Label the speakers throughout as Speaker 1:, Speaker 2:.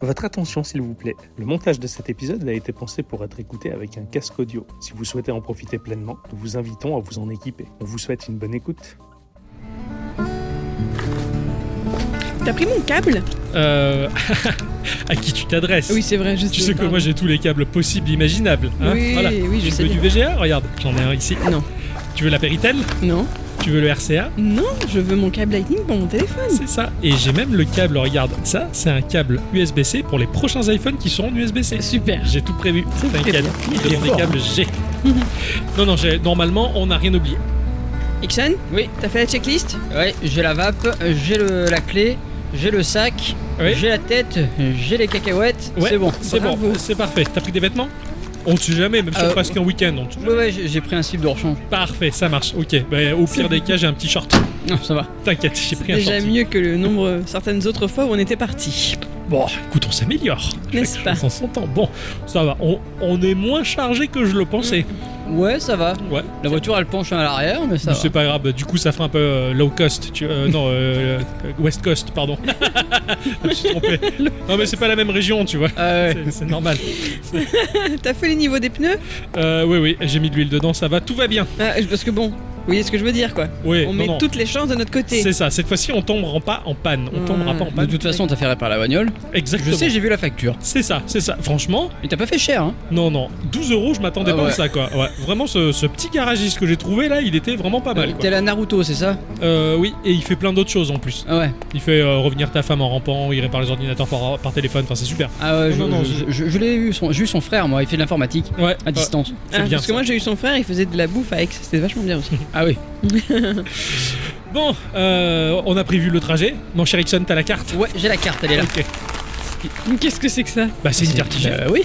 Speaker 1: Votre attention s'il vous plaît. Le montage de cet épisode a été pensé pour être écouté avec un casque audio. Si vous souhaitez en profiter pleinement, nous vous invitons à vous en équiper. On vous souhaite une bonne écoute.
Speaker 2: T'as pris mon câble
Speaker 3: Euh, à qui tu t'adresses
Speaker 2: Oui, c'est vrai, je
Speaker 3: Tu sais que moi j'ai tous les câbles possibles et imaginables. hein.
Speaker 2: Oui,
Speaker 3: voilà.
Speaker 2: oui, je
Speaker 3: tu
Speaker 2: sais
Speaker 3: veux du VGA Regarde, j'en ai un ici.
Speaker 2: Non.
Speaker 3: Tu veux la Péritel
Speaker 2: Non,
Speaker 3: Tu veux le RCA
Speaker 2: non, je veux mon câble Lightning pour mon téléphone.
Speaker 3: C'est ça. Et j'ai même le câble, regarde. Ça, c'est un câble USB-C pour les prochains iPhones qui seront en USB-C.
Speaker 2: Super.
Speaker 3: J'ai tout prévu.
Speaker 2: C'est très
Speaker 3: T'inquiète.
Speaker 2: bien.
Speaker 3: Ils ont des câbles G. non, non, j'ai- normalement, on n'a rien oublié.
Speaker 2: Ixon,
Speaker 4: Oui,
Speaker 2: t'as fait la checklist
Speaker 4: ouais, j'ai la vape, j'ai le- la clé, j'ai le sac,
Speaker 3: Oui.
Speaker 4: j'ai la tête, j'ai les cacahuètes,
Speaker 3: Ouais,
Speaker 4: c'est bon.
Speaker 3: C'est bon,
Speaker 2: Bravo.
Speaker 3: c'est parfait. T'as pris des vêtements On ne sait jamais, même si
Speaker 4: Euh,
Speaker 3: on passe qu'un week-end. on ne sait jamais.
Speaker 4: Ouais, ouais, j'ai j'ai pris un slip de rechange.
Speaker 3: Parfait, ça marche. Ok, Bah, au pire des cas, j'ai un petit short.
Speaker 4: Non, ça va.
Speaker 3: T'inquiète, j'ai pris un short.
Speaker 2: Déjà mieux que le nombre certaines autres fois où on était parti.
Speaker 3: Bon, écoute, on s'améliore.
Speaker 2: N'est-ce
Speaker 3: Chaque
Speaker 2: pas
Speaker 3: chose en son temps. Bon, ça va. On, on est moins chargé que je le pensais.
Speaker 4: Ouais, ça va.
Speaker 3: Ouais.
Speaker 4: Mm. La voiture elle penche à l'arrière, mais ça
Speaker 3: C'est
Speaker 4: va.
Speaker 3: pas grave. Du coup, ça fera un peu euh, low cost. Tu, euh, non, euh, euh, west coast, pardon. je me suis trompé. Non, mais c'est pas la même région, tu vois.
Speaker 4: Ah ouais.
Speaker 3: C'est- C'est normal.
Speaker 2: t'as fait les niveaux des pneus
Speaker 3: Euh, oui, oui, j'ai mis de l'huile dedans, ça va, tout va bien.
Speaker 2: Ah, je- Parce que bon, vous voyez ce que je veux dire quoi.
Speaker 3: Oui, Eh, non,
Speaker 2: On met
Speaker 3: non.
Speaker 2: toutes les chances de notre côté.
Speaker 3: C'est ça, cette fois-ci on tombera pas en panne. On
Speaker 2: Hmm.
Speaker 3: tombera pas en
Speaker 4: Mmh. De
Speaker 3: panne.
Speaker 4: toute façon, t'as fait réparer la bagnole.
Speaker 3: Exactement.
Speaker 4: Je sais, j'ai vu la facture.
Speaker 3: C'est ça, c'est ça. Franchement,
Speaker 4: Mais t'as pas fait cher, hein.
Speaker 3: non, non. 12 euros, je m'attendais
Speaker 4: Ah
Speaker 3: pas à
Speaker 4: ouais.
Speaker 3: ça, quoi. Ouais, vraiment, ce, ce petit garagiste que j'ai trouvé là, il était vraiment pas mal.
Speaker 4: Euh,
Speaker 3: quoi.
Speaker 4: T'es la Naruto, c'est ça
Speaker 3: Euh, oui, et il fait plein d'autres choses en plus.
Speaker 4: Ah ouais.
Speaker 3: Il fait euh, revenir ta femme en rampant, il répare les ordinateurs par, par téléphone, enfin c'est super.
Speaker 4: Ah ouais, je,
Speaker 3: Non, non,
Speaker 4: je- je- je l'ai eu, son, j'ai eu son frère, moi, il fait de l'informatique
Speaker 3: Ouais, euh,
Speaker 4: à distance.
Speaker 2: Ah,
Speaker 3: bien
Speaker 2: parce que
Speaker 3: ça.
Speaker 2: moi j'ai eu son frère, il faisait de la bouffe avec, c'était vachement bien aussi.
Speaker 4: Ah oui.
Speaker 3: Bon, euh, on a prévu le trajet. Mon cher Ixon, t'as la carte
Speaker 4: Ouais, j'ai la carte, elle est là.
Speaker 3: Ok.
Speaker 2: Qu'est-ce que c'est que ça
Speaker 3: Bah c'est une carte IGN.
Speaker 4: Euh, oui.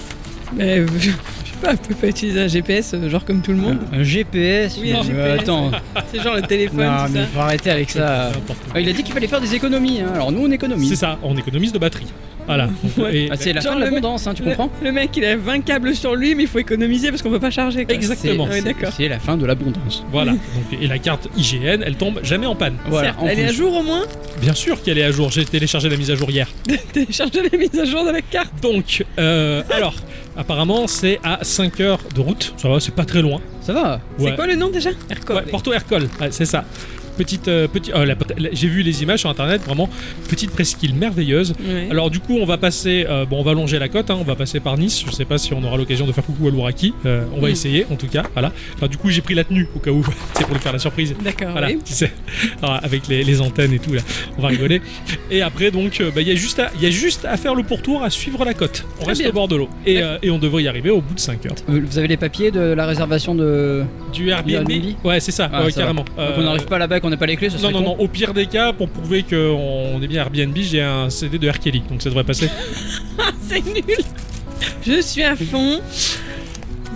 Speaker 2: Bah, Je sais pas, vous pouvez pas utiliser un GPS euh, genre comme tout
Speaker 3: Oh.
Speaker 2: le monde.
Speaker 4: Un GPS.
Speaker 2: Oui, un
Speaker 4: mais
Speaker 2: GPS.
Speaker 4: Euh, Attends.
Speaker 2: C'est genre le téléphone,
Speaker 4: non,
Speaker 2: tout
Speaker 4: mais
Speaker 2: ça.
Speaker 4: faut arrêter avec ça.
Speaker 3: N'importe quoi.
Speaker 4: Ah, il a dit qu'il fallait faire des économies. hein. Alors nous, on économise.
Speaker 3: C'est ça, on économise de batterie. Voilà. Et-
Speaker 4: Ah, c'est la
Speaker 2: Genre
Speaker 4: fin de
Speaker 2: le
Speaker 4: l'abondance, hein, tu
Speaker 2: Le-
Speaker 4: comprends
Speaker 2: le, mec, il a 20 câbles sur lui, mais il faut économiser parce qu'on peut pas charger. quoi.
Speaker 3: Exactement.
Speaker 2: Ouais, d'accord.
Speaker 4: C'est la fin de l'abondance.
Speaker 3: Voilà. Donc, et la carte IGN, elle tombe jamais en panne.
Speaker 4: Voilà,
Speaker 2: Certes,
Speaker 4: en
Speaker 2: elle est à
Speaker 4: plus.
Speaker 2: jour au moins
Speaker 3: Bien sûr qu'elle est à jour. J'ai téléchargé la mise à jour hier.
Speaker 2: Télécharger la mise à jour de la carte.
Speaker 3: Donc, euh, alors, apparemment, c'est à 5 heures de route. Ça va, c'est pas très loin.
Speaker 4: Ça va
Speaker 3: Ouais.
Speaker 2: C'est quoi le nom déjà
Speaker 3: Ouais, Porto Ercole, ouais, c'est ça. Petite, euh, petite, euh, la- la- j'ai vu les images sur internet, vraiment petite presqu'île merveilleuse.
Speaker 2: Ouais.
Speaker 3: Alors du coup, on va passer, euh, bon, on va longer la côte, hein, on va passer par Nice. Je sais pas si on aura l'occasion de faire coucou à l'Ouraki. Euh, on va
Speaker 2: Mm.
Speaker 3: essayer, en tout cas. Voilà. Enfin, du coup, j'ai pris la tenue au cas où, c'est pour lui faire la surprise.
Speaker 2: D'accord,
Speaker 3: Voilà,
Speaker 2: oui.
Speaker 3: tu sais, Alors, avec les, les antennes et tout là, on va rigoler. Et après donc, euh, bah, il y a juste à, il y a juste à faire le pourtour, à suivre la côte. On
Speaker 2: Très
Speaker 3: reste
Speaker 2: bien.
Speaker 3: au bord de l'eau et, euh, et on devrait y arriver au bout de 5 heures.
Speaker 4: Euh, Vous avez les papiers de la réservation de.
Speaker 3: Du Airbnb,
Speaker 4: Airbnb
Speaker 3: ouais, c'est ça,
Speaker 4: Ah,
Speaker 3: ouais,
Speaker 4: ça va.
Speaker 3: carrément. Euh,
Speaker 4: Donc on n'arrive pas là-bas et qu'on n'a pas les clés, ce
Speaker 3: Non,
Speaker 4: serait
Speaker 3: non,
Speaker 4: con.
Speaker 3: non, au pire des cas, pour prouver qu'on est bien Airbnb, j'ai un CD de R. Kelly, donc ça devrait passer.
Speaker 2: C'est nul Je suis à fond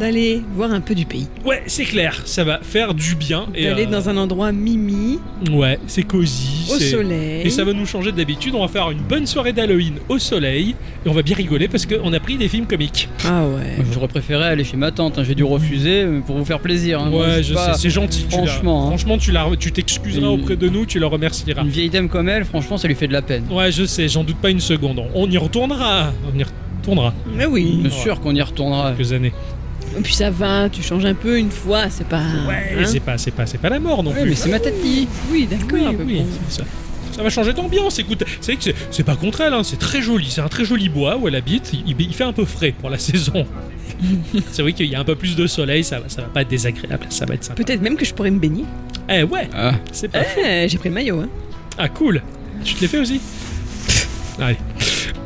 Speaker 2: d'aller voir un peu du pays.
Speaker 3: Ouais, c'est clair, ça va faire du bien. Et,
Speaker 2: d'aller
Speaker 3: euh,
Speaker 2: dans un endroit mimi,
Speaker 3: Ouais, c'est cosy.
Speaker 2: au
Speaker 3: c'est-
Speaker 2: soleil.
Speaker 3: Et ça va nous changer d'habitude, on va faire une bonne soirée d'Halloween au soleil, et on va bien rigoler parce qu'on a pris des films comiques.
Speaker 2: Ah ouais.
Speaker 4: Moi, J'aurais préféré aller chez ma tante, hein, j'ai dû refuser euh, pour vous faire plaisir. hein. Moi,
Speaker 3: Ouais, je
Speaker 4: pas-
Speaker 3: sais, c'est gentil. tu l'as-
Speaker 4: Franchement, hein. Mm.
Speaker 3: franchement, tu la- tu t'excuseras
Speaker 4: Une-
Speaker 3: auprès de nous, tu la remercieras.
Speaker 4: Une vieille dame comme elle, franchement, ça lui fait de la peine.
Speaker 3: Ouais, je sais, j'en doute pas une seconde. On y retournera. On y retournera
Speaker 2: Mais oui.
Speaker 4: Bien sûr qu'on y retournera.
Speaker 3: quelques années.
Speaker 2: Et puis ça va, tu changes un peu une fois, c'est pas.
Speaker 3: Ouais,
Speaker 2: hein
Speaker 3: c'est pas, c'est pas, c'est pas la mort non
Speaker 4: Ah, Ouais,
Speaker 3: plus.
Speaker 4: mais c'est ma tati.
Speaker 2: Oui, d'accord.
Speaker 3: Oui,
Speaker 2: mais
Speaker 3: oui,
Speaker 2: bon.
Speaker 3: c'est ça. Ça va changer d'ambiance, écoute. C'est vrai que c'est- c'est pas contre elle, hein, c'est très joli. C'est un très joli bois où elle habite. Il, il fait un peu frais pour la saison. c'est vrai qu'il y a un peu plus de soleil, ça, va- ça va pas être désagréable, ça va être sympa.
Speaker 2: Peut-être même que je pourrais me baigner.
Speaker 3: Eh ouais,
Speaker 4: Ah,
Speaker 3: c'est pas.
Speaker 2: Eh, J'ai pris le maillot. Hein.
Speaker 3: Ah cool, tu te l'es fait aussi Allez,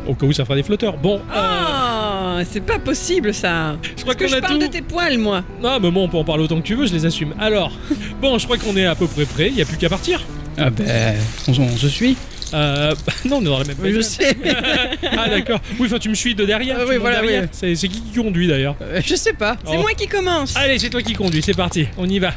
Speaker 3: au cas où ça fera des flotteurs. Bon, euh,
Speaker 2: Ah, c'est pas possible ça.
Speaker 3: je crois
Speaker 2: Parce que
Speaker 3: qu'on
Speaker 2: je
Speaker 3: a
Speaker 2: parle de
Speaker 3: tout.
Speaker 2: tes poils, moi.
Speaker 3: Ah, mais moi on peut en parler autant que tu veux, je les assume. Alors, bon, je crois qu'on est à peu près prêt, il y a plus qu'à partir.
Speaker 4: ah ben, on, on se suit.
Speaker 3: Euh, bah, non, on est dans la même
Speaker 4: Oui, je
Speaker 3: période.
Speaker 4: sais.
Speaker 3: Ah d'accord. Oui, enfin tu me suis de derrière.
Speaker 4: Ah
Speaker 3: tu
Speaker 4: oui,
Speaker 3: montes
Speaker 4: voilà,
Speaker 3: derrière.
Speaker 4: oui.
Speaker 3: C'est c'est qui qui conduit d'ailleurs
Speaker 4: Euh, je sais pas.
Speaker 2: C'est
Speaker 3: Oh.
Speaker 2: moi qui commence.
Speaker 3: Allez, c'est toi qui conduis, c'est parti, on y va.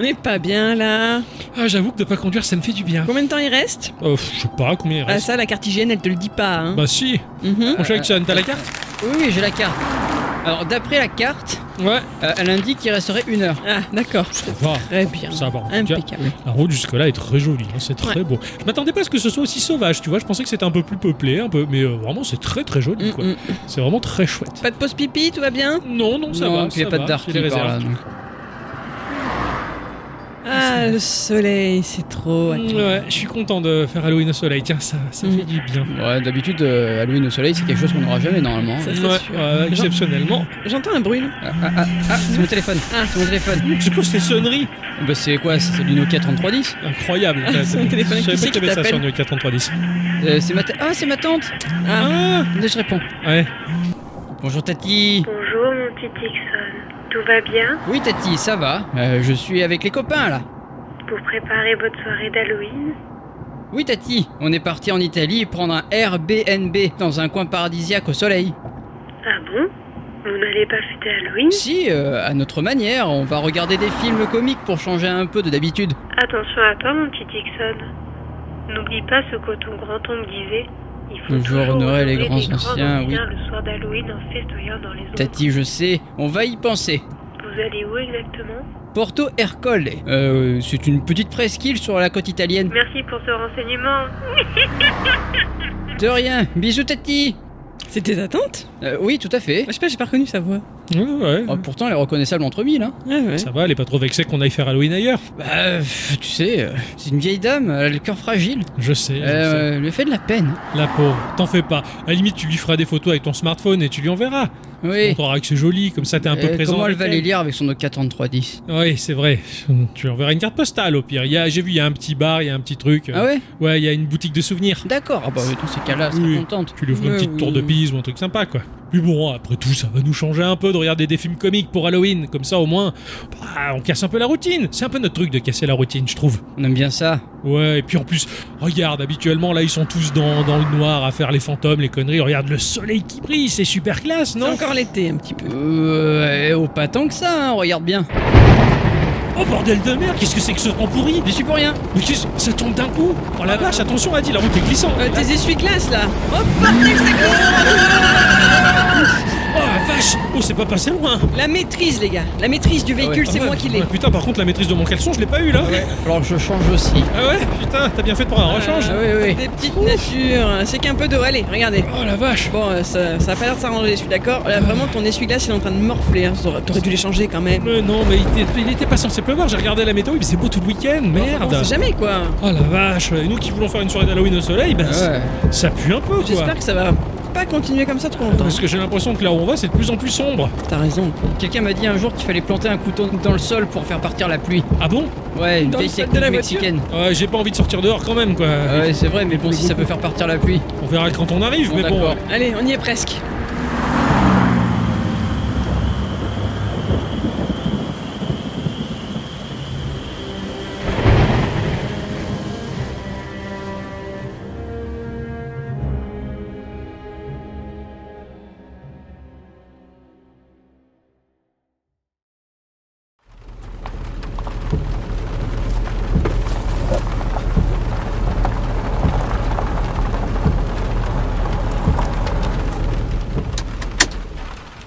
Speaker 2: On n'est pas bien là.
Speaker 3: Ah, j'avoue que de pas conduire, ça me fait du bien.
Speaker 2: Combien de temps il reste
Speaker 3: Euh, pff, je sais pas combien il
Speaker 2: Ah,
Speaker 3: reste.
Speaker 2: ça, la carte hygiène, elle te le dit pas. Hein.
Speaker 3: Bah si,
Speaker 2: Mhm.
Speaker 3: mon cher Jackson, t'as la carte
Speaker 4: Oui, oui, j'ai la carte. Alors, d'après la carte,
Speaker 3: Ouais.
Speaker 4: euh, elle indique qu'il resterait une heure.
Speaker 2: Ah, d'accord.
Speaker 3: Ça va,
Speaker 2: Très bien.
Speaker 3: ça va. En tout cas,
Speaker 2: Impeccable.
Speaker 3: la route jusque-là est très jolie, hein, c'est très beau. Je m'attendais pas à ce que ce soit aussi sauvage, tu vois. Je pensais que c'était un peu plus peuplé, un peu, mais euh, vraiment c'est très très joli,
Speaker 2: Mm,
Speaker 3: quoi.
Speaker 2: mm.
Speaker 3: C'est vraiment très chouette.
Speaker 2: Pas de pause pipi, tout va bien
Speaker 3: Non, non, ça
Speaker 4: non,
Speaker 3: va.
Speaker 4: puis il
Speaker 3: ça
Speaker 4: n'y a pas
Speaker 3: va,
Speaker 4: de
Speaker 3: j'ai
Speaker 4: Darty
Speaker 3: les
Speaker 4: par là.
Speaker 3: réserves.
Speaker 4: donc.
Speaker 2: Ah, le soleil, c'est trop.
Speaker 3: Mm, Ouais, je suis content de faire Halloween au soleil. Tiens, ça, ça
Speaker 2: Mm.
Speaker 3: fait du bien.
Speaker 4: Ouais, d'habitude, euh, Halloween au soleil, c'est quelque chose qu'on n'aura jamais normalement.
Speaker 2: Ça,
Speaker 3: Ouais,
Speaker 2: c'est sûr.
Speaker 3: ouais,
Speaker 2: Genre-
Speaker 3: exceptionnellement.
Speaker 2: J'entends un bruit. là.
Speaker 4: Ah, ah, ah, ah, c'est mon téléphone.
Speaker 2: Ah.
Speaker 4: C'est mon téléphone.
Speaker 3: C'est quoi ces sonneries
Speaker 4: Bah, c'est quoi C'est du Nokia 3310
Speaker 3: Incroyable. ça,
Speaker 2: C'est un téléphone
Speaker 3: Je savais
Speaker 2: qui
Speaker 3: pas
Speaker 2: sait
Speaker 3: qu'il y avait
Speaker 2: qui
Speaker 3: ça sur
Speaker 2: t'appelle.
Speaker 3: le 4310.
Speaker 4: Euh, C'est ma ta- Ah, c'est ma tante
Speaker 2: Ah,
Speaker 3: Ah
Speaker 4: Là, je réponds.
Speaker 3: Ouais.
Speaker 4: Bonjour Tati.
Speaker 5: Bonjour mon petit Dixon. Tout va bien
Speaker 4: Oui Tati, ça va. Euh, je suis avec les copains là.
Speaker 5: Pour préparer votre soirée d'Halloween
Speaker 4: Oui Tati, on est parti en Italie prendre un Airbnb dans un coin paradisiaque au soleil.
Speaker 5: Ah bon Vous n'allez pas fêter Halloween
Speaker 4: Si, euh, à notre manière, on va regarder des films comiques pour changer un peu de d'habitude.
Speaker 5: Attention à toi mon petit Dixon. N'oublie pas ce coton grand-oncle disait. Il faut
Speaker 4: Le jour
Speaker 5: toujours
Speaker 4: honorer les
Speaker 5: honorer
Speaker 4: grands anciens,
Speaker 5: anciens le soir d'Halloween en festoyant dans les ombres.
Speaker 4: Tati, je sais, on va y penser.
Speaker 5: Vous allez où exactement
Speaker 4: Porto Ercole, euh, c'est une petite presqu'île sur la côte italienne.
Speaker 5: Merci pour ce renseignement.
Speaker 4: De rien, bisous Tati.
Speaker 2: c'est tes attentes Bah,
Speaker 4: Euh, oui, tout à fait.
Speaker 2: Je sais pas, j'ai pas reconnu sa voix.
Speaker 3: Ouais, ouais.
Speaker 4: Oh, pourtant, elle est reconnaissable entre mille. Hein.
Speaker 2: Ah ouais.
Speaker 3: Ça va, elle est pas trop vexée qu'on aille faire Halloween ailleurs.
Speaker 4: Bah, pff, tu sais, euh, c'est une vieille dame, elle a le cœur fragile.
Speaker 3: Je sais. je sais.
Speaker 4: Euh, elle lui fait de la peine.
Speaker 3: La pauvre, t'en fais pas. À la limite, tu lui feras des photos avec ton smartphone et tu lui enverras. On
Speaker 4: Oui.
Speaker 3: montrera que c'est joli, comme ça t'es un peu
Speaker 4: Euh,
Speaker 3: présent.
Speaker 4: Comment elle
Speaker 3: avec
Speaker 4: va les lire avec son Nokia 3310
Speaker 3: Oui, c'est vrai. Tu lui enverras une carte postale au pire. Il y a- J'ai vu, il y a un petit bar, il y a un petit truc.
Speaker 4: Ah ouais
Speaker 3: Ouais, il y a une boutique de souvenirs.
Speaker 4: D'accord. Ah bah oui, dans ces cas-là, elle sera
Speaker 3: Oui.
Speaker 4: contente.
Speaker 3: Tu lui offres une
Speaker 4: Mais
Speaker 3: petite
Speaker 4: oui.
Speaker 3: tour de piste ou un truc sympa, quoi. Mais bon, hein, après tout, ça va nous changer un peu de regarder des films comiques pour Halloween. Comme ça, au moins, bah, on casse un peu la routine. C'est un peu notre truc de casser la routine, je trouve.
Speaker 4: On aime bien ça.
Speaker 3: Ouais, et puis en plus, regarde, habituellement, là, ils sont tous dans, dans le noir à faire les fantômes, les conneries. Regarde le soleil qui brille, c'est super classe,
Speaker 2: C'est
Speaker 3: non
Speaker 2: encore l'été un petit peu.
Speaker 4: Euh, oh, pas tant que ça, hein, regarde bien.
Speaker 2: Hein
Speaker 3: Oh bordel de merde, qu'est-ce que c'est que ce temps pourri
Speaker 4: J'y suis pour rien.
Speaker 3: Mais qu'est-ce ça tombe d'un coup Oh la vache, attention, Adi, la route est glissante
Speaker 2: Euh, tes essuie-glaces là Hop
Speaker 3: Oh la vache Oh, c'est pas passé loin
Speaker 2: La maîtrise les gars La maîtrise du véhicule,
Speaker 3: Ah
Speaker 2: c'est
Speaker 3: ouais.
Speaker 2: moi qui l'ai. Ah
Speaker 3: Ah, Putain, par contre, la maîtrise de mon caleçon, je l'ai pas eu là
Speaker 4: Alors je change aussi.
Speaker 3: Ah ouais Putain, t'as bien fait de prendre un rechange
Speaker 4: Ah oui, oui.
Speaker 2: Des petites natures, c'est qu'un peu d'eau. Allez, regardez.
Speaker 3: Oh la vache
Speaker 2: Bon, euh, ça, ça a pas l'air de s'arranger, je suis d'accord. Là, vraiment, ton essuie-glace, il est en train de morfler. hein. T'aurais t'aurais dû les changer quand même.
Speaker 3: Mais non, mais il était, il était pas censé pleuvoir, j'ai regardé la météo, il faisait beau tout le week-end,
Speaker 2: On sait
Speaker 3: merde
Speaker 2: jamais quoi.
Speaker 3: Oh la vache Et nous qui voulons faire une soirée d'Halloween au soleil, ben ça-
Speaker 4: Ouais.
Speaker 3: ça pue un peu quoi
Speaker 2: J'espère que ça va pas continuer comme ça trop longtemps.
Speaker 3: Parce que j'ai l'impression que là où on va, c'est de plus en plus sombre
Speaker 2: T'as raison.
Speaker 4: Quelqu'un m'a dit un jour qu'il fallait planter un couteau dans le sol pour faire partir la pluie.
Speaker 3: Ah bon
Speaker 4: Ouais, une
Speaker 2: Dans le
Speaker 4: vieille
Speaker 2: sol de
Speaker 4: technique
Speaker 2: la voiture
Speaker 4: mexicaine.
Speaker 3: Ouais, J'ai pas envie de sortir dehors quand même quoi
Speaker 4: Ah ouais, c'est vrai, mais bon, si ça peut faire partir la pluie.
Speaker 3: On verra quand on arrive,
Speaker 4: Bon,
Speaker 3: mais bon
Speaker 4: d'accord.
Speaker 2: Allez, on y est presque.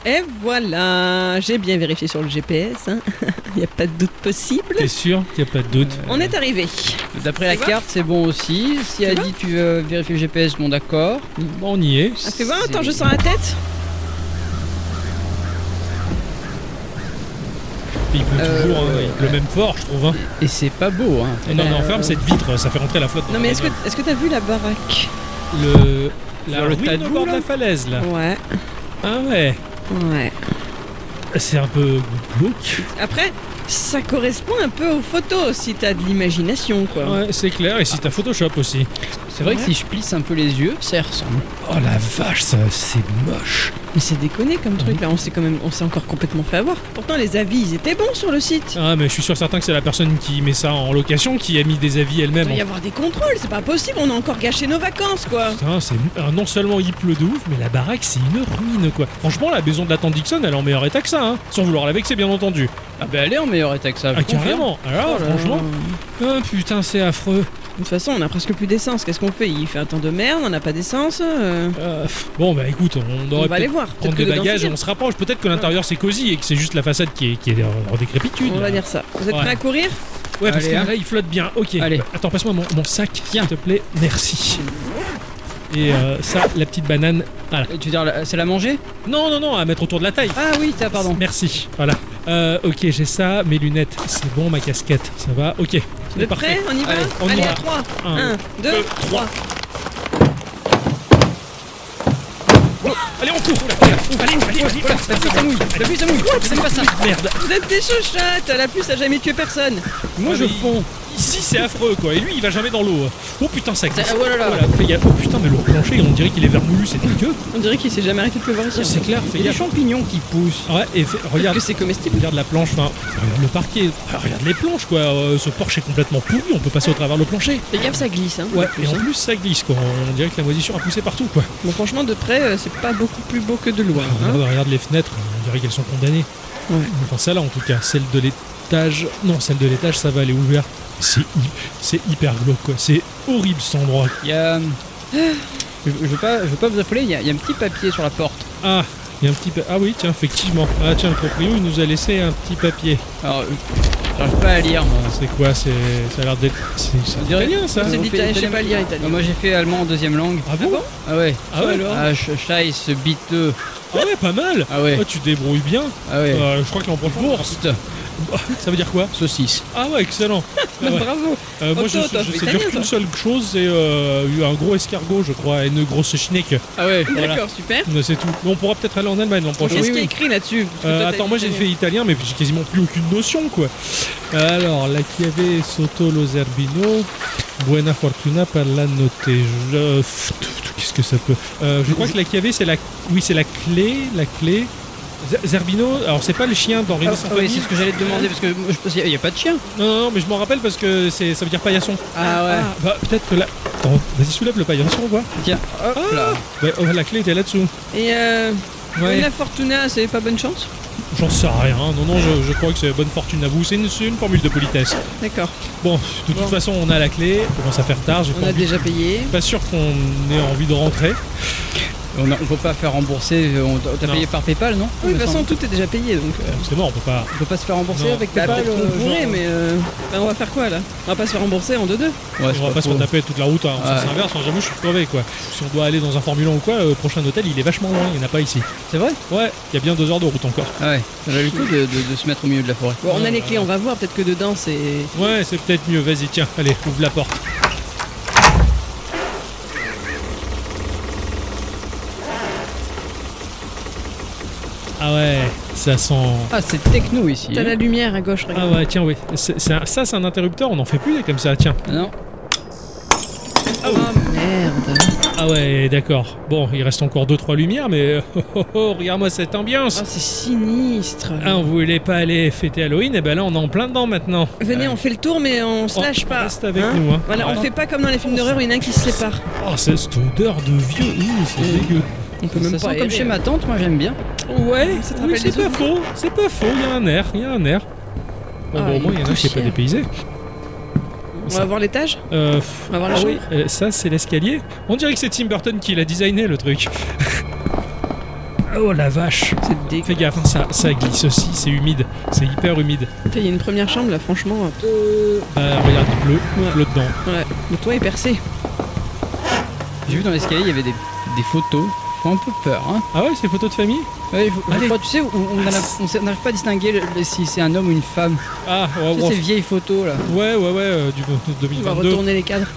Speaker 2: Et voilà, j'ai bien vérifié sur le GPS. hein. Il n'y a pas de doute possible.
Speaker 3: T'es sûr qu'il y a pas de doute
Speaker 2: On est arrivé.
Speaker 4: D'après la
Speaker 2: Tu vois
Speaker 4: carte, c'est bon aussi. Si elle dit tu veux vérifier le GPS, bon d'accord.
Speaker 3: Bon, on y est.
Speaker 2: Ah, fais voir, attends, je sens la tête.
Speaker 3: Il pleut
Speaker 4: Euh,
Speaker 3: toujours, hein, il pleut même fort, je trouve. Hein.
Speaker 4: Et c'est pas beau, hein.
Speaker 3: Et non, mais on
Speaker 2: Euh,
Speaker 3: ferme cette vitre, ça fait rentrer la flotte. dans
Speaker 2: Non, mais
Speaker 3: la
Speaker 2: est-ce que
Speaker 3: bagnole.
Speaker 2: est-ce que t'as vu la baraque
Speaker 3: le la
Speaker 4: Sur le
Speaker 3: ruine
Speaker 4: tas de
Speaker 3: au
Speaker 4: boue,
Speaker 3: bord de
Speaker 4: là
Speaker 3: la falaise là
Speaker 2: Ouais,
Speaker 3: Ah ouais,
Speaker 2: ouais.
Speaker 3: c'est un peu glauque.
Speaker 2: Après, ça correspond un peu aux photos si t'as de l'imagination, quoi.
Speaker 3: Ouais, c'est clair. Et si t'as Photoshop aussi.
Speaker 4: C'est vrai que si je plisse un peu les yeux, ça y ressemble.
Speaker 3: Oh la vache, ça, c'est moche.
Speaker 2: Mais c'est déconné comme truc,
Speaker 3: Mhm.
Speaker 2: là on s'est quand même, on s'est encore complètement fait avoir. Pourtant les avis, ils étaient bons sur le site.
Speaker 3: Ah, mais je suis sûr certain que c'est la personne qui met ça en location qui a mis des avis
Speaker 2: Il
Speaker 3: elle-même.
Speaker 2: doit y
Speaker 3: en-
Speaker 2: avoir des contrôles, c'est pas possible, on a encore gâché nos vacances quoi.
Speaker 3: Putain, c'est ah, non seulement il pleut de ouf, mais la baraque c'est une ruine quoi. Franchement, la maison de la tante Dixon, elle est en meilleur état que ça, hein. Sans vouloir la vexer, bien entendu.
Speaker 4: Ah bah elle est en meilleur état que ça. je
Speaker 3: Ah,
Speaker 4: confirme.
Speaker 3: carrément. Alors,
Speaker 2: Oh là là.
Speaker 3: franchement, ah, putain, c'est affreux.
Speaker 2: De toute façon, on a presque plus d'essence. Qu'est-ce qu'on fait Il fait un temps de merde, on n'a pas d'essence. euh,
Speaker 3: Ah, pff, bon, bah écoute, on
Speaker 2: On
Speaker 3: aurait
Speaker 2: va aller voir.
Speaker 3: prendre
Speaker 2: Peut-être que
Speaker 3: des
Speaker 2: dedans,
Speaker 3: bagages,
Speaker 2: c'est
Speaker 3: et on se rapproche. Peut-être que l'intérieur c'est cosy et que c'est juste la façade qui est, qui est en en décrépitude.
Speaker 2: bien. On va
Speaker 3: là.
Speaker 2: dire ça. Vous êtes
Speaker 3: Ouais.
Speaker 2: prêts à courir
Speaker 3: Ouais, parce
Speaker 4: Allez,
Speaker 3: que
Speaker 4: hein.
Speaker 3: là, il flotte bien. Ok.
Speaker 4: Allez.
Speaker 3: Bah, Attends, passe-moi mon, mon sac, s'il
Speaker 4: Tiens.
Speaker 3: te plaît. Merci. Et euh, ça, la petite banane. Voilà.
Speaker 4: Tu veux dire, la- c'est la manger
Speaker 3: Non, non, non, à mettre autour de la taille.
Speaker 4: Ah oui, t'as, pardon.
Speaker 3: Merci. Voilà. Euh, ok, j'ai ça, mes lunettes. C'est bon, ma casquette. Ça va. Ok.
Speaker 2: Vous
Speaker 3: C'est
Speaker 2: êtes
Speaker 3: parfait.
Speaker 2: prêts On y va
Speaker 3: Allez, on y
Speaker 2: Allez
Speaker 3: va.
Speaker 2: à 3.
Speaker 3: Un,
Speaker 2: 1, 2, 3.
Speaker 3: Allez, on court. Oula, oula, oula, Allez, allez, allez.
Speaker 4: Voilà, la pluie, ça mouille. La pluie, ça mouille. C'est pas ça.
Speaker 3: Merde.
Speaker 2: Vous êtes des chouchottes La puce a jamais tué personne
Speaker 3: Moi, je
Speaker 4: mais
Speaker 3: fonds. Ici, c'est affreux, quoi. Et lui, il va jamais dans l'eau. Oh putain, ça glisse.
Speaker 4: Ah, oh là là.
Speaker 3: Voilà, fais gaffe. Oh putain, mais le plancher, on dirait qu'il est vermoulu, c'est dégueu.
Speaker 2: On dirait qu'il s'est jamais arrêté de pleuvoir ici.
Speaker 3: C'est
Speaker 2: hein.
Speaker 3: clair, fais
Speaker 4: Il y a des
Speaker 3: gaffe.
Speaker 4: champignons qui poussent.
Speaker 3: Ouais, et fais-
Speaker 2: Peut-être
Speaker 3: regarde.
Speaker 2: que c'est comestible.
Speaker 3: Regarde la planche, enfin, regarde le parquet, Ah, regarde les planches quoi, Euh, ce porche est complètement pourri, on peut passer au travers le plancher.
Speaker 2: Fais gaffe, ça glisse. Hein.
Speaker 3: Ouais, et en plus ça glisse quoi, on dirait que la moisissure a poussé partout quoi.
Speaker 2: Bon, franchement, de près, euh, c'est pas beaucoup plus beau que de loin. hein.
Speaker 3: regarde, regarde les fenêtres, on dirait qu'elles sont condamnées.
Speaker 2: Ouais.
Speaker 3: Enfin celle-là en tout cas, celle de l'étage, non celle de l'étage ça va, elle est ouverte. C'est, hy- c'est hyper glauque quoi, c'est horrible cet endroit.
Speaker 4: Il y a. euh, Je, je veux pas, je veux pas vous affoler, il y, a- il y a un petit papier sur la porte.
Speaker 3: Ah, il y a un petit... pa- Ah oui tiens, effectivement. Ah tiens, le proprio il nous a laissé un petit papier.
Speaker 4: Alors, je- j'arrive pas à lire. moi.
Speaker 3: Ah, c'est quoi, c'est... ça a l'air d'être... C'est... Ça
Speaker 4: On
Speaker 3: dit
Speaker 4: dirait-
Speaker 3: rien ça
Speaker 2: C'est
Speaker 4: on fait
Speaker 2: de l'italien, je sais
Speaker 4: l'italien.
Speaker 2: pas lire
Speaker 4: Non,
Speaker 2: italien.
Speaker 4: moi j'ai fait allemand en deuxième langue.
Speaker 3: Ah bon
Speaker 4: Ah ouais.
Speaker 3: Ah ouais alors
Speaker 4: Ah, sch- Scheiss, biteux.
Speaker 3: Ah ouais, pas mal
Speaker 4: E. Ah ouais.
Speaker 3: Ah, tu te débrouilles bien.
Speaker 4: Ah ouais.
Speaker 3: Euh, je crois que l'an prochain. Bourse
Speaker 4: Psst,
Speaker 3: Ça veut dire quoi
Speaker 4: Saucisse.
Speaker 3: Ah ouais, excellent Ah ouais.
Speaker 2: Bravo
Speaker 3: Euh, Moi, je,
Speaker 2: Otto, toi,
Speaker 3: je
Speaker 2: tu
Speaker 3: sais
Speaker 2: fais
Speaker 3: dire
Speaker 2: italien,
Speaker 3: qu'une seule chose c'est euh, un gros escargot, je crois, et une grosse schneck.
Speaker 4: Ah ouais.
Speaker 3: Voilà.
Speaker 2: D'accord, super.
Speaker 3: Mais C'est tout. Mais on pourra peut-être aller en Allemagne l'an prochain.
Speaker 2: Qu'est-ce qui est écrit là-dessus Parce que
Speaker 3: Euh,
Speaker 2: toi, t'as
Speaker 3: attends, moi j'ai fait
Speaker 2: l'italien.
Speaker 3: italien, mais j'ai quasiment plus aucune notion quoi. Alors, la chiave sotto lo zerbino, buena fortuna per la notte. Je- euh, pff, Qu'est-ce que ça peut Euh, Je crois que la chiave c'est la, oui c'est la clé, la clé. Zer- Zerbino, alors c'est pas le chien d'Henri de
Speaker 4: Ah ouais,
Speaker 3: Saint-Famille.
Speaker 4: c'est ce que j'allais te demander parce que moi, je pense qu'il y a- il y a pas de chien.
Speaker 3: Non, non, non, mais je m'en rappelle parce que c'est, ça veut dire paillasson.
Speaker 4: Ah ouais.
Speaker 3: Bah, peut-être que là. Attends, vas-y, soulève le paillasson, on voit.
Speaker 4: Tiens, hop là.
Speaker 3: Ouais, oh, la clé était là-dessous.
Speaker 2: Et euh.
Speaker 3: Ouais.
Speaker 2: La Fortuna, c'est pas bonne chance
Speaker 3: J'en sais rien, non, non, je, je crois que c'est bonne fortune à vous. C'est une, c'est une formule de politesse.
Speaker 2: D'accord.
Speaker 3: Bon, de toute façon, on a la clé, on commence à faire tard, j'ai pas
Speaker 2: On a
Speaker 3: envie-
Speaker 2: déjà payé.
Speaker 3: Pas sûr qu'on ait envie de rentrer.
Speaker 4: On ne peut pas faire rembourser. on t'a- T'as
Speaker 3: Non.
Speaker 4: payé par PayPal, non
Speaker 2: Oui,
Speaker 4: Il me
Speaker 2: de toute façon,
Speaker 4: semble.
Speaker 2: tout est déjà payé donc. euh,
Speaker 3: Euh, C'est mort, on peut pas.
Speaker 4: on peut pas se faire rembourser
Speaker 3: Non.
Speaker 4: avec
Speaker 2: Bah,
Speaker 4: PayPal.
Speaker 2: peut-être qu'on
Speaker 4: euh,
Speaker 2: pourrait,
Speaker 4: genre-
Speaker 2: mais euh, bah, on va faire quoi là On va pas se faire rembourser en 2-2.
Speaker 4: Ouais,
Speaker 3: on
Speaker 4: c'est
Speaker 3: va pas, se
Speaker 4: faux.
Speaker 3: retaper toute la route hein, en
Speaker 4: Ouais.
Speaker 3: sens inverse, enfin, j'avoue, je suis crevé quoi. Si on doit aller dans un Formule 1 ou quoi, le prochain hôtel il est vachement loin, il n'y en a pas ici.
Speaker 4: C'est vrai
Speaker 3: Ouais, il y a bien deux heures de route encore.
Speaker 4: Ah ouais. Ça valait le coup de, de- de se mettre au milieu de la forêt.
Speaker 2: Bon, on a
Speaker 3: Ouais,
Speaker 2: les
Speaker 3: ouais.
Speaker 2: clés, on va voir, peut-être que dedans c'est.
Speaker 3: Ouais, c'est peut-être mieux, vas-y, tiens, allez, ouvre la porte. Ah ouais, ça sent.
Speaker 4: Ah, c'est techno ici.
Speaker 2: T'as la lumière à gauche,
Speaker 3: Ah
Speaker 2: regarde.
Speaker 3: ouais, tiens, oui. C'est- c'est un- ça, c'est un interrupteur, on en fait plus des comme ça, tiens.
Speaker 4: Non
Speaker 2: Merde.
Speaker 3: Ah ouais, d'accord. Bon, il reste encore 2-3 lumières, mais. Oh, oh, oh, regarde-moi cette ambiance
Speaker 2: Ah, c'est sinistre.
Speaker 3: Ah, on voulait pas aller fêter Halloween, et ben là, on est en plein dedans maintenant.
Speaker 2: Venez, on fait le tour, mais on se
Speaker 3: On-
Speaker 2: lâche pas.
Speaker 3: Reste avec
Speaker 2: hein.
Speaker 3: nous, hein.
Speaker 2: Voilà,
Speaker 3: Ouais.
Speaker 2: on fait pas comme dans les films d'horreur où il y en a un qui se sépare.
Speaker 3: Oh, c'est cette odeur de vieux. Ouh, c'est dégueu.
Speaker 2: On peut même
Speaker 4: Ça
Speaker 2: pas
Speaker 4: sent comme
Speaker 2: aider,
Speaker 4: chez
Speaker 2: hein.
Speaker 4: ma tante, moi j'aime bien.
Speaker 2: Ouais, ça te
Speaker 3: Oui,
Speaker 2: rappelle
Speaker 3: c'est
Speaker 2: des
Speaker 3: pas
Speaker 2: souvenirs
Speaker 3: faux, c'est pas faux, il y a un air, il y a un air. Bon,
Speaker 2: Ah,
Speaker 3: bon, au moins, il y en a un qui est
Speaker 2: poussière.
Speaker 3: pas dépaysé.
Speaker 2: On va voir l'étage
Speaker 3: Euh, pff,
Speaker 2: On va voir la
Speaker 3: ah
Speaker 2: chambre
Speaker 3: oui, euh, ça, c'est l'escalier. On dirait que c'est Tim Burton qui l'a designé, le truc. oh la vache.
Speaker 2: C'est dégueu.
Speaker 3: Fais gaffe, hein, ça, ça glisse aussi, c'est humide, c'est hyper humide.
Speaker 2: Putain, Il y a une première chambre là, franchement.
Speaker 3: Euh, regarde, il pleut, il
Speaker 2: Ouais.
Speaker 3: pleut dedans.
Speaker 2: Ouais. Le toit est percé.
Speaker 4: J'ai vu dans l'escalier, il y avait des, des photos. Font un peu peur, hein.
Speaker 3: Ah ouais, c'est photo de famille
Speaker 4: Ouais, faut- je
Speaker 3: Allez.
Speaker 4: crois, tu sais, on- on en
Speaker 3: Ah,
Speaker 4: a-
Speaker 3: c'est-
Speaker 4: on sait- on n'arrive pas à distinguer le- le- si c'est un homme ou une femme.
Speaker 3: Ah, ouais,
Speaker 4: Tu sais,
Speaker 3: ouais,
Speaker 4: ces vieilles photos là.
Speaker 3: ouais, ouais, ouais, euh, du
Speaker 2: On va
Speaker 3: 2022.
Speaker 2: retourner les cadres.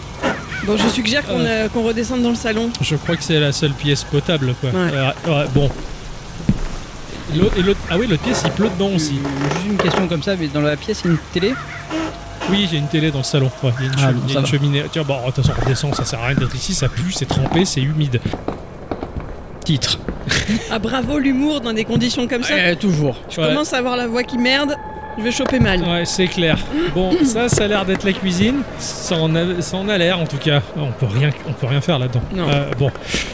Speaker 2: Bon, je suggère
Speaker 3: Ah
Speaker 2: qu'on euh, qu'on redescende dans le salon.
Speaker 3: Je crois que c'est la seule pièce potable, quoi.
Speaker 2: Ouais.
Speaker 3: Euh, ouais, bon. L'autre- et l'autre- ah oui, l'autre pièce, il pleut dedans aussi.
Speaker 4: Euh, Juste une question comme ça, mais dans la pièce, il y a une télé.
Speaker 3: Oui, j'ai une télé dans le salon. Ouais, il y a une,
Speaker 4: Ah, bon,
Speaker 3: chemi- il y a
Speaker 4: ça
Speaker 3: une
Speaker 4: va.
Speaker 3: cheminée. Tiens, bon, de toute façon, on descend, ça sert à rien d'être ici, ça pue, c'est trempé, c'est humide.
Speaker 4: Titre.
Speaker 2: Ah bravo l'humour dans des conditions comme ça.
Speaker 4: Ouais, toujours.
Speaker 2: Je commence à avoir la voix qui merde. Je vais choper mal.
Speaker 3: Ouais, c'est clair. Bon, ça, ça a l'air d'être la cuisine. Ça en a, ça en a l'air, en tout cas. On peut rien, on peut rien faire là-dedans.
Speaker 2: Non.
Speaker 3: Euh, bon,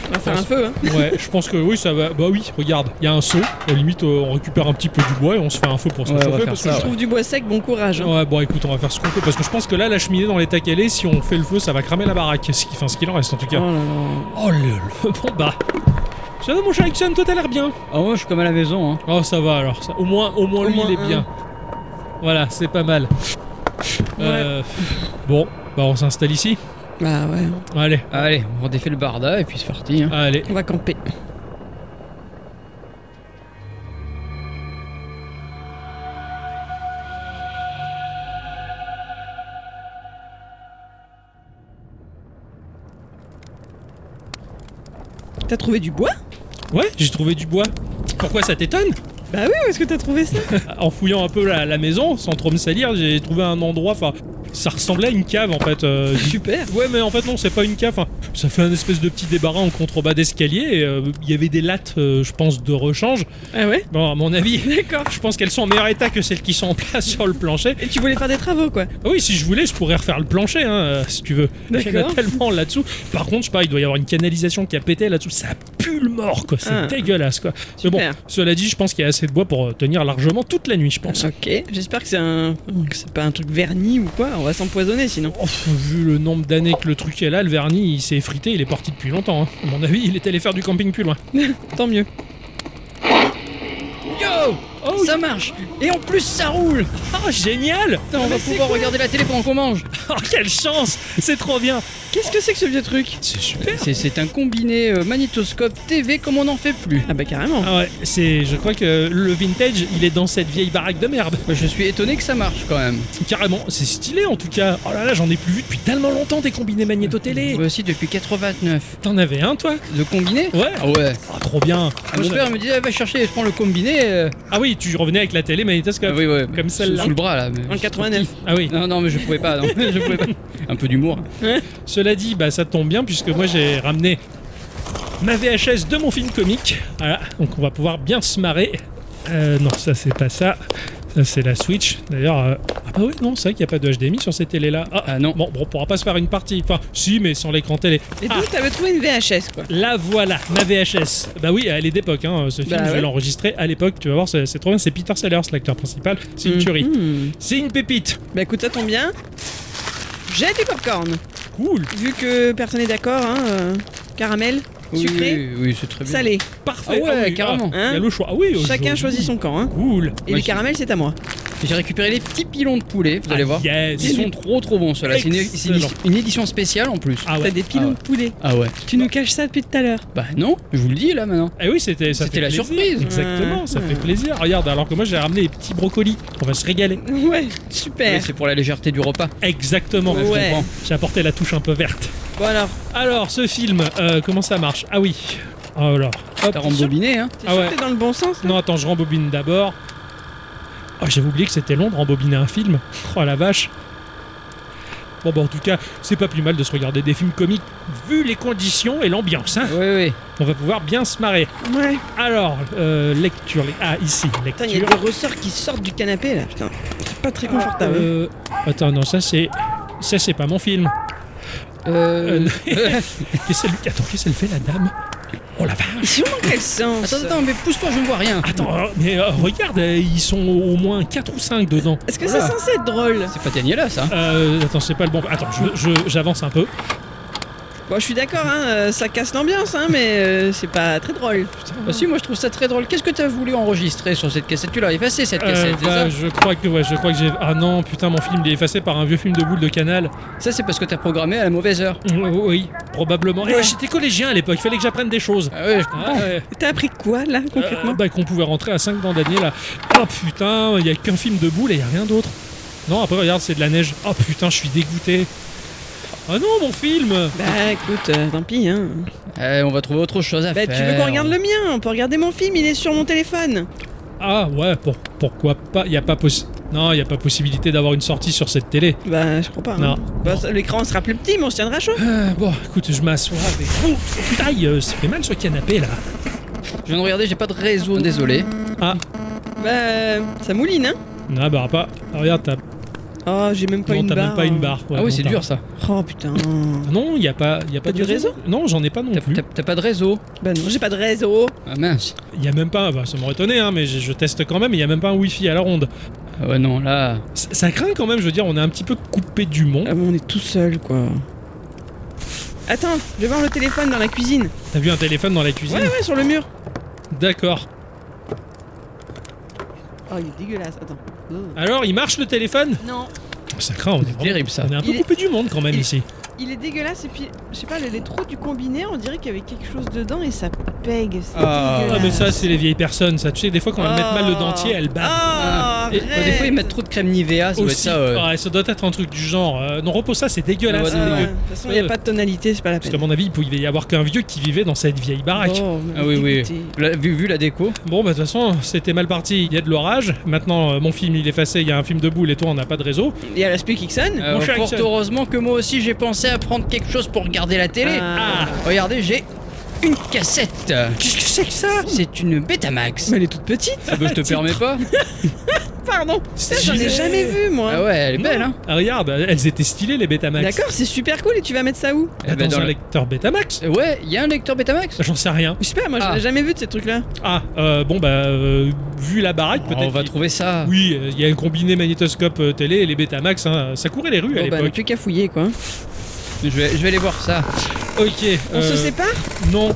Speaker 2: On va faire un feu. Hein.
Speaker 3: ouais, je pense que oui, ça va. Bah oui, regarde, il y a un seau. À la limite, euh, on récupère un petit peu du bois et on se fait un feu pour se
Speaker 4: Ouais, on va
Speaker 3: chauffer.
Speaker 4: faire
Speaker 3: Parce
Speaker 4: ça,
Speaker 3: que je
Speaker 4: ouais.
Speaker 2: Trouve du bois sec, bon courage. hein.
Speaker 3: Ouais, bon, écoute, on va faire ce qu'on peut parce que je pense que là, la cheminée dans l'état qu'elle est, si on fait le feu, ça va cramer la baraque. Ce qui- Enfin, ce qu'il en reste en tout
Speaker 4: Oh
Speaker 3: cas.
Speaker 4: là là.
Speaker 3: Oh le, le- bon bah. Ça va, mon cher Ixon, toi t'as l'air bien.
Speaker 4: Ah ouais, je suis comme à la maison. Hein.
Speaker 3: Oh, ça va alors. Ça, au moins, au moins
Speaker 2: Au
Speaker 3: lui,
Speaker 2: moins
Speaker 3: il est
Speaker 2: un.
Speaker 3: bien. Voilà, c'est pas mal. Euh, bon, bah on s'installe ici.
Speaker 2: Bah ouais.
Speaker 3: Allez,
Speaker 4: Allez, on défait le barda et puis c'est parti. hein.
Speaker 3: allez.
Speaker 2: On va camper. T'as trouvé du bois
Speaker 3: Ouais, j'ai trouvé du bois. Pourquoi ça t'étonne
Speaker 2: Bah oui, où est-ce que t'as trouvé ça
Speaker 3: En fouillant un peu la, la maison, sans trop me salir, j'ai trouvé un endroit. Enfin, ça ressemblait à une cave en fait. euh, du-
Speaker 2: Super
Speaker 3: Ouais, mais en fait, non, c'est pas une cave. Enfin, ça fait un espèce de petit débarras en contrebas d'escalier. et, euh, Il y avait des lattes, euh, je pense, de rechange.
Speaker 2: Ah ouais
Speaker 3: Bon, à mon avis,
Speaker 2: D'accord.
Speaker 3: je pense qu'elles sont en meilleur état que celles qui sont en place sur le plancher.
Speaker 2: Et tu voulais faire des travaux quoi
Speaker 3: Ah oui, si je voulais, je pourrais refaire le plancher, hein, euh, si tu veux. Il y en a
Speaker 2: D'accord.
Speaker 3: tellement là-dessous. Par contre, je sais pas, il doit y avoir une canalisation qui a pété là-dessous. Ça pue le mort, quoi. C'est
Speaker 2: Ah.
Speaker 3: dégueulasse, quoi. Mais
Speaker 2: Super.
Speaker 3: bon, cela dit, je pense qu'il y a assez de bois pour euh, tenir largement toute la nuit, je pense.
Speaker 2: Ok, j'espère que c'est un. que c'est pas un truc verni ou quoi, on va s'empoisonner sinon.
Speaker 3: Oh, vu le nombre d'années que le truc est là, le vernis, il s'est effrité, il est parti depuis longtemps. hein. À mon avis, il est allé faire du camping plus loin.
Speaker 2: Tant mieux.
Speaker 4: Yo
Speaker 3: Oh,
Speaker 4: Ça marche Et en plus, ça roule
Speaker 3: ah, génial
Speaker 4: Putain, on va pouvoir regarder la télé pendant qu'on mange
Speaker 3: Oh, quelle chance C'est trop bien
Speaker 2: Qu'est-ce que c'est que ce vieux truc
Speaker 3: C'est super
Speaker 4: C'est- C'est un combiné euh, magnétoscope TV comme on n'en fait plus.
Speaker 2: Ah bah carrément.
Speaker 3: Ah ouais, c'est, je crois que le vintage, il est dans cette vieille baraque de merde.
Speaker 4: Je suis étonné que ça marche quand même.
Speaker 3: Carrément, c'est stylé en tout cas. Oh là là, j'en ai plus vu depuis tellement longtemps des combinés magnéto-télé.
Speaker 4: Moi aussi depuis 89.
Speaker 3: T'en avais un toi
Speaker 4: Le combiné
Speaker 3: Ouais.
Speaker 4: Ah ouais.
Speaker 3: Ah trop bien.
Speaker 4: Mon frère me disait, va chercher, je prends le combiné. euh.
Speaker 3: Ah oui, tu revenais avec la télé magnétoscope.
Speaker 4: Ah oui, ouais.
Speaker 3: Comme celle-là.
Speaker 4: Sous le bras là. mais-
Speaker 2: En 89.
Speaker 3: Ah oui.
Speaker 4: Non, non, mais je pouvais pas. Non, je pouvais pas. Un peu d'humour.
Speaker 3: Cela dit, bah ça tombe bien puisque moi j'ai ramené ma VHS de mon film comique. Voilà, donc on va pouvoir bien se marrer. Euh, non, ça c'est pas ça. Ça c'est la Switch. D'ailleurs, euh, ah bah oui, non, c'est vrai qu'il n'y a pas de HDMI sur ces télés là.
Speaker 4: Ah non.
Speaker 3: Bon, bon, on pourra pas se faire une partie. Enfin, si, mais sans l'écran télé.
Speaker 2: Et
Speaker 3: Ah.
Speaker 2: donc t'avais trouvé une VHS quoi.
Speaker 3: La voilà, ma VHS. Bah oui, elle est d'époque, hein, ce film,
Speaker 2: Bah
Speaker 3: je
Speaker 2: ouais.
Speaker 3: l'ai enregistré à l'époque, tu vas voir, c'est c'est trop bien, c'est Peter Sellers, l'acteur principal, c'est une tuerie.
Speaker 2: Mhm.
Speaker 3: C'est une pépite
Speaker 2: Bah écoute, ça tombe bien. J'ai du popcorn.
Speaker 3: Cool
Speaker 2: Vu que personne n'est d'accord, hein, euh, caramel,
Speaker 4: Oui,
Speaker 2: sucré,
Speaker 4: Oui, oui, c'est très bien.
Speaker 2: salé.
Speaker 3: Parfait
Speaker 4: Ah ouais, carrément.
Speaker 3: Il y a le choix. Ah oui,
Speaker 2: Chacun
Speaker 3: aujourd'hui.
Speaker 2: choisit son camp. Hein.
Speaker 3: Cool
Speaker 2: Et
Speaker 4: Moi,
Speaker 2: le
Speaker 4: je-
Speaker 2: caramel, c'est à moi.
Speaker 4: J'ai récupéré les petits pilons de poulet, vous allez
Speaker 3: Ah,
Speaker 4: voir.
Speaker 3: yes.
Speaker 4: Ils sont trop trop bons ceux-là. C'est une, c'est une-
Speaker 3: Excellent.
Speaker 4: une édition spéciale en plus.
Speaker 3: Ah
Speaker 2: T'as
Speaker 3: ouais.
Speaker 2: des pilons
Speaker 4: Ah ouais.
Speaker 2: de poulet.
Speaker 4: Ah ouais.
Speaker 2: Tu nous caches ça depuis tout à l'heure.
Speaker 4: Bah non, je vous le dis là maintenant.
Speaker 3: Ah oui, c'était ça
Speaker 4: C'était
Speaker 3: fait
Speaker 4: la
Speaker 3: plaisir.
Speaker 4: surprise.
Speaker 3: Exactement, ça fait plaisir. Regarde, alors que moi j'ai ramené les petits brocolis. On va se régaler.
Speaker 2: Ouais,
Speaker 4: Mais
Speaker 2: super.
Speaker 4: c'est pour la légèreté du repas.
Speaker 3: Exactement.
Speaker 4: Ouais, je
Speaker 2: Eh. Ouais.
Speaker 4: comprends.
Speaker 3: J'ai apporté la touche un peu verte.
Speaker 2: Bon alors,
Speaker 3: Alors, ce film, euh, comment ça marche Ah oui. Oh là. Hop.
Speaker 4: T'as rembobiné, hein
Speaker 2: t'es
Speaker 3: Ah
Speaker 2: sûr que
Speaker 3: ouais.
Speaker 2: t'es dans le bon sens là
Speaker 3: Non, attends, je rembobine d'abord. Oh, j'avais oublié que c'était long de rembobiner un film. Oh la vache. Bon, bah en tout cas, c'est pas plus mal de se regarder des films comiques vu les conditions et l'ambiance. hein.
Speaker 4: Oui, oui.
Speaker 3: On va pouvoir bien se marrer.
Speaker 2: Ouais.
Speaker 3: Alors, euh, lecture. les- Ah, ici,
Speaker 2: Putain, il y a
Speaker 3: lecture.
Speaker 2: des ressorts qui sortent du canapé là. Putain, c'est pas très confortable. hein.
Speaker 3: Euh, attends, non, ça c'est. Ça c'est pas mon film.
Speaker 4: Euh...
Speaker 3: Qu'est-ce qu'elle... Attends, qu'est-ce qu'elle fait la dame Oh la vache
Speaker 2: Ils sont dans quel sens
Speaker 4: attends, attends, mais pousse-toi, je ne vois rien.
Speaker 3: Attends, euh, mais euh, regarde, euh, ils sont au moins 4 ou 5 dedans.
Speaker 2: Est-ce que
Speaker 4: Voilà.
Speaker 2: c'est censé être drôle
Speaker 4: C'est pas Daniela ça
Speaker 3: Euh, attends, c'est pas le bon. Attends, je- je- j'avance un peu.
Speaker 2: Bon, je suis d'accord, hein, euh, ça casse l'ambiance, hein, mais euh, c'est pas très drôle.
Speaker 4: Bah si, moi je trouve ça très drôle. Qu'est-ce que t'as voulu enregistrer sur cette cassette Tu l'as effacée cette
Speaker 3: Euh,
Speaker 4: cassette, c'est ça
Speaker 3: bah, je crois que ouais, je crois que j'ai. Ah non, putain, mon film il est effacé par un vieux film de boule de canal. Mm,
Speaker 4: Ça c'est parce que t'as programmé à la mauvaise heure.
Speaker 3: Oui, oui, probablement. Eh, J'étais collégien à l'époque, fallait que j'apprenne des choses.
Speaker 4: Ah ouais, je
Speaker 3: Ah,
Speaker 4: comprends.
Speaker 3: ouais.
Speaker 2: T'as appris quoi là,
Speaker 3: Euh,
Speaker 2: concrètement
Speaker 3: bah, qu'on pouvait rentrer à 5 dans d'année là. Oh putain, il y a qu'un film de boule et il y a rien d'autre. Non, après regarde, c'est de la neige. Oh putain, je suis dégoûté. Ah non, mon film.
Speaker 2: Bah écoute, euh, tant pis. Hein.
Speaker 4: Eh, on va trouver autre chose à
Speaker 2: Bah
Speaker 4: faire.
Speaker 2: tu veux qu'on regarde
Speaker 3: euh,
Speaker 2: le mien On peut regarder mon film, il est sur mon téléphone.
Speaker 3: Ah ouais, pour- pourquoi pas Il y a pas possi- Non, il y a pas possibilité d'avoir une sortie sur cette télé.
Speaker 2: Bah je crois pas. hein.
Speaker 3: Non.
Speaker 2: Bah, ça- L'écran sera plus petit, mais on se tiendra chaud.
Speaker 3: Euh, bon, écoute, je m'assois avec vous. Aïe, euh, ça fait mal ce canapé là.
Speaker 4: Je viens de regarder, j'ai pas de réseau, désolé.
Speaker 2: Bah, ça mouline, hein
Speaker 3: Ah bah pas. ah, regarde, t'as
Speaker 2: Oh, j'ai même pas
Speaker 3: non,
Speaker 2: une
Speaker 3: t'as
Speaker 2: barre. hein.
Speaker 3: même pas une barre.
Speaker 4: ah
Speaker 3: non,
Speaker 4: oui, c'est
Speaker 3: t'as-
Speaker 4: dur ça.
Speaker 2: Oh putain.
Speaker 3: Ah Non, il y a pas, y a pas
Speaker 2: T'as
Speaker 3: de
Speaker 2: du réseau
Speaker 3: Non, j'en ai pas non
Speaker 4: T'as-
Speaker 3: plus.
Speaker 4: T'as t'as pas de réseau.
Speaker 2: bah non, j'ai pas de réseau.
Speaker 4: Ah mince.
Speaker 3: Il y a même pas. Bah, ça m'aurait étonné, hein, mais je, je teste quand même. Il y a même pas un wifi à la ronde.
Speaker 4: Ah ouais, non, là.
Speaker 3: C- ça craint quand même. Je veux dire, on est un petit peu coupé du monde.
Speaker 2: Ah bon, on est tout seul, quoi. Attends, je vais voir le téléphone dans la cuisine. Mmh.
Speaker 3: T'as vu un téléphone dans la cuisine
Speaker 2: Ouais, ouais, sur le mur.
Speaker 3: D'accord.
Speaker 2: Oh, il est dégueulasse, attends.
Speaker 3: Alors, il marche le téléphone
Speaker 2: Non,
Speaker 3: Ça craint. On est, vraiment-
Speaker 4: Terrible ça.
Speaker 3: on est un peu
Speaker 2: Il est-
Speaker 3: coupé du monde quand même
Speaker 2: il-
Speaker 3: ici.
Speaker 2: il est dégueulasse et puis, je sais pas, les, les trous du combiné, on dirait qu'il y avait quelque chose dedans et ça pègue. C'est
Speaker 4: Ah,
Speaker 3: Ah,
Speaker 2: dégueulasse.
Speaker 3: mais ça, c'est les vieilles personnes. Ça, tu sais, des fois quand elles mettent mal le dentier, elles battent.
Speaker 2: Ah,
Speaker 4: Et- bah, des fois, ils mettent trop de crème Nivea, ça doit être
Speaker 3: Aussi,
Speaker 4: ça. euh.
Speaker 3: Ouais, ça doit être un truc du genre. euh, non, repose ça, c'est
Speaker 4: Ah
Speaker 3: dégueulasse.
Speaker 4: ouais, non,
Speaker 3: c'est
Speaker 4: non,
Speaker 2: de
Speaker 3: dégueu.
Speaker 2: toute façon, il n'y a pas de tonalité, c'est pas la
Speaker 3: Euh. Parce qu'à
Speaker 2: peine.
Speaker 3: mon avis, il pouvait y avoir qu'un vieux qui vivait dans cette vieille baraque.
Speaker 2: Oh,
Speaker 4: Ah oui, oui.
Speaker 2: dégoûté.
Speaker 4: La- vu, vu la déco.
Speaker 3: Bon, bah de toute façon, c'était mal parti. Il y a de l'orage. Maintenant, euh, mon film, il est effacé. Il y a un film de boule et toi, on n'a pas de réseau.
Speaker 2: Il y a l'aspect qui sonne.
Speaker 4: Euh,
Speaker 3: Mon cher
Speaker 4: fort
Speaker 3: Ixon.
Speaker 4: heureusement que moi aussi j'ai pensé à prendre quelque chose pour regarder la télé.
Speaker 2: Ah.
Speaker 4: Regardez, j'ai une cassette.
Speaker 3: Qu'est-ce que c'est que ça
Speaker 4: C'est une Betamax.
Speaker 2: Mais elle est toute petite.
Speaker 4: Ah bah, je te permets pas.
Speaker 2: Pardon. Ça, j'en ai
Speaker 3: Stylé.
Speaker 2: jamais vu, moi.
Speaker 4: Ah ouais, elle est belle hein.
Speaker 3: Ah, regarde, elles étaient stylées, les Betamax.
Speaker 2: D'accord, c'est super cool et tu vas mettre ça où
Speaker 4: Eh
Speaker 3: Bah,
Speaker 4: ben, dans
Speaker 3: dans un
Speaker 4: la-
Speaker 3: lecteur Betamax
Speaker 4: Euh, Ouais, il y a un lecteur Betamax.
Speaker 3: J'en sais rien.
Speaker 2: Je sais pas, moi j'en
Speaker 4: Ah.
Speaker 2: ai jamais vu de ces trucs-là.
Speaker 3: Ah, euh, bon, bah, euh, vu la baraque,
Speaker 4: Oh,
Speaker 3: peut-être.
Speaker 4: on va
Speaker 3: qu'il-
Speaker 4: trouver ça.
Speaker 3: Oui, euh, il y a un combiné magnétoscope euh, télé et les Betamax. hein. Ça courait les rues à
Speaker 2: Bon, bah,
Speaker 3: l'époque.
Speaker 2: plus qu'à fouiller quoi.
Speaker 4: Je vais, je vais aller voir ça.
Speaker 3: Ok. euh,
Speaker 2: On se sépare
Speaker 3: Non,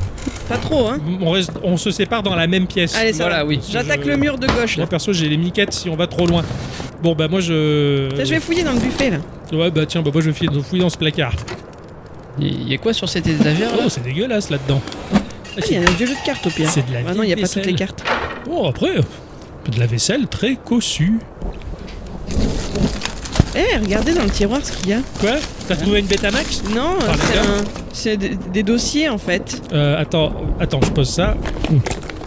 Speaker 2: Pas trop, hein
Speaker 3: on, reste, on se sépare dans la même pièce.
Speaker 2: Allez, ça
Speaker 4: voilà,
Speaker 2: va.
Speaker 4: oui.
Speaker 2: J'attaque
Speaker 3: Je-
Speaker 2: le mur de gauche
Speaker 3: Moi
Speaker 2: là.
Speaker 3: perso j'ai les miquettes si on va trop loin. Bon bah moi je.
Speaker 2: Ça, je vais fouiller dans le buffet là.
Speaker 3: Ouais bah tiens bah moi je vais fouiller- fouiller dans ce placard.
Speaker 4: Il y a quoi sur cette étagère là
Speaker 3: Oh c'est dégueulasse là-dedans.
Speaker 2: Ah, il y a un vieux jeu de cartes au pire.
Speaker 3: C'est de la
Speaker 2: Ah non, il n'y a
Speaker 3: vieille
Speaker 2: pas toutes les
Speaker 3: vaisselle.
Speaker 2: cartes.
Speaker 3: Bon après euh, de la vaisselle très cossue.
Speaker 2: Eh, regardez dans le tiroir ce qu'il y a.
Speaker 3: Quoi
Speaker 2: Ah.
Speaker 3: T'as trouvé une Betamax
Speaker 2: Non, euh,
Speaker 3: Ah,
Speaker 2: c'est
Speaker 3: d'accord.
Speaker 2: un- c'est des- des dossiers en fait.
Speaker 3: Euh, attends attends je pose ça. Ouh.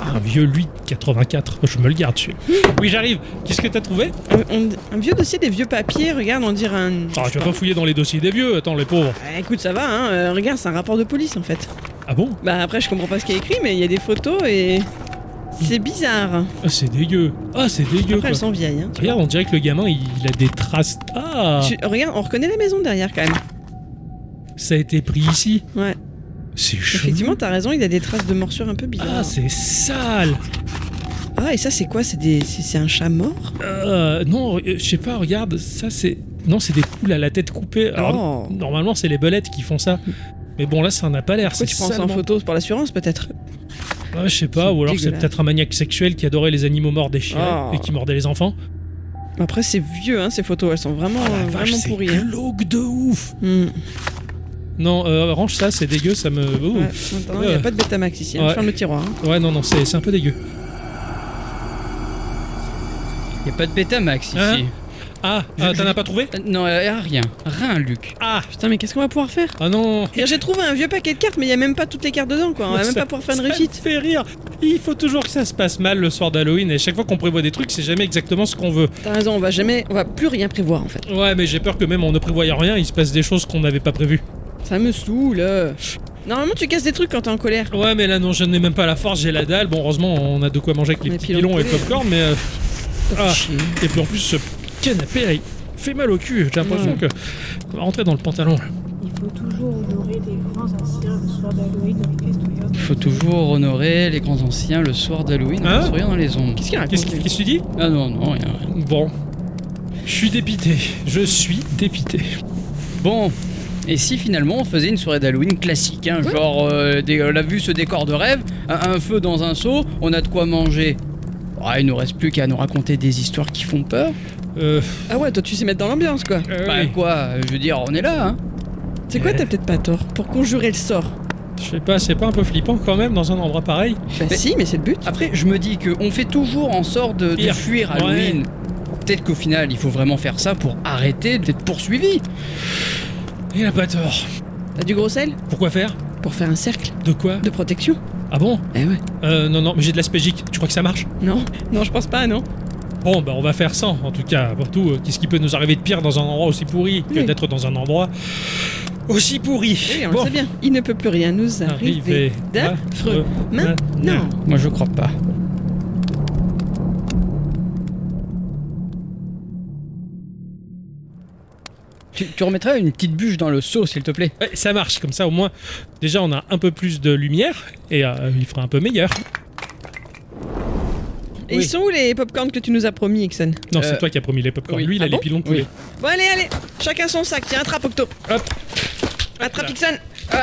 Speaker 3: Ah, un vieux lui de 84. Je me le garde celui Oui j'arrive. Qu'est-ce que t'as trouvé
Speaker 2: Un, un- un vieux dossier, des vieux papiers, regarde, on dirait un.
Speaker 3: Ah tu vas pas fouiller dans les dossiers des vieux. Attends les pauvres.
Speaker 2: Ah, écoute, ça va, hein. euh, regarde, c'est un rapport de police en fait.
Speaker 3: Ah bon
Speaker 2: Bah après, je comprends pas ce qu'il y a écrit, mais il y a des photos et. C'est bizarre.
Speaker 3: Ah, C'est dégueu. Ah c'est dégueu.
Speaker 2: Après, elles
Speaker 3: quoi.
Speaker 2: sont vieilles. Hein.
Speaker 3: Regarde on dirait que le gamin il, il a des traces. Ah
Speaker 2: Tu- regarde, on reconnaît la maison derrière quand même.
Speaker 3: ça a été pris ici.
Speaker 2: Ouais.
Speaker 3: C'est chelou.
Speaker 2: Effectivement, t'as raison, il y a des traces de morsures un peu bizarres.
Speaker 3: Ah, c'est sale
Speaker 2: Ah, et ça, c'est quoi C'est des... c'est- c'est un chat mort
Speaker 3: Euh, Non, euh, je sais pas, regarde, ça c'est... Non, c'est des poules à la tête coupée. Alors,
Speaker 2: Oh.
Speaker 3: normalement, c'est les belettes qui font ça. Mais bon, là, ça en a pas l'air. C'est
Speaker 2: Pourquoi tu prends ça en
Speaker 3: salement-
Speaker 2: photo C'est pour l'assurance, peut-être
Speaker 3: Ah, Je sais pas,
Speaker 2: C'est
Speaker 3: ou alors c'est
Speaker 2: dégueulasse.
Speaker 3: peut-être un maniaque sexuel qui adorait les animaux morts déchirés
Speaker 2: Oh.
Speaker 3: et qui mordait les enfants.
Speaker 2: Après, c'est vieux, hein, ces photos. Elles sont vraiment,
Speaker 3: Ah, la
Speaker 2: euh,
Speaker 3: vache,
Speaker 2: vraiment
Speaker 3: c'est
Speaker 2: pourries. hein.
Speaker 3: glauque de ouf
Speaker 2: Hmm.
Speaker 3: Non, euh, range ça, c'est dégueu, ça me... Ouh.
Speaker 2: Ouais, attends, il n'y
Speaker 3: Ouais.
Speaker 2: a pas de Betamax ici. hein.
Speaker 3: Ouais.
Speaker 2: Je ferme le tiroir. hein.
Speaker 3: Ouais, non, non, c'est c'est un peu dégueu.
Speaker 4: Il y a pas de Betamax ici.
Speaker 3: Hein Ah, ah,
Speaker 4: Je-
Speaker 3: t'en
Speaker 4: je-
Speaker 3: as pas trouvé
Speaker 4: Euh, Non, euh, ah, rien. Rien, Luc.
Speaker 3: Ah
Speaker 2: Putain, mais qu'est-ce qu'on va pouvoir faire
Speaker 3: Ah non
Speaker 2: Regarde, J'ai trouvé un vieux paquet de cartes, mais il n'y a même pas toutes les cartes dedans, quoi. On va même
Speaker 3: Ça-
Speaker 2: pas pouvoir faire une
Speaker 3: ça me
Speaker 2: réussite.
Speaker 3: fait rire. Il faut toujours que ça se passe mal le soir d'Halloween et chaque fois qu'on prévoit des trucs, c'est jamais exactement ce qu'on veut.
Speaker 2: T'as raison, on va jamais, on va plus rien prévoir en fait.
Speaker 3: Ouais, mais j'ai peur que même en ne prévoyant rien, il se passe des choses qu'on n'avait pas prévues.
Speaker 2: Ça me saoule. Normalement, tu casses des trucs quand t'es en colère.
Speaker 3: Ouais, mais là non, je n'ai même pas la force, j'ai la dalle. Bon, heureusement, on a de quoi manger avec les
Speaker 2: Mais
Speaker 3: petits
Speaker 2: puis
Speaker 3: pilons et le
Speaker 2: l'autre
Speaker 3: popcorn, mais euh, Ah.
Speaker 2: Chier.
Speaker 3: et puis en plus ce canapé là, il fait mal au cul. J'ai l'impression
Speaker 2: Mm.
Speaker 3: que on va rentrer dans le pantalon. là.
Speaker 6: Il faut toujours honorer les grands anciens le soir d'Halloween en les souriant.
Speaker 4: Faut toujours honorer les grands anciens le soir d'Halloween en
Speaker 3: Hein
Speaker 4: souriant dans les ombres.
Speaker 2: Qu'est-ce qu'il raconte
Speaker 3: Qu'est-ce qu'il- qu'est-ce que tu dis
Speaker 4: Ah non, non, rien. rien.
Speaker 3: Bon, je suis dépité. Je suis dépité.
Speaker 4: Bon. Et si finalement on faisait une soirée d'Halloween classique, hein,
Speaker 2: Ouais.
Speaker 4: genre euh, des- euh, la vue ce décor de rêve, un, un feu dans un seau, on a de quoi manger. Ah, il nous reste plus qu'à nous raconter des histoires qui font peur.
Speaker 3: Euh,
Speaker 2: Ah ouais, toi tu sais mettre dans l'ambiance quoi.
Speaker 3: euh,
Speaker 4: Bah
Speaker 3: oui.
Speaker 4: quoi, euh, je veux dire, on est là. Hein.
Speaker 2: C'est quoi,
Speaker 3: Ouais.
Speaker 2: t'as peut-être pas tort Pour conjurer le sort.
Speaker 3: je sais pas, c'est pas un peu flippant quand même dans un endroit pareil
Speaker 2: Bah
Speaker 4: Mais-
Speaker 2: si, mais c'est le but.
Speaker 4: Après, je me dis que on fait toujours en sorte de, de
Speaker 3: Pire.
Speaker 4: fuir Halloween. Peut-être qu'au final, il faut vraiment faire ça pour arrêter d'être poursuivi.
Speaker 3: Il a pas tort.
Speaker 2: T'as du gros sel
Speaker 3: Pourquoi faire
Speaker 2: Pour faire un cercle
Speaker 3: De quoi
Speaker 2: de protection.
Speaker 3: Ah bon
Speaker 2: Eh ouais.
Speaker 3: Euh, non, non, mais j'ai de l'aspégique. Tu crois que ça marche
Speaker 2: Non, non, je pense pas, non.
Speaker 3: Bon, bah on va faire 100 en tout cas. Pour tout, euh, qu'est-ce qui peut nous arriver de pire dans un endroit aussi pourri que
Speaker 2: Oui.
Speaker 3: d'être dans un endroit Aussi pourri.
Speaker 2: Oui, on
Speaker 3: Bon.
Speaker 2: le sait bien. Il ne peut plus rien nous
Speaker 3: Arrivé
Speaker 2: arriver d'affreux. Maintenant.
Speaker 4: Moi, je crois pas. Tu, tu remettrais une petite bûche dans le seau, s'il te plaît.
Speaker 3: Ouais, ça marche, comme ça au moins, déjà on a un peu plus de lumière et euh, il fera un peu meilleur.
Speaker 2: Et
Speaker 4: Oui.
Speaker 2: ils sont où les popcorns que tu nous as promis, Ixon
Speaker 3: Non,
Speaker 4: Euh,
Speaker 3: c'est toi qui as promis les popcorn.
Speaker 4: oui.
Speaker 3: Lui, il
Speaker 2: Ah
Speaker 3: a les
Speaker 2: bon
Speaker 3: pilons de poulet.
Speaker 2: Bon, allez, allez. Chacun son sac. Tiens, attrape Octo.
Speaker 3: Hop.
Speaker 2: Attrape Ixon.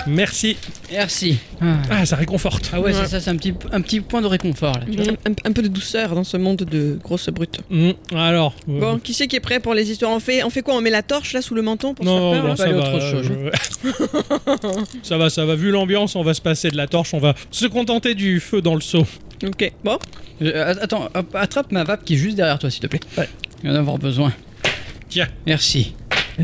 Speaker 3: Merci.
Speaker 4: Merci. Ah,
Speaker 3: Ah, ça réconforte.
Speaker 4: Ah ouais, ça,
Speaker 2: Ouais.
Speaker 4: ça, c'est un petit, un petit point de réconfort, là. tu vois.
Speaker 2: Un, un peu de douceur dans ce monde de grosses brutes.
Speaker 3: Mm, alors. euh,
Speaker 2: Bon, qui c'est qui est prêt pour les histoires On fait, on fait quoi On met la torche là sous le menton pour
Speaker 3: Non,
Speaker 2: se faire peur
Speaker 3: bon,
Speaker 2: hein
Speaker 4: va
Speaker 3: ça
Speaker 4: aller
Speaker 3: va.
Speaker 4: autre chose.
Speaker 3: euh, je- ça va, ça va. Vu l'ambiance, on va se passer de la torche, on va se contenter du feu dans le seau.
Speaker 2: Ok, bon.
Speaker 4: Je- euh, attends, hop, attrape ma vape qui est juste derrière toi, s'il te plaît.
Speaker 3: Ouais.
Speaker 4: Il va en avoir besoin.
Speaker 3: Tiens.
Speaker 4: Merci.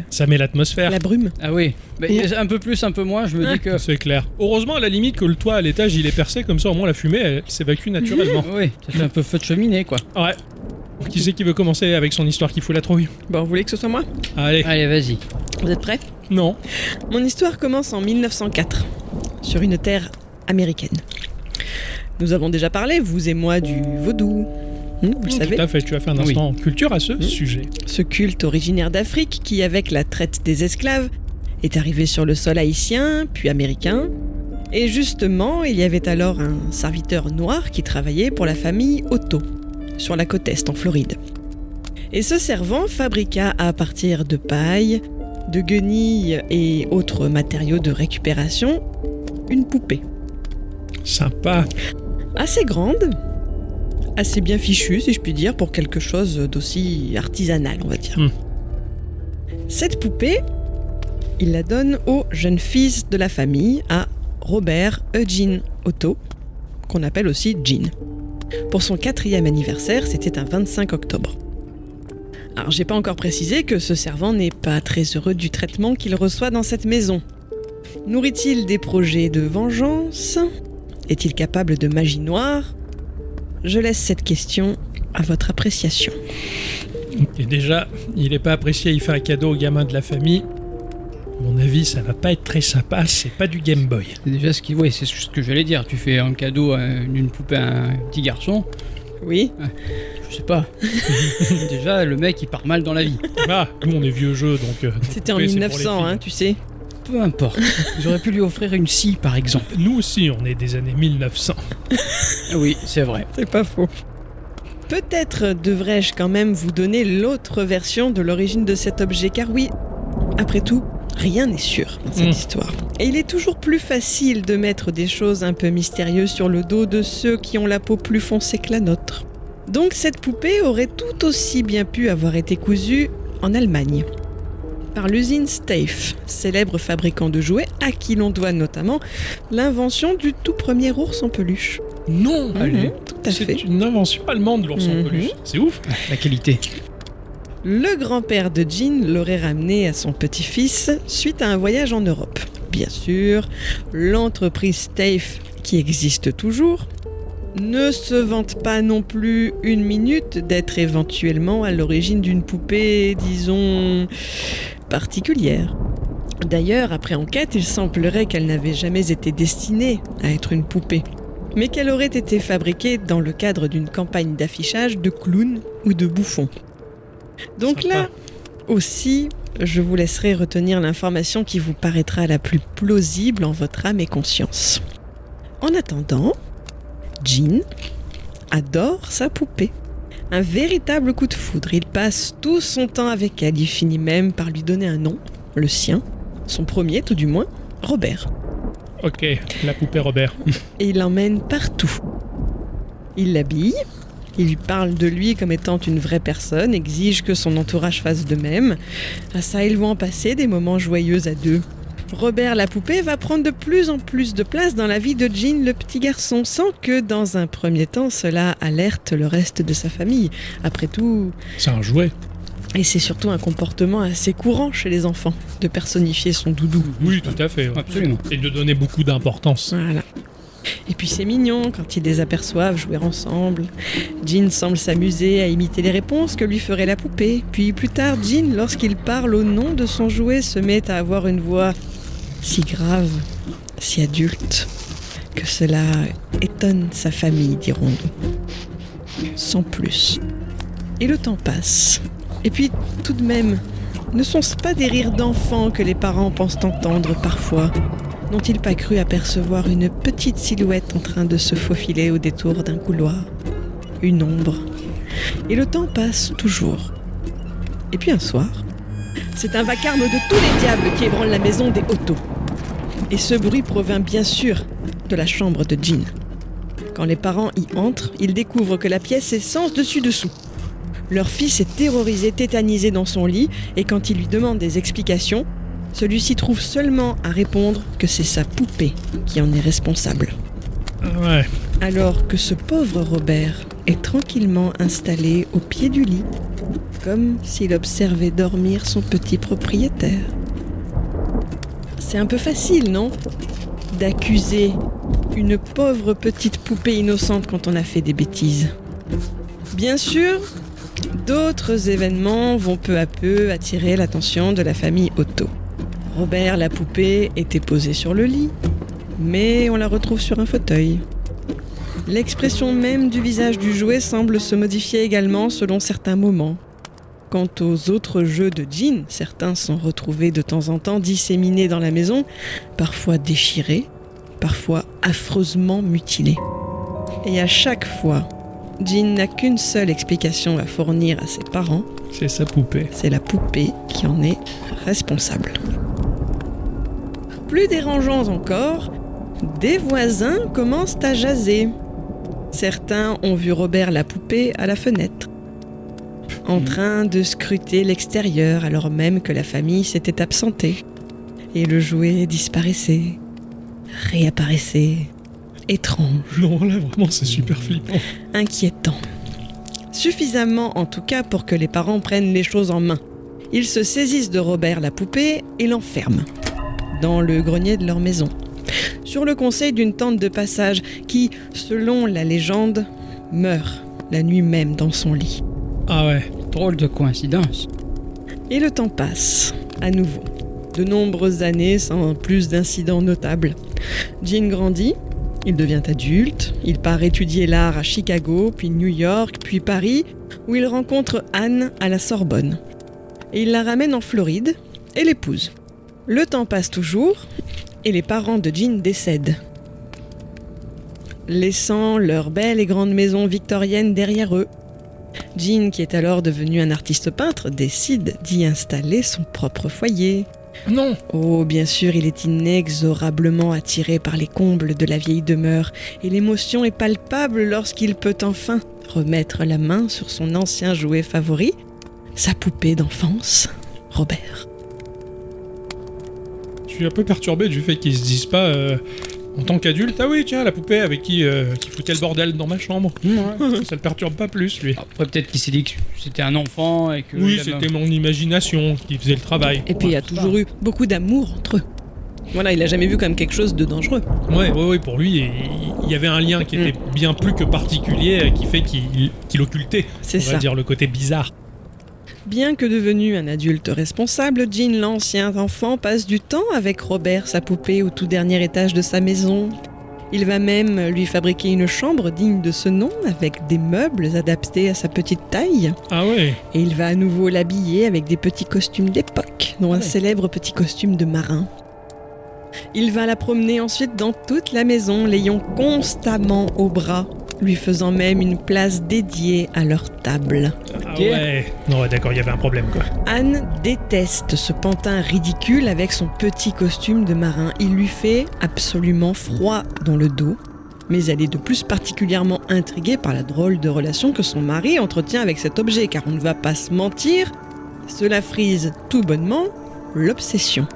Speaker 3: Ça met l'atmosphère.
Speaker 2: La brume.
Speaker 4: Ah oui. Mais un peu plus, un peu moins, je me dis que.
Speaker 3: C'est clair. Heureusement, à la limite, que le toit à l'étage il est percé, comme ça au moins la fumée elle s'évacue naturellement.
Speaker 4: Oui, ça fait un peu feu de cheminée, quoi.
Speaker 3: ouais. Qui c'est qui veut commencer avec son histoire qui fout la trouille
Speaker 2: Bon, vous voulez que ce soit moi
Speaker 3: Allez.
Speaker 4: Allez, vas-y.
Speaker 2: Vous êtes prêts
Speaker 3: Non.
Speaker 2: Mon histoire commence en 1904, sur une terre américaine. Nous avons déjà parlé, vous et moi, du vaudou. Hmm, vous le savez,
Speaker 3: Tout à fait, tu as fait un
Speaker 4: Oui.
Speaker 3: instant culture à ce
Speaker 2: Mm.
Speaker 3: sujet.
Speaker 2: ce culte originaire d'Afrique qui, avec la traite des esclaves, est arrivé sur le sol haïtien, puis américain. Et justement, il y avait alors un serviteur noir qui travaillait pour la famille Otto, sur la côte est, en Floride. Et ce servant fabriqua à partir de paille, de guenilles et autres matériaux de récupération une poupée.
Speaker 3: Sympa.
Speaker 2: assez grande, assez bien fichue, si je puis dire, pour quelque chose d'aussi artisanal, on va dire.
Speaker 3: Hmm.
Speaker 2: Cette poupée, il la donne au jeune fils de la famille, à Robert Eugene Otto, qu'on appelle aussi Jean. Pour son quatrième anniversaire, c'était un 25 octobre. Alors, j'ai pas encore précisé que ce servant n'est pas très heureux du traitement qu'il reçoit dans cette maison. Nourrit-il des projets de vengeance est-il capable de magie noire Je laisse cette question à votre appréciation.
Speaker 3: Et déjà, il est pas apprécié, il fait un cadeau au gamin de la famille. À mon avis, ça va pas être très sympa, c'est pas du Game Boy.
Speaker 4: C'est déjà ce qui. Oui, c'est ce que j'allais dire. Tu fais un cadeau à une poupée à un petit garçon.
Speaker 2: Oui
Speaker 3: Ah,
Speaker 4: Je sais pas. déjà, le mec, il part mal dans la vie.
Speaker 3: Ah, nous on est vieux jeu, donc... euh,
Speaker 2: C'était en
Speaker 3: oui, c'est pour les
Speaker 2: 1900,
Speaker 3: filles.
Speaker 2: hein, tu sais.
Speaker 4: Peu importe. J'aurais pu lui offrir une scie, par exemple.
Speaker 2: hein.
Speaker 3: Nous aussi, on est des années 1900.
Speaker 4: Oui, c'est vrai.
Speaker 2: C'est pas faux. Peut-être devrais-je quand même vous donner l'autre version de l'origine de cet objet, car oui, après tout, rien n'est sûr dans cette
Speaker 3: Mm.
Speaker 2: histoire. Et il est toujours plus facile de mettre des choses un peu mystérieuses sur le dos de ceux qui ont la peau plus foncée que la nôtre. Donc cette poupée aurait tout aussi bien pu avoir été cousue en Allemagne. Par l'usine Steiff, célèbre fabricant de jouets à qui l'on doit notamment l'invention du tout premier ours en peluche.
Speaker 4: Oh,
Speaker 3: Non
Speaker 2: Mhm, tout à fait.
Speaker 3: C'est une invention allemande, l'ours en
Speaker 2: Mhm.
Speaker 3: peluche. C'est ouf
Speaker 4: La qualité.
Speaker 2: Le grand-père de Jean l'aurait ramené à son petit-fils suite à un voyage en Europe. Bien sûr, l'entreprise TAFE, qui existe toujours, ne se vante pas non plus une minute d'être éventuellement à l'origine d'une poupée, disons, particulière. D'ailleurs, après enquête, il semblerait qu'elle n'avait jamais été destinée à être une poupée, mais qu'elle aurait été fabriquée dans le cadre d'une campagne d'affichage de clowns ou de bouffons. Donc
Speaker 3: Sympa.
Speaker 2: là aussi, je vous laisserai retenir l'information qui vous paraîtra la plus plausible en votre âme et conscience. En attendant, Jean adore sa poupée. Un véritable coup de foudre. Il passe tout son temps avec elle. Il finit même par lui donner un nom, le sien, son premier tout du moins, Robert.
Speaker 3: Ok, la poupée Robert.
Speaker 2: Et il l'emmène partout. Il l'habille, il lui parle de lui comme étant une vraie personne, exige que son entourage fasse de même. À ça, ils vont en passer des moments joyeux à deux. Robert la poupée va prendre de plus en plus de place dans la vie de Jean le petit garçon, sans que dans un premier temps cela alerte le reste de sa famille. Après tout,
Speaker 3: C'est un jouet.
Speaker 2: et c'est surtout un comportement assez courant chez les enfants, de personnifier son doudou.
Speaker 3: Oui, tout à fait. ouais.
Speaker 4: Absolument.
Speaker 3: Et de donner beaucoup d'importance.
Speaker 2: Voilà. Et puis c'est mignon quand ils les aperçoivent jouer ensemble. Jean semble s'amuser à imiter les réponses que lui ferait la poupée. Puis plus tard, Jean, lorsqu'il parle au nom de son jouet, se met à avoir une voix si grave, si adulte, que cela étonne sa famille, dirons-nous. Sans plus. Et le temps passe. Et puis, tout de même, ne sont-ce pas des rires d'enfants que les parents pensent entendre parfois N'ont-ils pas cru apercevoir une petite silhouette en train de se faufiler au détour d'un couloir Une ombre. Et le temps passe toujours. Et puis un soir, c'est un vacarme de tous les diables qui ébranle la maison des autos. Et ce bruit provint bien sûr de la chambre de Jean. Quand les parents y entrent, ils découvrent que la pièce est sens dessus-dessous. Leur fils est terrorisé, tétanisé dans son lit, et quand ils lui demandent des explications, celui-ci trouve seulement à répondre que c'est sa poupée qui en est responsable.
Speaker 3: Ouais.
Speaker 2: Alors que ce pauvre Robert est tranquillement installé au pied du lit, comme s'il observait dormir son petit propriétaire. C'est un peu facile, non D'accuser une pauvre petite poupée innocente quand on a fait des bêtises. Bien sûr, d'autres événements vont peu à peu attirer l'attention de la famille Otto. Robert, la poupée, était posée sur le lit, mais on la retrouve sur un fauteuil. L'expression même du visage du jouet semble se modifier également selon certains moments. Quant aux autres jeux de Jean, certains sont retrouvés de temps en temps disséminés dans la maison, parfois déchirés, parfois affreusement mutilés. Et à chaque fois, Jean n'a qu'une seule explication à fournir à ses parents,
Speaker 3: C'est sa poupée.
Speaker 2: c'est la poupée qui en est responsable. Plus dérangeants encore, des voisins commencent à jaser. Certains ont vu Robert la poupée à la fenêtre, en train de scruter l'extérieur alors même que la famille s'était absentée. Et le jouet disparaissait, réapparaissait, étrange
Speaker 3: Non, là vraiment, c'est super flippant.
Speaker 2: inquiétant. Suffisamment en tout cas pour que les parents prennent les choses en main. Ils se saisissent de Robert la poupée et l'enferment dans le grenier de leur maison. Sur le conseil d'une tante de passage qui, selon la légende, meurt la nuit même dans son lit.
Speaker 3: Ah ouais.
Speaker 4: Drôle de coïncidence.
Speaker 2: Et le temps passe, à nouveau. De nombreuses années sans plus d'incidents notables. Jean grandit, il devient adulte, il part étudier l'art à Chicago, puis New York, puis Paris, où il rencontre Anne à la Sorbonne. Et il la ramène en Floride et l'épouse. Le temps passe toujours et les parents de Jean décèdent. Laissant leur belle et grande maison victorienne derrière eux, Jean, qui est alors devenu un artiste peintre, décide d'y installer son propre foyer.
Speaker 3: Non.
Speaker 2: Oh, bien sûr, il est inexorablement attiré par les combles de la vieille demeure, et l'émotion est palpable lorsqu'il peut enfin remettre la main sur son ancien jouet favori, sa poupée d'enfance, Robert.
Speaker 3: Je suis un peu perturbé du fait qu'ils se disent pas. euh, En tant qu'adulte, ah oui, tiens, la poupée avec qui, euh, qui foutait le bordel dans ma chambre. Ça le perturbe pas plus, lui.
Speaker 4: Après, peut-être qu'il s'est dit que c'était un enfant et que.
Speaker 3: Oui,
Speaker 4: il avait-
Speaker 3: c'était mon imagination qui faisait le travail.
Speaker 2: Et puis il y a toujours eu beaucoup d'amour entre eux. Voilà, il n'a jamais vu comme quelque chose de dangereux.
Speaker 3: Ouais, ouais, ouais, pour lui, il- il y avait un lien qui était bien plus que particulier, euh, qui fait qu'il qu'il occultait, on
Speaker 2: C'est
Speaker 3: va
Speaker 2: ça.
Speaker 3: dire, le côté bizarre.
Speaker 2: Bien que devenu un adulte responsable, Jean l'ancien enfant passe du temps avec Robert, sa poupée, au tout dernier étage de sa maison. Il va même lui fabriquer une chambre digne de ce nom, avec des meubles adaptés à sa petite taille.
Speaker 3: Ah ouais,
Speaker 2: Et il va à nouveau l'habiller avec des petits costumes d'époque, dont un
Speaker 3: Ouais.
Speaker 2: célèbre petit costume de marin. Il va la promener ensuite dans toute la maison, l'ayant constamment au bras, lui faisant même une place dédiée à leur table.
Speaker 3: ah
Speaker 4: Ok.
Speaker 3: ouais. Non, ouais, d'accord, il y avait un problème quoi.
Speaker 2: Anne déteste ce pantin ridicule avec son petit costume de marin. Il lui fait absolument froid dans le dos. Mais elle est de plus particulièrement intriguée par la drôle de relation que son mari entretient avec cet objet, car on ne va pas se mentir, cela frise tout bonnement l'obsession.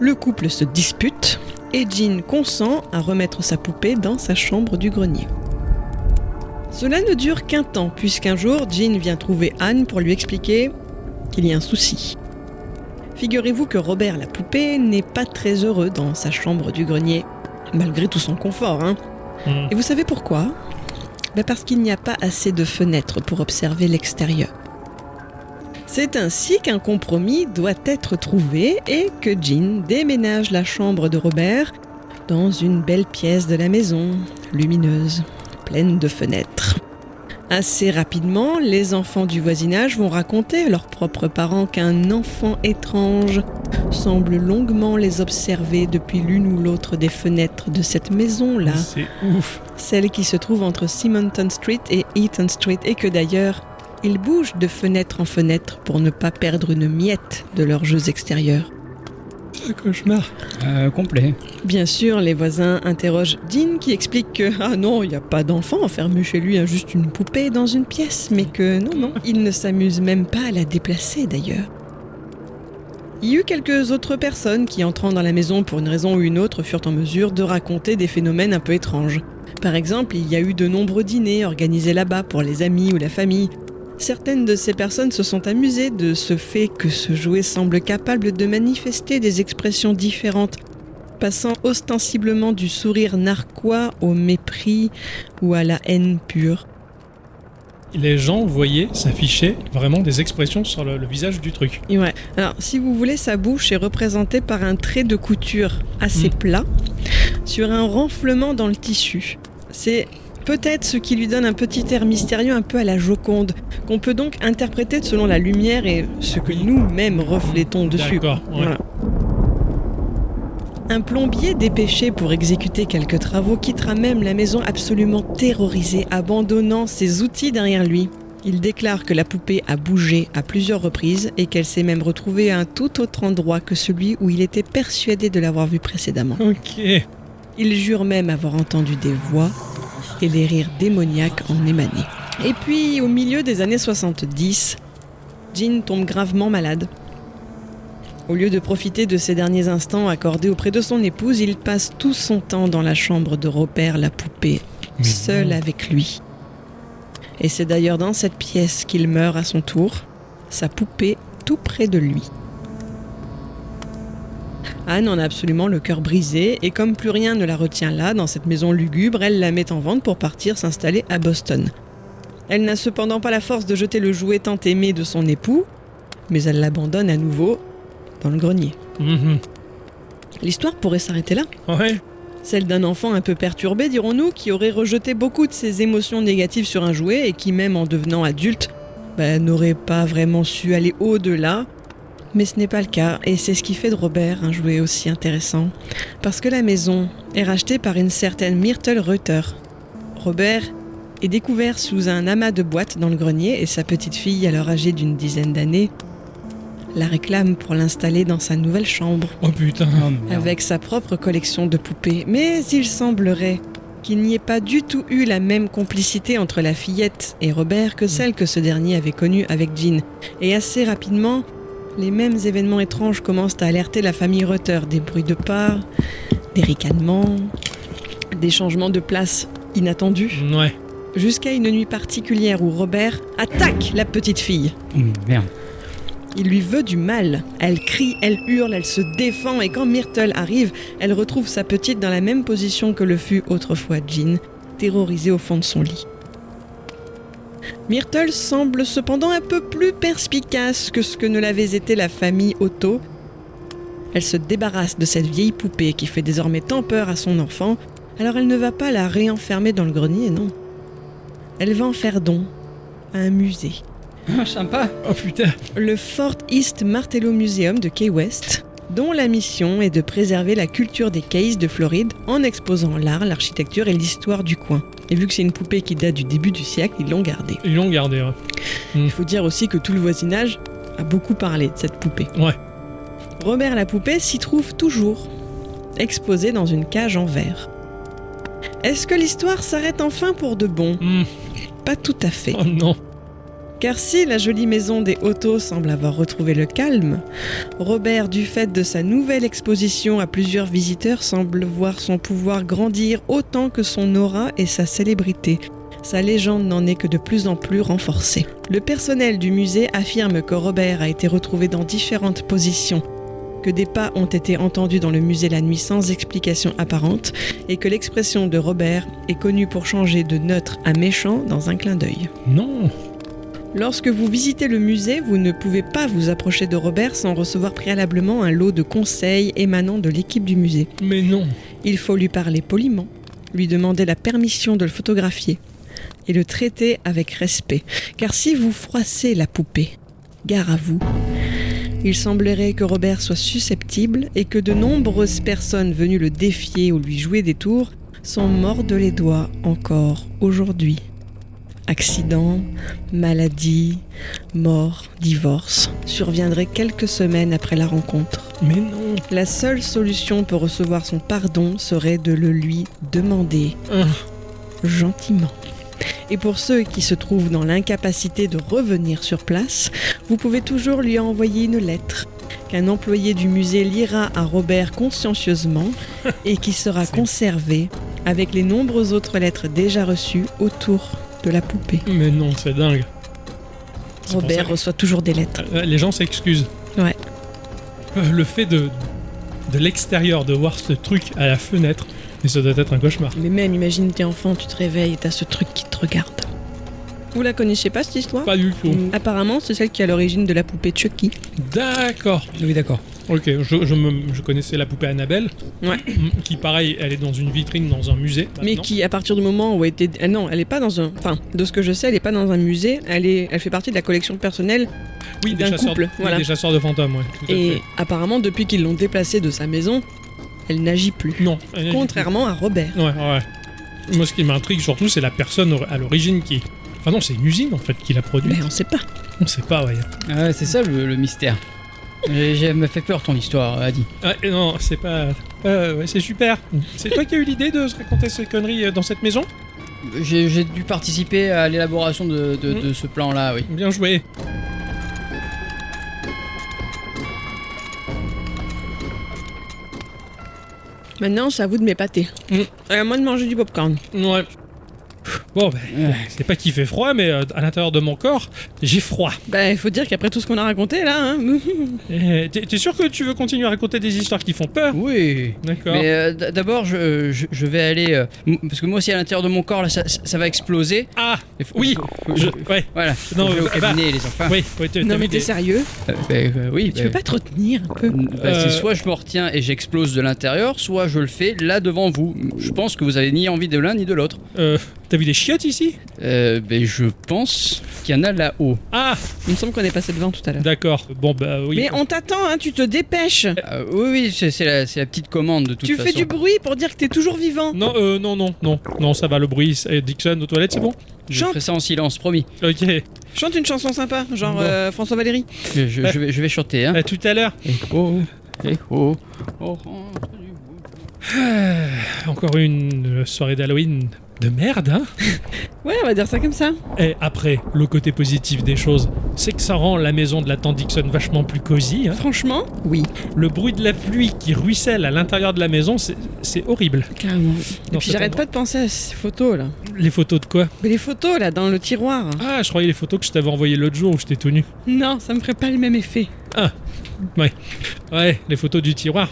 Speaker 2: Le couple se dispute et Jean consent à remettre sa poupée dans sa chambre du grenier. Cela ne dure qu'un temps, puisqu'un jour, Jean vient trouver Anne pour lui expliquer qu'il y a un souci. Figurez-vous que Robert la poupée n'est pas très heureux dans sa chambre du grenier, malgré tout son confort. hein.
Speaker 3: Hmm.
Speaker 2: Et vous savez pourquoi Bah Parce qu'il n'y a pas assez de fenêtres pour observer l'extérieur. C'est ainsi qu'un compromis doit être trouvé et que Jean déménage la chambre de Robert dans une belle pièce de la maison, lumineuse, pleine de fenêtres. Assez rapidement, les enfants du voisinage vont raconter à leurs propres parents qu'un enfant étrange semble longuement les observer depuis l'une ou l'autre des fenêtres de cette maison-là
Speaker 3: C'est ouf.
Speaker 2: celle qui se trouve entre Simonton Street et Eaton Street, et que d'ailleurs, ils bougent de fenêtre en fenêtre pour ne pas perdre une miette de leurs jeux extérieurs.
Speaker 3: Un cauchemar.
Speaker 4: Euh, complet.
Speaker 2: Bien sûr, les voisins interrogent Dean qui explique que ah non, il n'y a pas d'enfant enfermé chez lui, hein, juste une poupée dans une pièce, mais que non, non, il ne s'amuse même pas à la déplacer d'ailleurs. Il y eut quelques autres personnes qui, entrant dans la maison pour une raison ou une autre, furent en mesure de raconter des phénomènes un peu étranges. Par exemple, il y a eu de nombreux dîners organisés là-bas pour les amis ou la famille. Certaines de ces personnes se sont amusées de ce fait que ce jouet semble capable de manifester des expressions différentes, passant ostensiblement du sourire narquois au mépris ou à la haine pure.
Speaker 3: Les gens voyaient s'afficher vraiment des expressions sur le, le visage du truc.
Speaker 2: Et ouais. Alors, si vous voulez, sa bouche est représentée par un trait de couture assez
Speaker 3: Mm.
Speaker 2: plat sur un renflement dans le tissu. C'est peut-être ce qui lui donne un petit air mystérieux un peu à la Joconde, qu'on peut donc interpréter selon la lumière et ce que nous-mêmes
Speaker 3: Mm.
Speaker 2: reflétons dessus.
Speaker 3: D'accord. ouais.
Speaker 2: Voilà. Un plombier dépêché pour exécuter quelques travaux quittera même la maison absolument terrorisée, abandonnant ses outils derrière lui. Il déclare que la poupée a bougé à plusieurs reprises et qu'elle s'est même retrouvée à un tout autre endroit que celui où il était persuadé de l'avoir vue précédemment.
Speaker 3: Ok.
Speaker 2: Il jure même avoir entendu des voix et des rires démoniaques en émanaient. Et puis, au milieu des années 70, Jean tombe gravement malade. Au lieu de profiter de ces derniers instants accordés auprès de son épouse, il passe tout son temps dans la chambre de Robert la poupée,
Speaker 3: Mais
Speaker 2: seul
Speaker 3: non.
Speaker 2: avec lui. Et c'est d'ailleurs dans cette pièce qu'il meurt à son tour, sa poupée tout près de lui. Anne en a absolument le cœur brisé et comme plus rien ne la retient là, dans cette maison lugubre, elle la met en vente pour partir s'installer à Boston. Elle n'a cependant pas la force de jeter le jouet tant aimé de son époux, mais elle l'abandonne à nouveau dans le grenier.
Speaker 3: Mhm.
Speaker 2: L'histoire pourrait s'arrêter là.
Speaker 3: Ouais.
Speaker 2: Celle d'un enfant un peu perturbé, dirons-nous, qui aurait rejeté beaucoup de ses émotions négatives sur un jouet et qui, même en devenant adulte, bah, n'aurait pas vraiment su aller au-delà. Mais ce n'est pas le cas, et c'est ce qui fait de Robert un jouet aussi intéressant. Parce que la maison est rachetée par une certaine Myrtle Reuter. Robert est découvert sous un amas de boîtes dans le grenier et sa petite fille, alors âgée d'une dizaine d'années, la réclame pour l'installer dans sa nouvelle chambre
Speaker 3: Oh putain.
Speaker 4: Oh, merde.
Speaker 2: avec sa propre collection de poupées, mais il semblerait qu'il n'y ait pas du tout eu la même complicité entre la fillette et Robert que celle que ce dernier avait connue avec Jean. Et assez rapidement, les mêmes événements étranges commencent à alerter la famille Rutter. Des bruits de pas, des ricanements, des changements de place inattendus,
Speaker 3: Ouais.
Speaker 2: jusqu'à une nuit particulière où Robert attaque la petite fille.
Speaker 4: Hum, Merde.
Speaker 2: Il lui veut du mal. Elle crie, elle hurle, elle se défend et quand Myrtle arrive, elle retrouve sa petite dans la même position que le fut autrefois Jean, terrorisée au fond de son lit. Myrtle semble cependant un peu plus perspicace que ce que ne l'avait été la famille Otto. Elle se débarrasse de cette vieille poupée qui fait désormais tant peur à son enfant, alors elle ne va pas la réenfermer dans le grenier, non. Elle va en faire don à un musée
Speaker 4: Ah, sympa.
Speaker 3: Oh putain.
Speaker 2: le Fort East Martello Museum de Key West, dont la mission est de préserver la culture des Keys de Floride en exposant l'art, l'architecture et l'histoire du coin. Et vu que c'est une poupée qui date du début du siècle, ils l'ont gardée.
Speaker 3: Ils l'ont gardé. hein. Ouais.
Speaker 2: Il faut dire aussi que tout le voisinage a beaucoup parlé de cette poupée.
Speaker 3: Ouais.
Speaker 2: Robert la poupée s'y trouve toujours, exposée dans une cage en verre. Est-ce que l'histoire s'arrête enfin pour de bon
Speaker 3: Mhm.
Speaker 2: Pas tout à fait.
Speaker 3: Oh non.
Speaker 2: Car si la jolie maison des Otto semble avoir retrouvé le calme, Robert, du fait de sa nouvelle exposition à plusieurs visiteurs, semble voir son pouvoir grandir autant que son aura et sa célébrité. Sa légende n'en est que de plus en plus renforcée. Le personnel du musée affirme que Robert a été retrouvé dans différentes positions, que des pas ont été entendus dans le musée la nuit sans explication apparente, et que l'expression de Robert est connue pour changer de neutre à méchant dans un clin d'œil.
Speaker 3: Non.
Speaker 2: Lorsque vous visitez le musée, vous ne pouvez pas vous approcher de Robert sans recevoir préalablement un lot de conseils émanant de l'équipe du musée.
Speaker 3: Mais non.
Speaker 2: Il faut lui parler poliment, lui demander la permission de le photographier et le traiter avec respect. Car si vous froissez la poupée, gare à vous. Il semblerait que Robert soit susceptible et que de nombreuses personnes venues le défier ou lui jouer des tours sont mortes les doigts encore aujourd'hui. Accident, maladie, mort, divorce surviendraient quelques semaines après la rencontre.
Speaker 3: Mais non.
Speaker 2: La seule solution pour recevoir son pardon serait de le lui demander
Speaker 3: Ah.
Speaker 2: gentiment. Et pour ceux qui se trouvent dans l'incapacité de revenir sur place, vous pouvez toujours lui envoyer une lettre qu'un employé du musée lira à Robert consciencieusement et qui sera conservée avec les nombreuses autres lettres déjà reçues autour de la poupée.
Speaker 3: Mais non, c'est dingue. C'est pour ça
Speaker 2: Robert
Speaker 3: que-
Speaker 2: reçoit toujours des lettres.
Speaker 3: Euh, Les gens s'excusent.
Speaker 2: Ouais.
Speaker 3: Euh, Le fait de de l'extérieur de voir ce truc à la fenêtre, mais ça doit être un cauchemar.
Speaker 2: Mais même, imagine t'es enfant, tu te réveilles et t'as ce truc qui te regarde. Vous la connaissez pas cette histoire
Speaker 3: Pas du tout.
Speaker 2: Mm. Apparemment, c'est celle qui est à l'origine de la poupée Chucky.
Speaker 3: Bah D'accord.
Speaker 4: Oui, d'accord.
Speaker 3: Ok, je, je me- je connaissais la poupée Annabelle. Mm,
Speaker 2: Ouais.
Speaker 3: Qui, pareil, elle est dans une vitrine dans un musée.
Speaker 2: Mais
Speaker 3: maintenant.
Speaker 2: qui, à partir du moment où elle était. ah non, elle est pas dans un. Enfin, de ce que je sais, elle est pas dans un musée. Elle, est... elle fait partie de la collection personnelle.
Speaker 3: oui, des
Speaker 2: d'un
Speaker 3: chasseurs,
Speaker 2: couple,
Speaker 3: oui,
Speaker 2: voilà.
Speaker 3: des chasseurs de fantômes, ouais. tout à
Speaker 2: Et apparemment, depuis qu'ils l'ont déplacée de sa maison, elle n'agit plus.
Speaker 3: fait. Non. elle-
Speaker 2: Contrairement à Robert.
Speaker 3: Ouais, ouais. Moi, ce qui m'intrigue surtout, c'est la personne or- à l'origine qui. Enfin, non, c'est une usine en fait qui l'a produite.
Speaker 2: Mais on sait pas.
Speaker 3: On sait pas, ouais.
Speaker 4: Ouais, c'est ça le, le mystère. J'ai- j'ai- Elle m'a fait peur ton histoire, Adi.
Speaker 3: Ah, et non, c'est pas. Euh, ouais, c'est super. C'est toi qui as eu l'idée de se raconter ces conneries euh, dans cette maison
Speaker 4: J'ai j'ai dû participer à l'élaboration de, de-
Speaker 3: Mm.
Speaker 4: de ce plan-là, oui.
Speaker 3: Bien joué.
Speaker 2: Maintenant, c'est à vous de m'épater.
Speaker 3: Mm.
Speaker 2: Et à moi de manger du popcorn.
Speaker 3: Ouais. Bon, ben,
Speaker 4: Ouais.
Speaker 3: c'est pas qu'il fait froid, mais euh, à l'intérieur de mon corps, j'ai froid.
Speaker 2: Bah, il faut dire qu'après tout ce qu'on a raconté là, hein,
Speaker 3: Eh, T'es t'es sûr que tu veux continuer à raconter des histoires qui font peur
Speaker 4: Oui.
Speaker 3: D'accord.
Speaker 4: Mais euh, d- d'abord, je, je- je vais aller. euh, m- parce que moi aussi, à l'intérieur de mon corps, là, ça, ça- ça va exploser.
Speaker 3: Ah
Speaker 4: Il faut-
Speaker 3: Oui
Speaker 4: faut-
Speaker 3: je-
Speaker 4: faut-
Speaker 3: Ouais,
Speaker 4: Voilà.
Speaker 3: Non,
Speaker 4: Non, au
Speaker 3: euh, bah-
Speaker 4: cabinet, les enfants.
Speaker 3: oui, ouais, t'as-
Speaker 2: non,
Speaker 3: t'as
Speaker 2: mais
Speaker 3: mis
Speaker 2: t'es
Speaker 3: des-
Speaker 2: sérieux
Speaker 4: Euh, bah, euh, oui.
Speaker 2: Tu
Speaker 4: bah,
Speaker 2: peux pas te retenir un peu
Speaker 4: Bah, c'est
Speaker 3: Euh,
Speaker 4: soit je me retiens et j'explose de l'intérieur, soit je le fais là devant vous. Je pense que vous avez ni envie de l'un ni de l'autre.
Speaker 3: Euh, T'as vu des chiottes ici
Speaker 4: Euh, ben, je pense qu'il y en a là-haut.
Speaker 3: Ah
Speaker 2: Il me semble qu'on est passé devant tout à l'heure.
Speaker 3: D'accord. Bon, bah oui.
Speaker 2: Mais on t'attend, hein, tu te dépêches.
Speaker 4: Euh, oui, oui, c'est c'est la, c'est la petite commande de toute
Speaker 2: Tu
Speaker 4: façon.
Speaker 2: fais du bruit pour dire que t'es toujours vivant.
Speaker 3: Non, euh, non, non, non, non, ça va, le bruit. c'est- euh, Dixon, aux toilettes, c'est bon
Speaker 4: Je
Speaker 2: Chante.
Speaker 4: ferai ça en silence, promis.
Speaker 3: Ok. Euh,
Speaker 2: Chante une chanson sympa, genre
Speaker 3: Bon.
Speaker 2: euh, François Valéry.
Speaker 4: Je, je- je vais, je vais chanter. Hein.
Speaker 3: À tout à l'heure.
Speaker 4: Eh oh, eh oh, orange du bout.
Speaker 3: Encore une euh, soirée d'Halloween de merde, hein
Speaker 2: Ouais, on va dire ça comme ça.
Speaker 3: Et après, le côté positif des choses, c'est que ça rend la maison de la tante Dixon vachement plus cosy. hein.
Speaker 2: Franchement, oui.
Speaker 3: Le bruit de la pluie qui ruisselle à l'intérieur de la maison, c'est- c'est horrible.
Speaker 2: Carrément.
Speaker 3: Dans
Speaker 2: Et puis
Speaker 3: cet
Speaker 2: j'arrête pas de penser à ces photos là.
Speaker 3: Les photos de quoi
Speaker 2: Mais les photos là dans le tiroir.
Speaker 3: Ah, je croyais les photos que je t'avais envoyées l'autre jour où j'étais tout nu.
Speaker 2: Non, ça me ferait pas le même effet.
Speaker 3: Ouais, les photos du tiroir.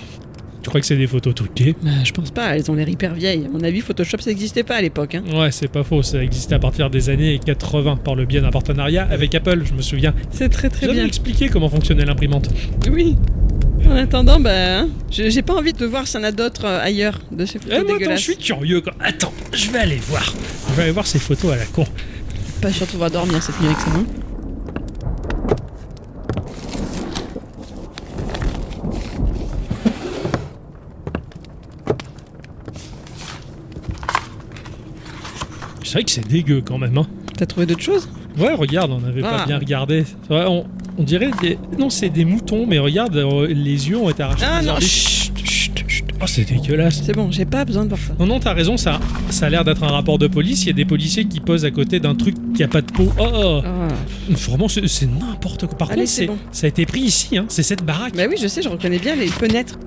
Speaker 3: Tu crois que c'est des photos truquées
Speaker 2: Bah, je pense pas, elles ont l'air hyper vieilles. À mon avis, Photoshop ça n'existait pas à l'époque. Hein.
Speaker 3: Ouais, c'est pas faux, ça existait à partir des années 80 par le biais d'un partenariat avec Apple, je me souviens.
Speaker 2: C'est très très
Speaker 3: J'avais
Speaker 2: bien.
Speaker 3: expliqué comment fonctionnait l'imprimante.
Speaker 2: Oui. En attendant, bah, hein, j'ai j'ai pas envie de voir s'il y en a d'autres euh, ailleurs de ces photos
Speaker 3: Eh, moi, attends,
Speaker 2: dégueulasses.
Speaker 3: je suis curieux. Quand... Attends, je vais aller voir. Je vais aller voir ces photos à la con.
Speaker 2: Pas sûr de pouvoir dormir cette nuit avec ça. hein.
Speaker 3: C'est vrai que c'est dégueu quand même, hein.
Speaker 2: T'as trouvé d'autres choses
Speaker 3: Ouais, regarde, on n'avait pas
Speaker 2: Ah.
Speaker 3: bien regardé. Ouais, on, on dirait des... Non, c'est des moutons, mais regarde, euh, les yeux ont été arrachés.
Speaker 2: Ah
Speaker 3: des
Speaker 2: non,
Speaker 3: orbites.
Speaker 2: chut, chut, chut.
Speaker 3: Oh, c'est dégueulasse.
Speaker 2: C'est bon, j'ai pas besoin de voir ça.
Speaker 3: Non, non, t'as raison, ça, ça a l'air d'être un rapport de police. Il y a des policiers qui posent à côté d'un truc qui a pas de peau. Oh, oh.
Speaker 2: Ah.
Speaker 3: Vraiment, c'est c'est n'importe quoi. Par
Speaker 2: Allez,
Speaker 3: contre,
Speaker 2: c'est
Speaker 3: c'est-
Speaker 2: bon.
Speaker 3: ça a été pris ici, hein. C'est cette baraque.
Speaker 2: Bah oui, je sais, je reconnais bien les fenêtres.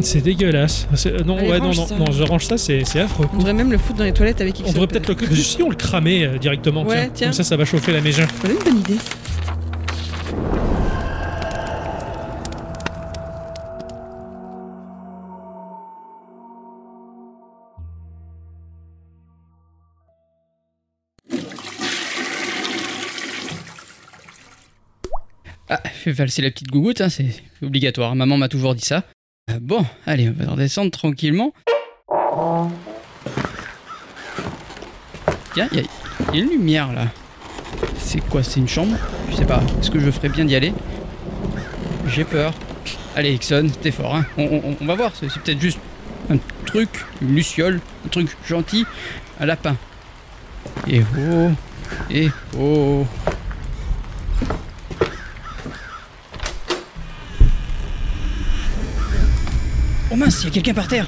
Speaker 3: C'est dégueulasse. C'est- euh, Non,
Speaker 2: Allez,
Speaker 3: ouais, non,
Speaker 2: range
Speaker 3: non,
Speaker 2: ça.
Speaker 3: non, je range ça, c'est c'est affreux.
Speaker 2: On devrait même le foutre dans les toilettes avec
Speaker 3: On devrait peut-être le cramer. Si on le cramait euh, directement,
Speaker 2: Ouais, tiens.
Speaker 3: Comme ça, ça va chauffer la maison.
Speaker 2: Voilà une bonne idée.
Speaker 4: Ah, fais valser la petite gougoute, hein, c'est obligatoire. Maman m'a toujours dit ça. Euh, bon, allez, on va redescendre tranquillement. Tiens, il y, a- il y a une lumière là. C'est quoi C'est une chambre Je sais pas. Est-ce que je ferais bien d'y aller J'ai peur. Allez, Ixon, t'es fort, hein. On, on- on va voir. C'est c'est peut-être juste un truc, une luciole, un truc gentil, un lapin. Et oh, et oh. Oh mince, il y a quelqu'un par terre.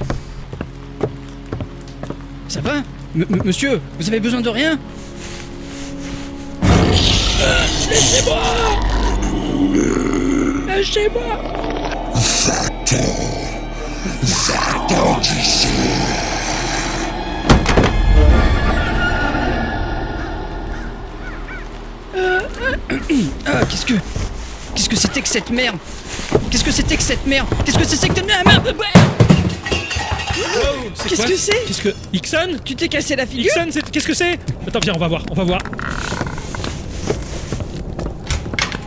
Speaker 4: Ça va M- m- Monsieur, vous avez besoin de rien Ah, qu'est-ce que. Qu'est-ce que c'était que cette merde Qu'est-ce que c'était que cette merde Qu'est-ce que c'était que cette merde
Speaker 2: Qu'est-ce
Speaker 3: quoi
Speaker 2: que c'est
Speaker 3: Qu'est-ce que. Ixon
Speaker 2: Tu t'es cassé la figure
Speaker 3: Ixon, c'est- qu'est-ce que c'est Attends, viens, on va voir, on va voir.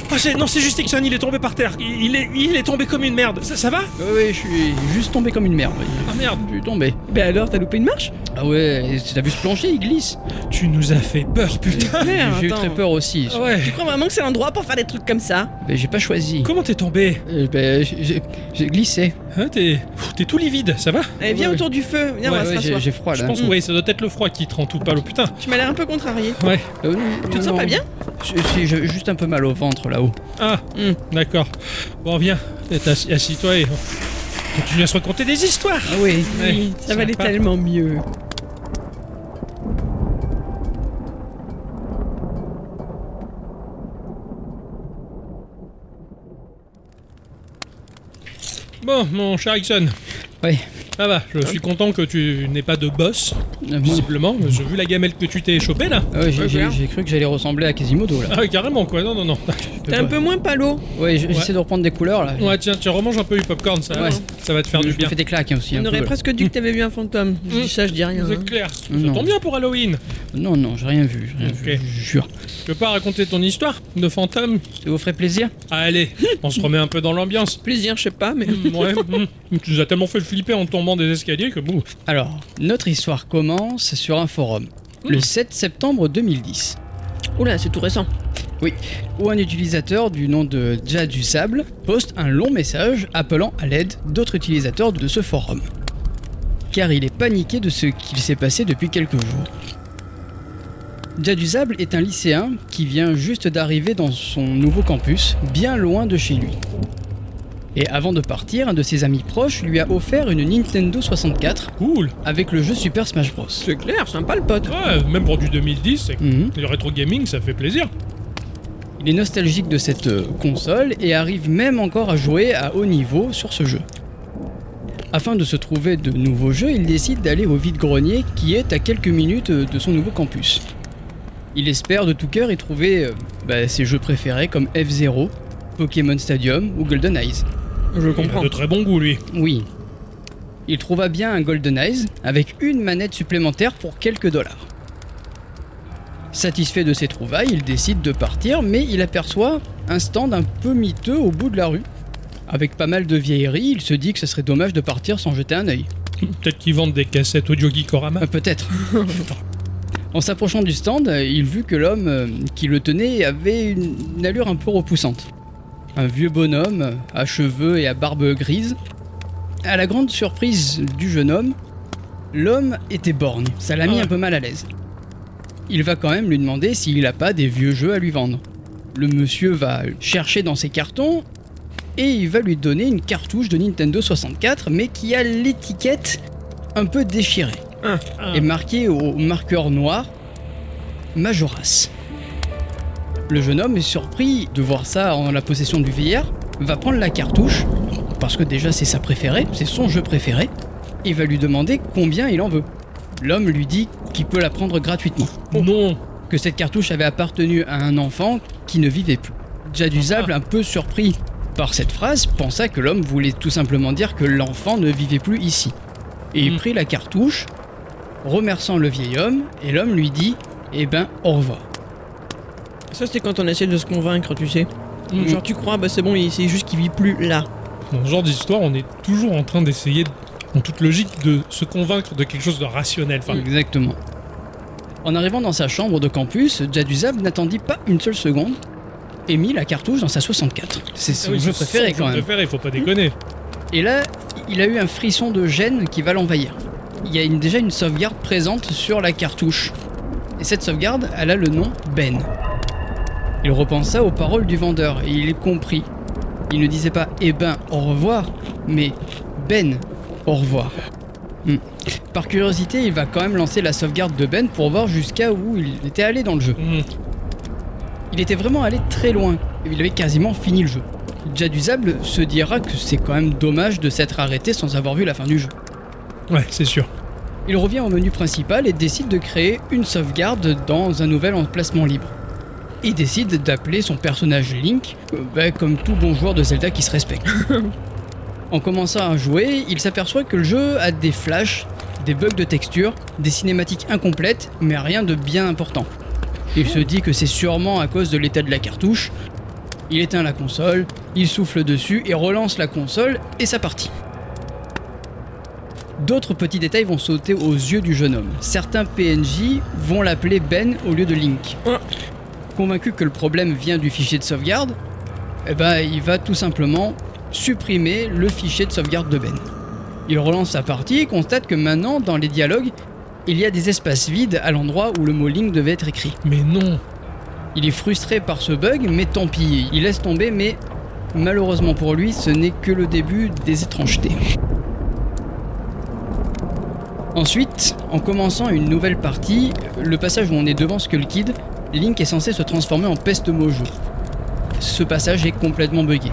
Speaker 3: Oh, c'est- non, c'est juste Ixon, il est tombé par terre. Il, il est, il est tombé comme une merde. Ça, ça va
Speaker 4: Oui, oui, je suis juste tombé comme une merde. oui.
Speaker 3: Ah merde.
Speaker 4: Je suis tombé.
Speaker 2: Ben alors, t'as loupé une marche
Speaker 4: Ah ouais, t'as vu ce plancher, il glisse.
Speaker 3: Tu nous as fait peur, putain.
Speaker 4: J'ai
Speaker 2: Merde,
Speaker 4: j'ai eu
Speaker 2: Eh, attends.
Speaker 4: très peur aussi.
Speaker 3: Ah ouais.
Speaker 2: Je crois vraiment que c'est l'endroit pour faire des trucs comme ça.
Speaker 4: Mais j'ai pas choisi.
Speaker 3: Comment t'es tombé
Speaker 4: Euh, ben, j'ai j'ai glissé.
Speaker 3: Hein, t'es, pff, t'es tout livide, ça va
Speaker 2: Allez, viens
Speaker 4: Ouais,
Speaker 2: autour du feu. Viens,
Speaker 4: Ouais,
Speaker 2: on va
Speaker 4: ouais,
Speaker 2: se
Speaker 4: j'ai
Speaker 2: rasseoir.
Speaker 4: j'ai froid
Speaker 3: Je
Speaker 4: là.
Speaker 2: Mm.
Speaker 3: pense, oui, ça doit être le froid qui te rend tout pâle, oh, putain.
Speaker 2: Tu m'as l'air un peu contrarié.
Speaker 3: Ouais.
Speaker 4: Euh, non,
Speaker 2: Tu te sens
Speaker 4: non.
Speaker 2: pas bien
Speaker 4: Je- si, J'ai juste un peu mal au ventre là-haut.
Speaker 3: Ah,
Speaker 2: Hmm.
Speaker 3: d'accord. Bon, viens, T'es assis- assis-toi et on continue à se raconter des histoires.
Speaker 4: Ah oui.
Speaker 3: Ouais,
Speaker 2: Oui, ça valait
Speaker 3: sympa.
Speaker 2: tellement mieux.
Speaker 3: Bon, mon cher Ixon.
Speaker 4: Oui.
Speaker 3: Ça va, je suis content que tu n'aies pas de boss,
Speaker 4: Ah, moi-
Speaker 3: visiblement. J'ai vu la gamelle que tu t'es chopée là.
Speaker 4: ah ouais, j'ai-
Speaker 2: Ouais,
Speaker 4: j'ai
Speaker 2: voilà.
Speaker 4: j'ai cru que j'allais ressembler à Quasimodo là.
Speaker 3: Ah, ouais, carrément quoi, non, non, non.
Speaker 2: T'es un peu moins palo.
Speaker 4: Ouais, j'- j'essaie de reprendre des couleurs là.
Speaker 3: Ouais, tiens, tu remanges un peu du popcorn, ça,
Speaker 4: Ouais.
Speaker 3: ça va te faire
Speaker 4: je
Speaker 3: du
Speaker 4: me
Speaker 3: bien.
Speaker 4: fais des claques hein, aussi. un
Speaker 2: On aurait
Speaker 4: peu.
Speaker 2: presque dit que t'avais vu un fantôme. Je dis ça, je dis rien. hein.
Speaker 3: C'est clair. Ça
Speaker 4: Non.
Speaker 3: tombe bien pour Halloween.
Speaker 4: Non, non, j'ai rien vu. J'ai rien vu,
Speaker 3: Ok.
Speaker 4: je- je jure.
Speaker 3: Tu veux pas raconter ton histoire de fantôme Ah,
Speaker 4: Ça vous ferait plaisir
Speaker 3: Allez, on se remet un peu dans l'ambiance.
Speaker 2: Plaisir, je sais pas, mais.
Speaker 3: Mm, Ouais, mm. tu nous as tellement fait flipper en tombant des escaliers que bouh.
Speaker 4: Alors, notre histoire commence sur un forum. Le 7 septembre 2010.
Speaker 2: Oula, c'est tout récent.
Speaker 4: où un utilisateur du nom de Ja du Sable poste un long message appelant à l'aide d'autres utilisateurs de ce forum. Car il est paniqué de ce qu'il s'est passé depuis quelques jours. Ja du Sable est un lycéen qui vient juste d'arriver dans son nouveau campus, bien loin de chez lui. Et avant de partir, un de ses amis proches lui a offert une Nintendo 64
Speaker 3: Cool.
Speaker 4: avec le jeu Super Smash Bros.
Speaker 2: C'est clair, sympa le pote.
Speaker 3: Ouais, même pour du 2010, c'est-
Speaker 4: Mhm.
Speaker 3: le rétro gaming, ça fait plaisir.
Speaker 4: Il est nostalgique de cette euh, console et arrive même encore à jouer à haut niveau sur ce jeu. Afin de se trouver de nouveaux jeux, il décide d'aller au vide-grenier qui est à quelques minutes euh, de son nouveau campus. Il espère de tout cœur y trouver euh, bah, ses jeux préférés comme F-Zero, Pokémon Stadium ou Golden Eyes.
Speaker 2: Je
Speaker 3: Il a
Speaker 2: comprends.
Speaker 3: de très bon goût, lui.
Speaker 4: Oui. Il trouva bien un Golden Eyes avec une manette supplémentaire pour quelques dollars. Satisfait de ses trouvailles, il décide de partir, mais il aperçoit un stand un peu miteux au bout de la rue. Avec pas mal de vieilleries, il se dit que ce serait dommage de partir sans jeter un œil.
Speaker 3: Peut-être qu'ils vendent des cassettes audio Geekorama.
Speaker 4: Euh, Peut-être. en s'approchant du stand, euh, il vit que l'homme euh, qui le tenait avait une une allure un peu repoussante. Un vieux bonhomme, euh, à cheveux et à barbe grise. À la grande surprise du jeune homme, l'homme était borgne. Ça l'a
Speaker 3: Ah
Speaker 4: mis
Speaker 3: ouais.
Speaker 4: un peu mal à l'aise. Il va quand même lui demander s'il n'a pas des vieux jeux à lui vendre. Le monsieur va chercher dans ses cartons et il va lui donner une cartouche de Nintendo 64 mais qui a l'étiquette un peu déchirée
Speaker 3: Ah.
Speaker 4: est marqué au marqueur noir Majoras. Le jeune homme est surpris de voir ça en la possession du vieillard, va prendre la cartouche, parce que déjà c'est sa préférée, c'est son jeu préféré, et va lui demander combien il en veut. L'homme lui dit qu'il peut la prendre gratuitement,
Speaker 3: Non.
Speaker 4: que cette cartouche avait appartenu à un enfant qui ne vivait plus. Jadusable, un peu surpris par cette phrase, pensa que l'homme voulait tout simplement dire que l'enfant ne vivait plus ici. Et il
Speaker 3: Hmm.
Speaker 4: prit la cartouche, remerciant le vieil homme, et l'homme lui dit Eh ben, au revoir.
Speaker 2: Ça, c'est quand on essaie de se convaincre, tu sais.
Speaker 4: Mm.
Speaker 2: Genre tu crois, bah c'est bon, il- c'est juste qu'il vit plus là.
Speaker 3: Dans ce genre d'histoire, on est toujours en train d'essayer, en toute logique, de se convaincre de quelque chose de rationnel.
Speaker 4: Mm.
Speaker 3: Enfin,
Speaker 4: Exactement. En arrivant dans sa chambre de campus, Jaduzab n'attendit pas une seule seconde et mit la cartouche dans sa 64. C'est
Speaker 3: ah
Speaker 4: son
Speaker 3: oui,
Speaker 4: jeu
Speaker 3: c'est
Speaker 4: préféré
Speaker 3: son
Speaker 4: quand
Speaker 3: jeu
Speaker 4: même.
Speaker 3: préféré, faut pas déconner.
Speaker 4: Et là, il a eu un frisson de gêne qui va l'envahir. Il y a une- déjà une sauvegarde présente sur la cartouche. Et cette sauvegarde, elle a le nom Ben. Il repensa aux paroles du vendeur et il comprit. Il ne disait pas eh ben au revoir, mais Ben au revoir. Hmm. Par curiosité, il va quand même lancer la sauvegarde de Ben pour voir jusqu'à où il était allé dans le jeu.
Speaker 3: Hmm.
Speaker 4: Il était vraiment allé très loin. Il avait quasiment fini le jeu. Jadusable se dira que c'est quand même dommage de s'être arrêté sans avoir vu la fin du jeu.
Speaker 3: Ouais, c'est sûr.
Speaker 4: Il revient au menu principal et décide de créer une sauvegarde dans un nouvel emplacement libre. Il décide d'appeler son personnage Link, euh, bah, comme tout bon joueur de Zelda qui se respecte. en commençant à jouer, il s'aperçoit que le jeu a des flashs, des bugs de texture, des cinématiques incomplètes, mais rien de bien important. Il se dit que c'est sûrement à cause de l'état de la cartouche. Il éteint la console, il souffle dessus et relance la console et sa partie. D'autres petits détails vont sauter aux yeux du jeune homme. Certains PNJ vont l'appeler Ben au lieu de Link. Convaincu que le problème vient du fichier de sauvegarde, eh ben, il va tout simplement supprimer le fichier de sauvegarde de Ben. Il relance sa partie et constate que maintenant, dans les dialogues, il y a des espaces vides à l'endroit où le mot Link devait être écrit.
Speaker 3: Mais non.
Speaker 4: Il est frustré par ce bug, mais tant pis, il laisse tomber, mais malheureusement pour lui, ce n'est que le début des étrangetés. Ensuite, en commençant une nouvelle partie, le passage où on est devant Skull Kid, Link est censé se transformer en peste mojo. Ce passage est complètement buggé.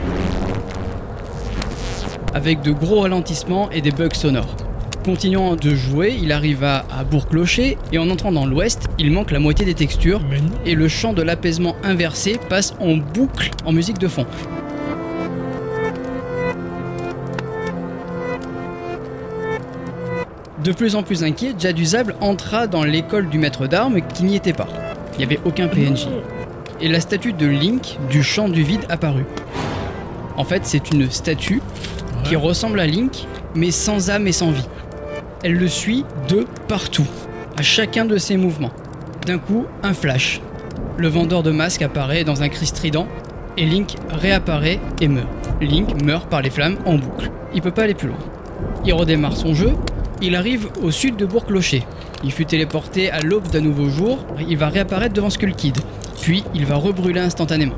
Speaker 4: Avec de gros ralentissements et des bugs sonores. Continuant de jouer, il arrive à, à Bourg-Clocher et en entrant dans l'ouest, il manque la moitié des textures
Speaker 3: Mais non.
Speaker 4: et le chant de l'apaisement inversé passe en boucle en musique de fond. De plus en plus inquiet, Jadusable entra dans l'école du maître d'armes qui n'y était pas. Il n'y avait aucun PNJ. Et la statue de Link du champ du vide apparut. En fait, c'est une statue qui
Speaker 3: Ouais.
Speaker 4: ressemble à Link, mais sans âme et sans vie. Elle le suit de partout, à chacun de ses mouvements. D'un coup, un flash. Le vendeur de masques apparaît dans un cri strident, et Link réapparaît et meurt. Link meurt par les flammes en boucle. Il peut pas aller plus loin. Il redémarre son jeu, il arrive au sud de Bourg-Clocher. Il fut téléporté à l'aube d'un nouveau jour, il va réapparaître devant Skull Kid, puis il va rebrûler instantanément.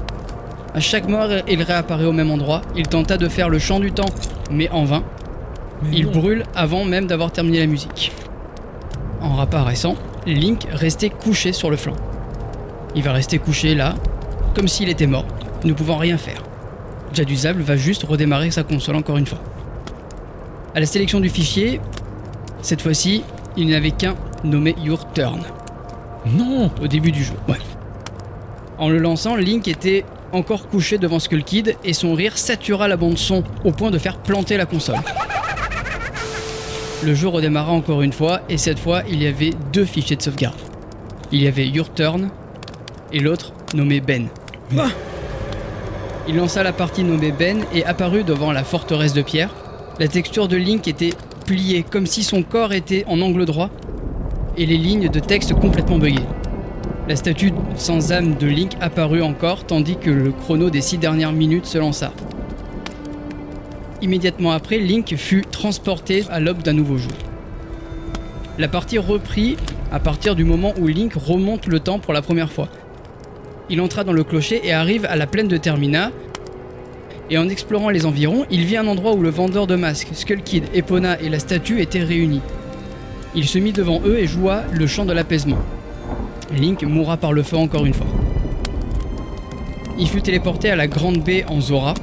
Speaker 4: À chaque mort, il réapparaît au même endroit, il tenta de faire le chant du temps, mais en vain,
Speaker 3: Mais
Speaker 4: il
Speaker 3: non.
Speaker 4: brûle avant même d'avoir terminé la musique. En réapparaissant, Link restait couché sur le flanc. Il va rester couché là, comme s'il était mort, ne pouvant rien faire. Jadusable va juste redémarrer sa console encore une fois. À la sélection du fichier, cette fois-ci, il n'y avait qu'un nommé Your Turn
Speaker 3: Non.
Speaker 4: au début du jeu. Ouais. En le lançant, Link était encore couché devant Skull Kid et son rire satura la bande son au point de faire planter la console. Le jeu redémarra encore une fois et cette fois il y avait deux fichiers de sauvegarde. Il y avait Your Turn et l'autre nommé Ben.
Speaker 2: Ah.
Speaker 4: Il lança la partie nommée Ben et apparut devant la forteresse de pierre. La texture de Link était pliée comme si son corps était en angle droit et les lignes de texte complètement buggées. La statue sans âme de Link apparut encore tandis que le chrono des six dernières minutes se lança. Immédiatement après, Link fut transporté à l'aube d'un nouveau jour. La partie reprit à partir du moment où Link remonte le temps pour la première fois. Il entra dans le clocher et arrive à la plaine de Termina. Et en explorant les environs, il vit un endroit où le vendeur de masques, Skull Kid, Epona et la statue étaient réunis. Il se mit devant eux et joua le chant de l'apaisement. Link mourra par le feu encore une fois. Il fut téléporté à la grande baie en Zora.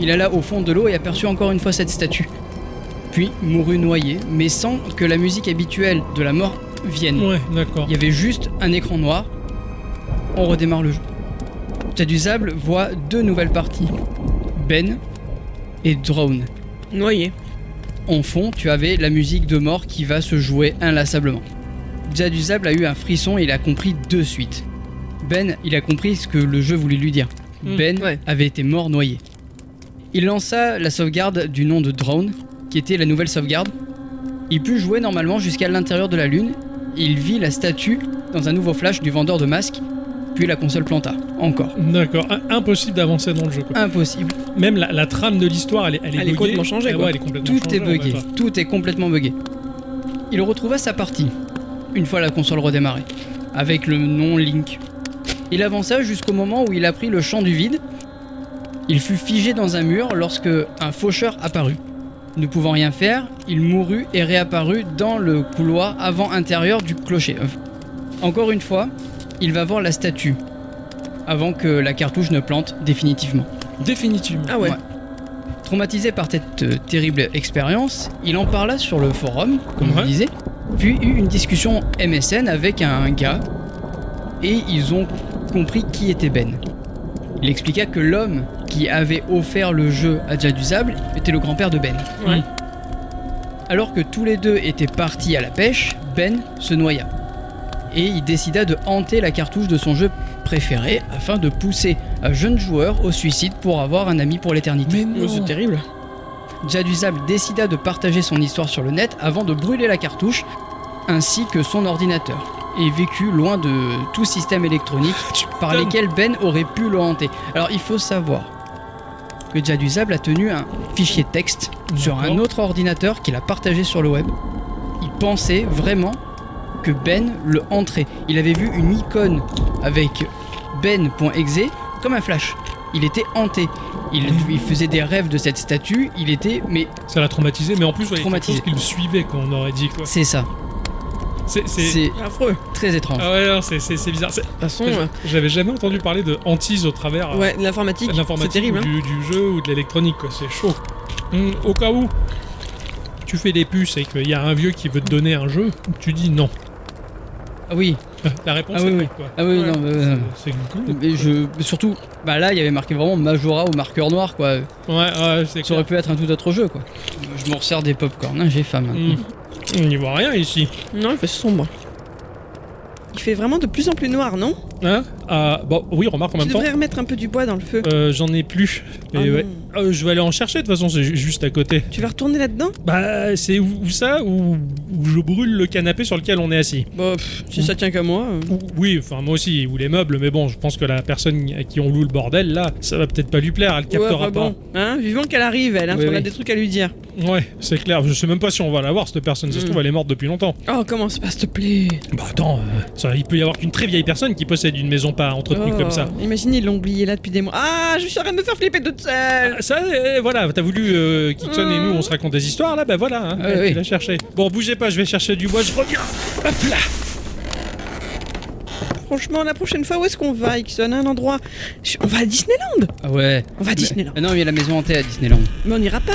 Speaker 4: Il alla au fond de l'eau et aperçut encore une fois cette statue. Puis mourut noyé, mais sans que la musique habituelle de la mort vienne.
Speaker 3: Ouais, d'accord.
Speaker 4: Il y avait juste un écran noir. On redémarre le jeu. Jadusable voit deux nouvelles parties. Ben et Drone.
Speaker 2: Noyé.
Speaker 4: En fond, tu avais la musique de mort qui va se jouer inlassablement. Jadusable a eu un frisson et il a compris de suite. Ben, il a compris ce que le jeu voulait lui dire.
Speaker 3: Mm.
Speaker 4: Ben
Speaker 2: Ouais.
Speaker 4: avait été mort noyé. Il lança la sauvegarde du nom de Drone, qui était la nouvelle sauvegarde. Il put jouer normalement jusqu'à l'intérieur de la Lune. Il vit la statue dans un nouveau flash du vendeur de masques, puis la console planta. Encore.
Speaker 3: D'accord, Un- impossible d'avancer dans le jeu. quoi.
Speaker 4: Impossible.
Speaker 3: Même la, la trame de l'histoire, elle, est- elle est
Speaker 2: Elle est
Speaker 3: buggée.
Speaker 2: complètement changée,
Speaker 3: Ah
Speaker 2: quoi.
Speaker 3: ouais, elle est complètement
Speaker 4: Tout
Speaker 3: changée,
Speaker 4: est
Speaker 3: en fait,
Speaker 4: buggé,
Speaker 3: ouais.
Speaker 4: tout est complètement buggé. Il retrouva sa partie, une fois la console redémarrée, avec le nom Link. Il avança jusqu'au moment où il apprit le chant du vide. Il fut figé dans un mur lorsque un faucheur apparut. Ne pouvant rien faire, il mourut et réapparut dans le couloir avant intérieur du clocher. Euh, Encore une fois, il va voir la statue, avant que la cartouche ne plante définitivement.
Speaker 3: Définitivement.
Speaker 2: Ah ouais.
Speaker 4: Ouais. Traumatisé par cette euh, terrible expérience, il en parla sur le forum, comme on
Speaker 3: Ouais.
Speaker 4: disait, puis eut une discussion MSN avec un gars, et ils ont compris qui était Ben. Il expliqua que l'homme qui avait offert le jeu à Jad Usable était le grand-père de Ben.
Speaker 3: Ouais.
Speaker 4: Alors que tous les deux étaient partis à la pêche, Ben se noya. Et il décida de hanter la cartouche de son jeu préféré afin de pousser un jeune joueur au suicide pour avoir un ami pour l'éternité.
Speaker 3: Mais
Speaker 2: Oh, c'est terrible.
Speaker 4: Jadusable décida de partager son histoire sur le net avant de brûler la cartouche ainsi que son ordinateur et vécut loin de tout système électronique par
Speaker 3: m'étonnes.
Speaker 4: lesquels Ben aurait pu le hanter. Alors il faut savoir que Jadusable a tenu un fichier texte sur un
Speaker 3: D'accord.
Speaker 4: autre ordinateur qu'il a partagé sur le web. Il pensait vraiment que Ben le hanterait. Il avait vu une icône avec ben.exe comme un flash. Il était hanté. Il, il faisait des rêves de cette statue. Il était, mais
Speaker 3: Ça l'a traumatisé, mais en plus, ouais,
Speaker 4: Traumatisé.
Speaker 3: traumatisé. qu'il me suivait, quoi, on aurait dit. quoi.
Speaker 4: c'est ça.
Speaker 3: C'est- C'est.
Speaker 4: C'est
Speaker 2: Affreux.
Speaker 4: très étrange.
Speaker 3: Ah ouais, non, c'est- c'est c'est bizarre. C'est-
Speaker 2: De toute façon,
Speaker 3: J- J'avais jamais entendu parler de hantise au travers
Speaker 2: euh,
Speaker 3: euh,
Speaker 2: ouais, de l'informatique,
Speaker 3: de
Speaker 2: c'est
Speaker 3: l'informatique,
Speaker 2: terrible.
Speaker 3: ou
Speaker 2: hein.
Speaker 3: du, du jeu ou de l'électronique, quoi. C'est chaud. Hum, au cas où tu fais des puces et qu'il y a un vieux qui veut te donner un jeu, tu dis non.
Speaker 4: Ah oui,
Speaker 3: La réponse
Speaker 4: Ah oui,
Speaker 3: est non,
Speaker 4: oui.
Speaker 3: quoi.
Speaker 4: ah oui,
Speaker 2: Ouais.
Speaker 4: non. mais, euh,
Speaker 3: C'est cool.
Speaker 4: mais je, surtout, bah là, il y avait marqué vraiment Majora au marqueur noir, quoi.
Speaker 3: Ouais, ouais, c'est
Speaker 4: Ça aurait pu être un tout autre jeu, quoi. Je m'en resserre des popcorn, hein, j'ai faim. maintenant.
Speaker 3: Hum. On n'y voit rien ici.
Speaker 2: Non, il fait sombre. Il fait vraiment de plus en plus noir, non
Speaker 3: Hein Ah, Bon, oui, remarque en
Speaker 2: Tu
Speaker 3: même temps.
Speaker 2: devrais remettre un peu du bois dans le feu.
Speaker 3: euh, J'en ai plus.
Speaker 2: Ah
Speaker 3: Et
Speaker 2: non.
Speaker 3: ouais. Euh, je vais aller en chercher, de toute façon, c'est ju- juste à côté.
Speaker 2: Tu vas retourner là-dedans
Speaker 3: Bah, c'est ou ou ça, ou, ou je brûle le canapé sur lequel on est assis.
Speaker 2: Bah, pff, si ça tient qu'à moi. euh.
Speaker 3: Ou- oui, enfin, moi aussi, ou les meubles, mais bon, je pense que la personne à qui on loue le bordel, là, ça va peut-être pas lui plaire, elle
Speaker 2: Ouais,
Speaker 3: captera
Speaker 2: enfin bon. Hein, vivant qu'elle arrive, elle, hein,
Speaker 4: Oui,
Speaker 2: parce qu'on a
Speaker 4: oui.
Speaker 2: des trucs à lui dire.
Speaker 3: pas. Ouais, c'est clair, je sais même pas si on va la voir, cette personne, ça se
Speaker 2: Mm.
Speaker 3: trouve, elle est morte depuis longtemps.
Speaker 2: Oh, commence pas, s'il te plaît.
Speaker 3: Bah, attends, euh, ça, il peut y avoir qu'une très vieille personne qui possède une maison pas entretenue
Speaker 2: Oh,
Speaker 3: comme ça.
Speaker 2: Imaginez, ils l'ont oublié là depuis des mois. Ah, je suis en train de me faire flipper toute seule.
Speaker 3: Ça, euh, voilà, t'as voulu euh, Kixon et nous,
Speaker 2: Mm.
Speaker 3: on se raconte des histoires, là, bah voilà, hein,
Speaker 4: Ah oui.
Speaker 3: tu l'as cherché. Bon, bougez pas, je vais chercher du bois, je reviens Hop là
Speaker 2: Franchement, la prochaine fois, où est-ce qu'on va, Ixon À un endroit. Je- On va à Disneyland.
Speaker 4: Ah ouais.
Speaker 2: On va à Disneyland.
Speaker 4: Ah non, il y a la maison hantée à Disneyland.
Speaker 2: Mais on n'ira pas.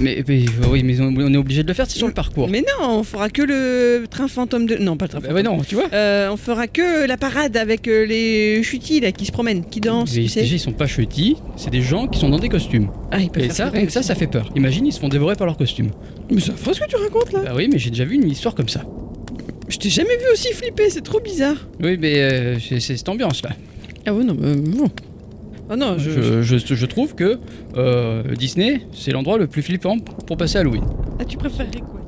Speaker 4: Mais, mais, euh, oui, mais on, on est obligé de le faire, c'est sur le parcours.
Speaker 2: Mais non, on fera que le train fantôme de. Non, pas le train
Speaker 4: Bah
Speaker 2: fantôme.
Speaker 4: ouais, non, tu vois.
Speaker 2: Euh, on fera que la parade avec euh, les chutis là qui se promènent, qui dansent,
Speaker 4: Mais
Speaker 2: tu sais.
Speaker 4: Déjà, ils sont pas chutis, c'est des gens qui sont dans des costumes.
Speaker 2: Ah, ils peuvent
Speaker 4: Et
Speaker 2: faire
Speaker 4: ça,
Speaker 2: flipper
Speaker 4: rien que ça,
Speaker 2: aussi.
Speaker 4: ça fait peur. Imagine, ils se font dévorer par leurs costumes.
Speaker 2: Mais c'est affreux ce que tu racontes là.
Speaker 4: Bah oui, mais j'ai déjà vu une histoire comme ça.
Speaker 2: Je t'ai jamais vu aussi flipper, c'est trop bizarre.
Speaker 4: Oui, mais euh, c'est c'est cette ambiance là.
Speaker 2: Ah ouais, non, mais bon. Ah non, je.
Speaker 4: Je, je- je trouve que euh, Disney, c'est l'endroit le plus flippant pour passer Halloween.
Speaker 2: Ah, tu préférerais quoi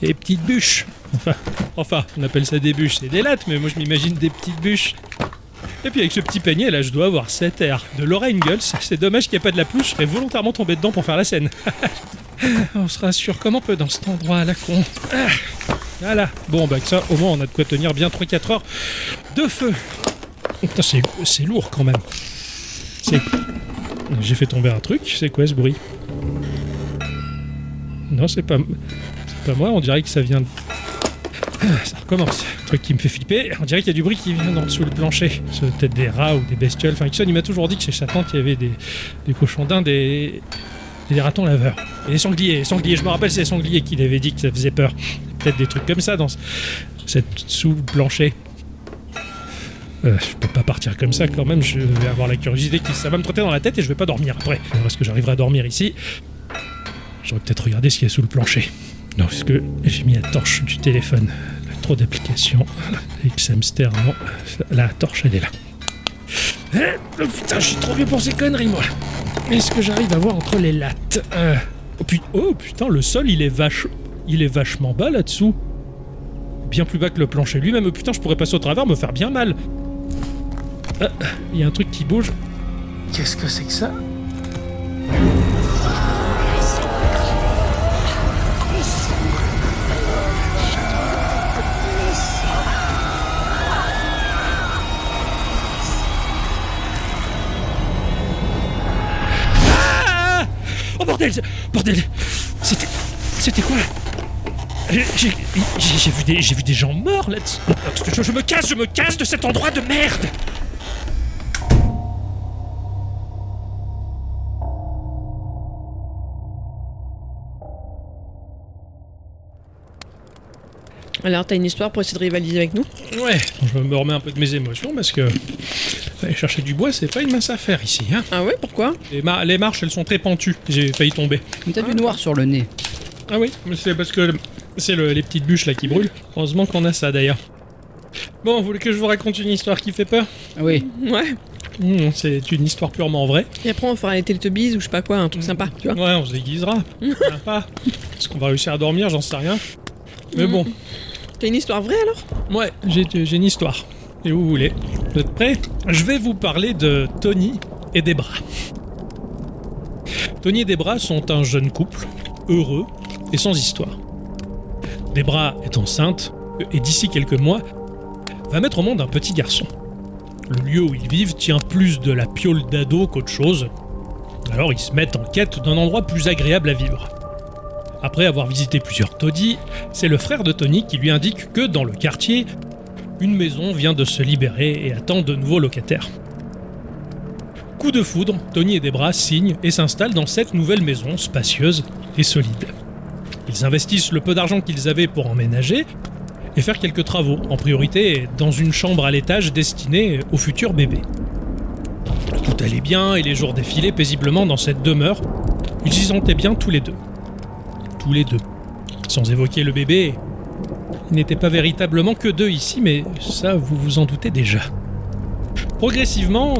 Speaker 3: Des petites bûches. Enfin, enfin, on appelle ça des bûches, c'est des lattes, mais moi je m'imagine des petites bûches. Et puis avec ce petit panier là, je dois avoir 7 airs de Laura Ingalls. C'est dommage qu'il n'y a pas de la pluie, je serais volontairement tombé dedans pour faire la scène. on se rassure comme on peut dans cet endroit à la con. Ah, Voilà. Bon, bah que ça, au moins on a de quoi tenir bien 3-4 heures de feu. Oh, putain, c'est- c'est lourd quand même. C'est. J'ai fait tomber un truc, c'est quoi ce bruit Non, c'est pas. Pas moi, on dirait que ça vient de... Ah, Ça recommence. Un truc qui me fait flipper. On dirait qu'il y a du bruit qui vient d'en dessous le plancher. C'est peut-être des rats ou des bestioles. Enfin, Ixon, il m'a toujours dit que chez sa tante, il y avait des, des cochons d'Inde et... et des ratons laveurs. Et des sangliers, des sangliers. Je me rappelle, c'est les sangliers qu'il avait dit que ça faisait peur. Peut-être des trucs comme ça dans ce- cette sous le plancher. Euh, je peux pas partir comme ça quand même, je vais avoir la curiosité qui ça va me trotter dans la tête et je vais pas dormir après. Est-ce que j'arriverai à dormir ici J'aurais peut-être regardé ce qu'il y a sous le plancher. Non, parce que j'ai mis la torche du téléphone. trop d'applications. X-Hamster, non. La torche, elle est là. Eh, oh putain, je suis trop vieux pour ces conneries, moi. Est-ce que j'arrive à voir entre les lattes Euh, oh, pu- oh, putain, le sol, il est vache... Il est vachement bas là-dessous. Bien plus bas que le plancher lui-même. Oh, Putain, je pourrais passer au travers, me faire bien mal. Ah, Il y a un truc qui bouge. Qu'est-ce que c'est que ça Ah Oh bordel Bordel C'était. C'était quoi J'ai- J'ai j'ai vu, des- j'ai vu des gens morts là je, je me casse, je me casse de cet endroit de merde
Speaker 2: Alors, t'as une histoire pour essayer de rivaliser avec nous
Speaker 3: Ouais, je me remets un peu de mes émotions parce que. Aller chercher du bois, c'est pas une mince affaire ici, hein.
Speaker 2: Ah ouais, pourquoi
Speaker 3: Les, mar- les marches, elles sont très pentues. J'ai failli tomber.
Speaker 4: Mais T'as du noir sur le nez.
Speaker 3: Ah oui, mais c'est parce que c'est le- les petites bûches là qui brûlent. Heureusement qu'on a ça d'ailleurs. Bon, vous voulez que je vous raconte une histoire qui fait peur
Speaker 4: Ah Oui.
Speaker 2: Ouais.
Speaker 3: Hmm, C'est une histoire purement vraie.
Speaker 2: Et après, on fera les Teletubbies ou je sais pas quoi, un truc sympa, tu vois.
Speaker 3: Ouais, on se déguisera. Sympa. Est-ce qu'on va réussir à dormir J'en sais rien. Mais bon,
Speaker 2: T'as une histoire vraie alors
Speaker 3: ouais, j'ai j'ai une histoire. Et vous voulez Vous êtes prêts Je vais vous parler de Tony et Debra. Tony et Debra sont un jeune couple, heureux et sans histoire. Debra est enceinte et d'ici quelques mois va mettre au monde un petit garçon. Le lieu où ils vivent tient plus de la piole d'ado qu'autre chose. Alors ils se mettent en quête d'un endroit plus agréable à vivre. Après avoir visité plusieurs taudis, c'est le frère de Tony qui lui indique que dans le quartier, une maison vient de se libérer et attend de nouveaux locataires. Coup de foudre, Tony et Debra signent et s'installent dans cette nouvelle maison spacieuse et solide. Ils investissent le peu d'argent qu'ils avaient pour emménager et faire quelques travaux, en priorité dans une chambre à l'étage destinée au futur bébé. Tout allait bien et les jours défilaient paisiblement dans cette demeure. Ils s'y sentaient bien tous les deux. Tous les deux. Sans évoquer le bébé, ils n'étaient pas véritablement que deux ici, mais ça, vous vous en doutez déjà. Progressivement,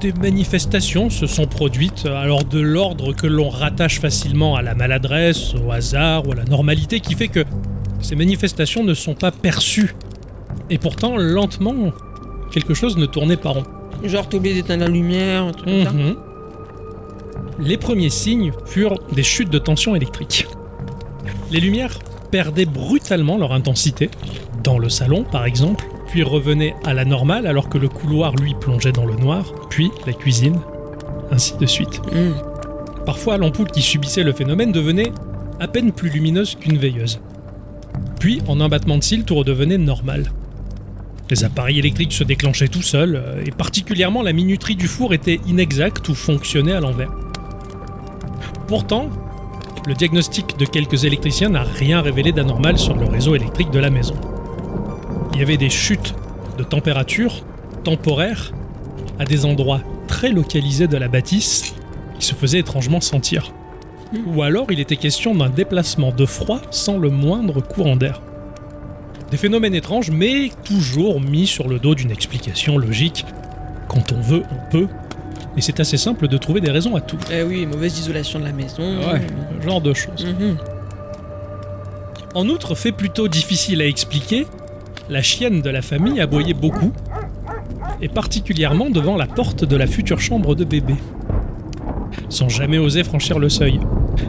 Speaker 3: des manifestations se sont produites, alors de l'ordre que l'on rattache facilement à la maladresse, au hasard ou à la normalité, qui fait que ces manifestations ne sont pas perçues. Et pourtant, lentement, quelque chose ne tournait pas rond.
Speaker 2: Genre, t'as oublié d'éteindre la lumière, un truc comme ça.
Speaker 3: Mhm. Les premiers signes furent des chutes de tension électrique. Les lumières perdaient brutalement leur intensité, dans le salon par exemple, puis revenaient à la normale alors que le couloir lui plongeait dans le noir, puis la cuisine, ainsi de suite.
Speaker 2: Mhm.
Speaker 3: Parfois, l'ampoule qui subissait le phénomène devenait à peine plus lumineuse qu'une veilleuse. Puis, en un battement de cils, tout redevenait normal. Les appareils électriques se déclenchaient tout seuls, euh, et particulièrement la minuterie du four était inexacte ou fonctionnait à l'envers. Pourtant, le diagnostic de quelques électriciens n'a rien révélé d'anormal sur le réseau électrique de la maison. Il y avait des chutes de température temporaires à des endroits très localisés de la bâtisse qui se faisait étrangement sentir. Ou alors il était question d'un déplacement de froid sans le moindre courant d'air. Des phénomènes étranges, mais toujours mis sur le dos d'une explication logique. Quand on veut, on peut. Et c'est assez simple de trouver des raisons à tout.
Speaker 2: Eh oui, mauvaise isolation de la maison.
Speaker 4: Ouais.
Speaker 3: Ce genre de choses.
Speaker 2: Mhm.
Speaker 3: En outre, fait plutôt difficile à expliquer, la chienne de la famille aboyait beaucoup, et particulièrement devant la porte de la future chambre de bébé, sans jamais oser franchir le seuil.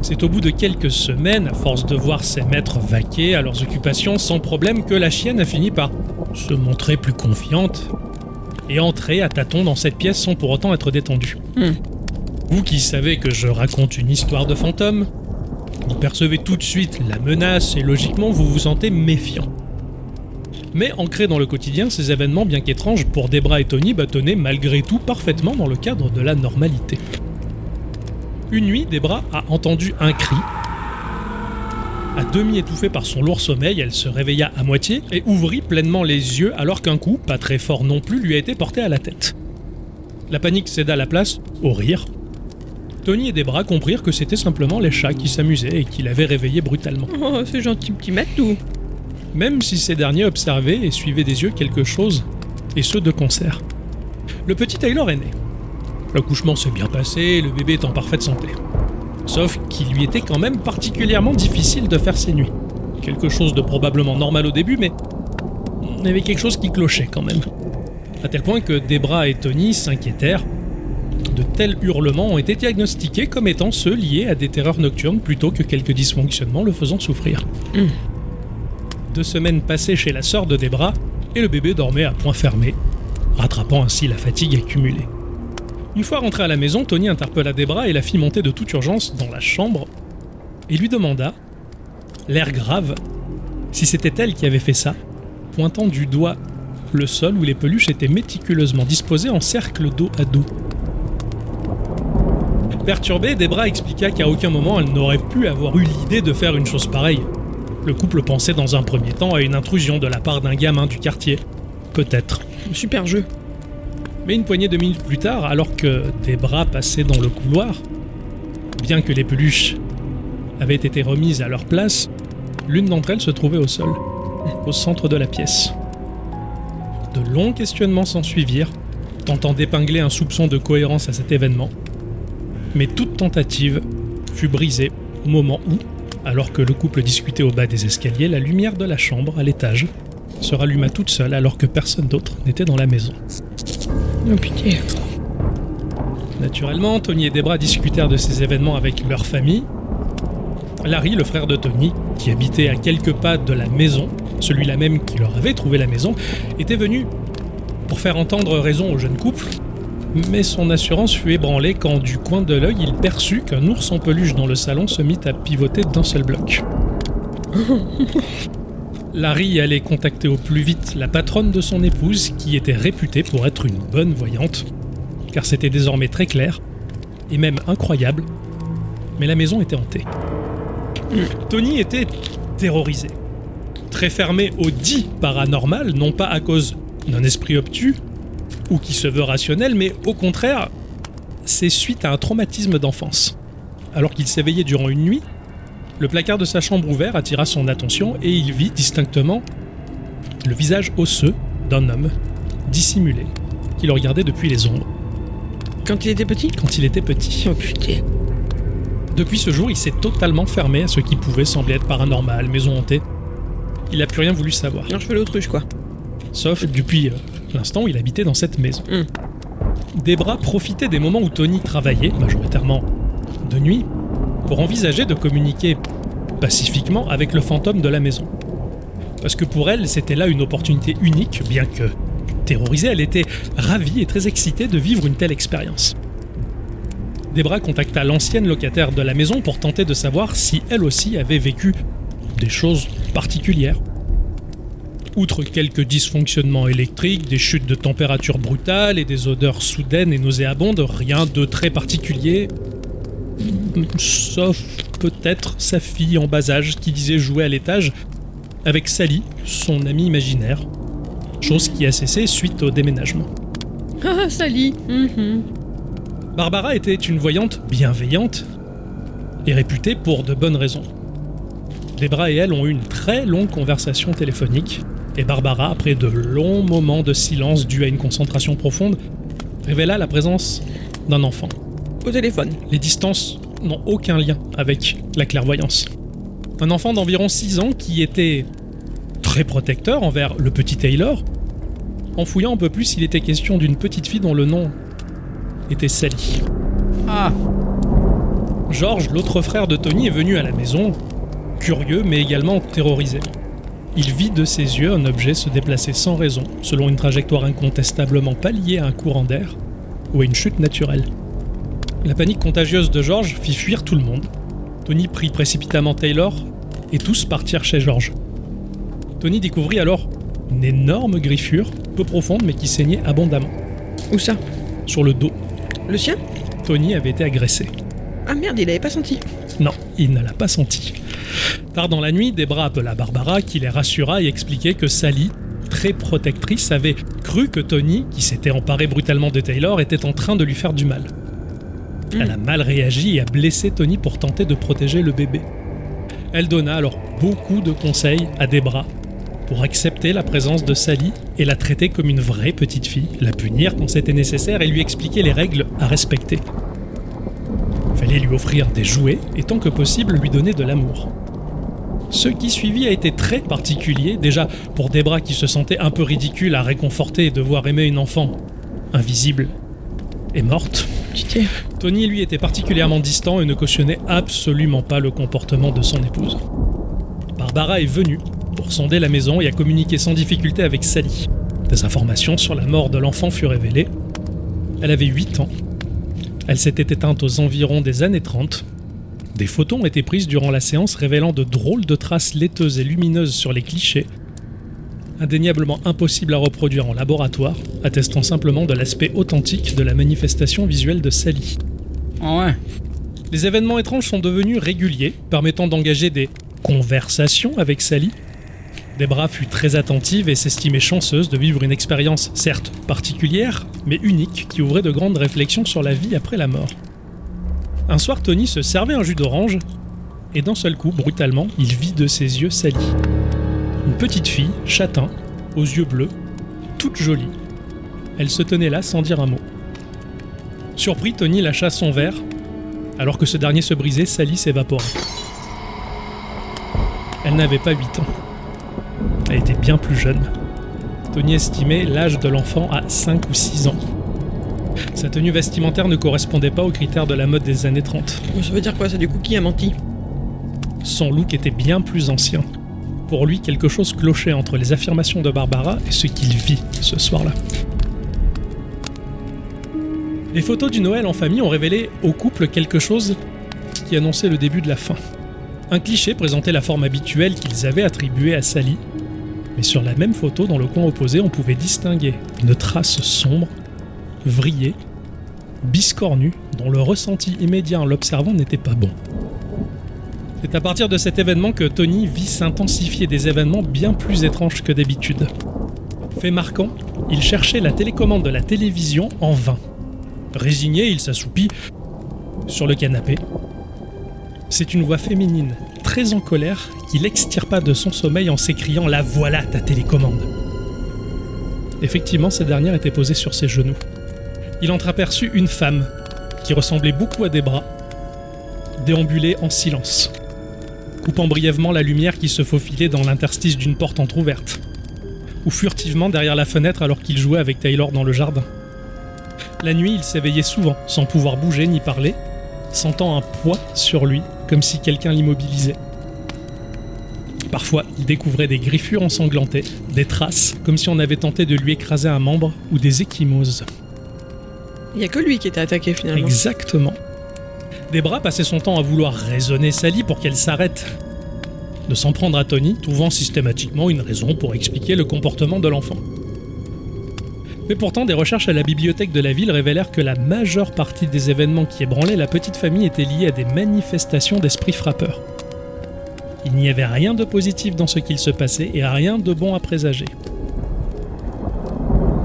Speaker 3: C'est au bout de quelques semaines, à force de voir ses maîtres vaquer à leurs occupations sans problème, que la chienne a fini par se montrer plus confiante et entrer à tâtons dans cette pièce sans pour autant être détendue.
Speaker 2: Hmm.
Speaker 3: Vous qui savez que je raconte une histoire de fantôme, vous percevez tout de suite la menace et logiquement vous vous sentez méfiant. Mais ancré dans le quotidien, ces événements, bien qu'étranges pour Debra et Tony, bâtonnaient malgré tout parfaitement dans le cadre de la normalité. Une nuit, Debra a entendu un cri. À demi étouffée par son lourd sommeil, elle se réveilla à moitié et ouvrit pleinement les yeux alors qu'un coup, pas très fort non plus, lui a été porté à la tête. La panique céda la place au rire, Tony et Debra comprirent que c'était simplement les chats qui s'amusaient et qui l'avaient réveillé brutalement.
Speaker 2: Oh, ce gentil petit matou.
Speaker 3: même si ces derniers observaient et suivaient des yeux quelque chose, et ce de concert. Le petit Taylor est né. L'accouchement s'est bien passé, le bébé est en parfaite santé. Sauf qu'il lui était quand même particulièrement difficile de faire ses nuits. Quelque chose de probablement normal au début, mais il y avait quelque chose qui clochait quand même. À tel point que Debra et Tony s'inquiétèrent. De tels hurlements ont été diagnostiqués comme étant ceux liés à des terreurs nocturnes plutôt que quelques dysfonctionnements le faisant souffrir.
Speaker 2: Hmm.
Speaker 3: Deux semaines passées chez la sœur de Debra, et le bébé dormait à point fermé, rattrapant ainsi la fatigue accumulée. Une fois rentré à la maison, Tony interpella Debra et la fit monter de toute urgence dans la chambre et lui demanda, l'air grave, si c'était elle qui avait fait ça, pointant du doigt le sol où les peluches étaient méticuleusement disposées en cercle dos à dos. Perturbée, Debra expliqua qu'à aucun moment elle n'aurait pu avoir eu l'idée de faire une chose pareille. Le couple pensait dans un premier temps à une intrusion de la part d'un gamin du quartier. Peut-être.
Speaker 2: Super jeu.
Speaker 3: Mais une poignée de minutes plus tard, alors que des bras passaient dans le couloir, bien que les peluches avaient été remises à leur place, l'une d'entre elles se trouvait au sol, au centre de la pièce. De longs questionnements s'ensuivirent, tentant d'épingler un soupçon de cohérence à cet événement. Mais toute tentative fut brisée au moment où, alors que le couple discutait au bas des escaliers, la lumière de la chambre à l'étage se ralluma toute seule alors que personne d'autre n'était dans la maison.
Speaker 2: Oh putain.
Speaker 3: Naturellement, Tony et Debra discutèrent de ces événements avec leur famille. Larry, le frère de Tony, qui habitait à quelques pas de la maison, celui-là même qui leur avait trouvé la maison, était venu pour faire entendre raison au jeune couple, mais son assurance fut ébranlée quand, du coin de l'œil, il perçut qu'un ours en peluche dans le salon se mit à pivoter d'un seul bloc. Larry allait contacter au plus vite la patronne de son épouse, qui était réputée pour être une bonne voyante, car c'était désormais très clair, et même incroyable, mais la maison était hantée. Tony était terrorisé, très fermé au dit paranormal, non pas à cause d'un esprit obtus, ou qui se veut rationnel, mais au contraire, c'est suite à un traumatisme d'enfance. Alors qu'il s'éveillait durant une nuit, le placard de sa chambre ouvert attira son attention et il vit distinctement le visage osseux d'un homme dissimulé qui le regardait depuis les ombres
Speaker 2: Quand il était petit
Speaker 3: quand il était petit.
Speaker 2: Oh putain.
Speaker 3: Depuis ce jour, il s'est totalement fermé à ce qui pouvait sembler être paranormal, maison hantée. Il n'a plus rien voulu savoir.
Speaker 2: Alors je fais l'autruche quoi.
Speaker 3: Sauf depuis euh, l'instant où il habitait dans cette maison. Debra profitait des moments où Tony travaillait, majoritairement de nuit, pour envisager de communiquer pacifiquement avec le fantôme de la maison. Parce que pour elle, c'était là une opportunité unique, bien que terrorisée, elle était ravie et très excitée de vivre une telle expérience. Debra contacta l'ancienne locataire de la maison pour tenter de savoir si elle aussi avait vécu des choses particulières. Outre quelques dysfonctionnements électriques, des chutes de température brutales et des odeurs soudaines et nauséabondes, rien de très particulier. Sauf peut-être sa fille en bas âge qui disait jouer à l'étage avec Sally, son amie imaginaire. Chose qui a cessé suite au déménagement.
Speaker 2: Ah Sally. Mhm.
Speaker 3: Barbara était une voyante bienveillante et réputée pour de bonnes raisons. Debra et elle ont eu une très longue conversation téléphonique, et Barbara, après de longs moments de silence dus à une concentration profonde, révéla la présence d'un enfant.
Speaker 2: Au téléphone.
Speaker 3: Les distances n'ont aucun lien avec la clairvoyance. Un enfant d'environ 6 ans qui était très protecteur envers le petit Taylor. En fouillant un peu plus, il était question d'une petite fille dont le nom était Sally.
Speaker 4: Ah,
Speaker 3: George, l'autre frère de Tony, est venu à la maison, curieux mais également terrorisé. Il vit de ses yeux un objet se déplacer sans raison, selon une trajectoire incontestablement pas liée à un courant d'air ou à une chute naturelle. La panique contagieuse de George fit fuir tout le monde. Tony prit précipitamment Taylor et tous partirent chez George. Tony découvrit alors une énorme griffure, peu profonde mais qui saignait abondamment,
Speaker 2: Où ça
Speaker 3: sur le dos.
Speaker 2: Le sien
Speaker 3: Tony avait été agressé.
Speaker 2: Ah merde, il avait pas senti.
Speaker 3: Non, il ne l'a pas senti. Tard dans la nuit, Debra appela Barbara qui les rassura et expliquait que Sally, très protectrice, avait cru que Tony, qui s'était emparé brutalement de Taylor, était en train de lui faire du mal. Elle a mal réagi et a blessé Tony pour tenter de protéger le bébé. Elle donna alors beaucoup de conseils à Debra pour accepter la présence de Sally et la traiter comme une vraie petite fille, la punir quand c'était nécessaire et lui expliquer les règles à respecter. Fallait lui offrir des jouets et tant que possible lui donner de l'amour. Ce qui suivit a été très particulier, déjà pour Debra qui se sentait un peu ridicule à réconforter et devoir aimer une enfant invisible et morte.
Speaker 2: Putain.
Speaker 3: Tony, lui, était particulièrement distant et ne cautionnait absolument pas le comportement de son épouse. Barbara est venue pour sonder la maison et a communiqué sans difficulté avec Sally. Des informations sur la mort de l'enfant furent révélées. Elle avait 8 ans. Elle s'était éteinte aux environs des années 30. Des photos ont été prises durant la séance révélant de drôles de traces laiteuses et lumineuses sur les clichés, indéniablement impossible à reproduire en laboratoire, attestant simplement de l'aspect authentique de la manifestation visuelle de Sally.
Speaker 4: Ah ouais.
Speaker 3: Les événements étranges sont devenus réguliers, permettant d'engager des conversations avec Sally. Debra fut très attentive et s'estimait chanceuse de vivre une expérience, certes particulière, mais unique, qui ouvrait de grandes réflexions sur la vie après la mort. Un soir, Tony se servait un jus d'orange, et d'un seul coup, brutalement, il vit de ses yeux Sally. Une petite fille, châtain, aux yeux bleus, toute jolie. Elle se tenait là sans dire un mot. Surpris, Tony lâcha son verre. Alors que ce dernier se brisait, Sally s'évapora. Elle n'avait pas 8 ans. Elle était bien plus jeune. Tony estimait l'âge de l'enfant à 5 ou 6 ans. Sa tenue vestimentaire ne correspondait pas aux critères de la mode des années 30.
Speaker 2: Ça veut dire quoi ça du coup qui a menti
Speaker 3: Son look était bien plus ancien. Pour lui, quelque chose clochait entre les affirmations de Barbara et ce qu'il vit ce soir-là. Les photos du Noël en famille ont révélé au couple quelque chose qui annonçait le début de la fin. Un cliché présentait la forme habituelle qu'ils avaient attribuée à Sally, mais sur la même photo, dans le coin opposé, on pouvait distinguer une trace sombre, vrillée, biscornue, dont le ressenti immédiat en l'observant n'était pas bon. C'est à partir de cet événement que Tony vit s'intensifier des événements bien plus étranges que d'habitude. Fait marquant, il cherchait la télécommande de la télévision en vain. Résigné, il s'assoupit sur le canapé. C'est une voix féminine, très en colère, qui l'extirpa de son sommeil en s'écriant La voilà ta télécommande Effectivement, cette dernière était posée sur ses genoux. Il entreaperçut une femme, qui ressemblait beaucoup à des bras, déambuler en silence, coupant brièvement la lumière qui se faufilait dans l'interstice d'une porte entr'ouverte, ou furtivement derrière la fenêtre alors qu'il jouait avec Taylor dans le jardin. La nuit, il s'éveillait souvent, sans pouvoir bouger ni parler, sentant un poids sur lui, comme si quelqu'un l'immobilisait. Parfois, il découvrait des griffures ensanglantées, des traces, comme si on avait tenté de lui écraser un membre, ou des échymoses.
Speaker 2: Il y a que lui qui était attaqué finalement.
Speaker 3: Exactement. Debra passait son temps à vouloir raisonner Sally pour qu'elle s'arrête. De s'en prendre à Tony, trouvant systématiquement une raison pour expliquer le comportement de l'enfant. Mais pourtant, des recherches à la bibliothèque de la ville révélèrent que la majeure partie des événements qui ébranlaient la petite famille étaient liés à des manifestations d'esprit frappeur. Il n'y avait rien de positif dans ce qu'il se passait et rien de bon à présager.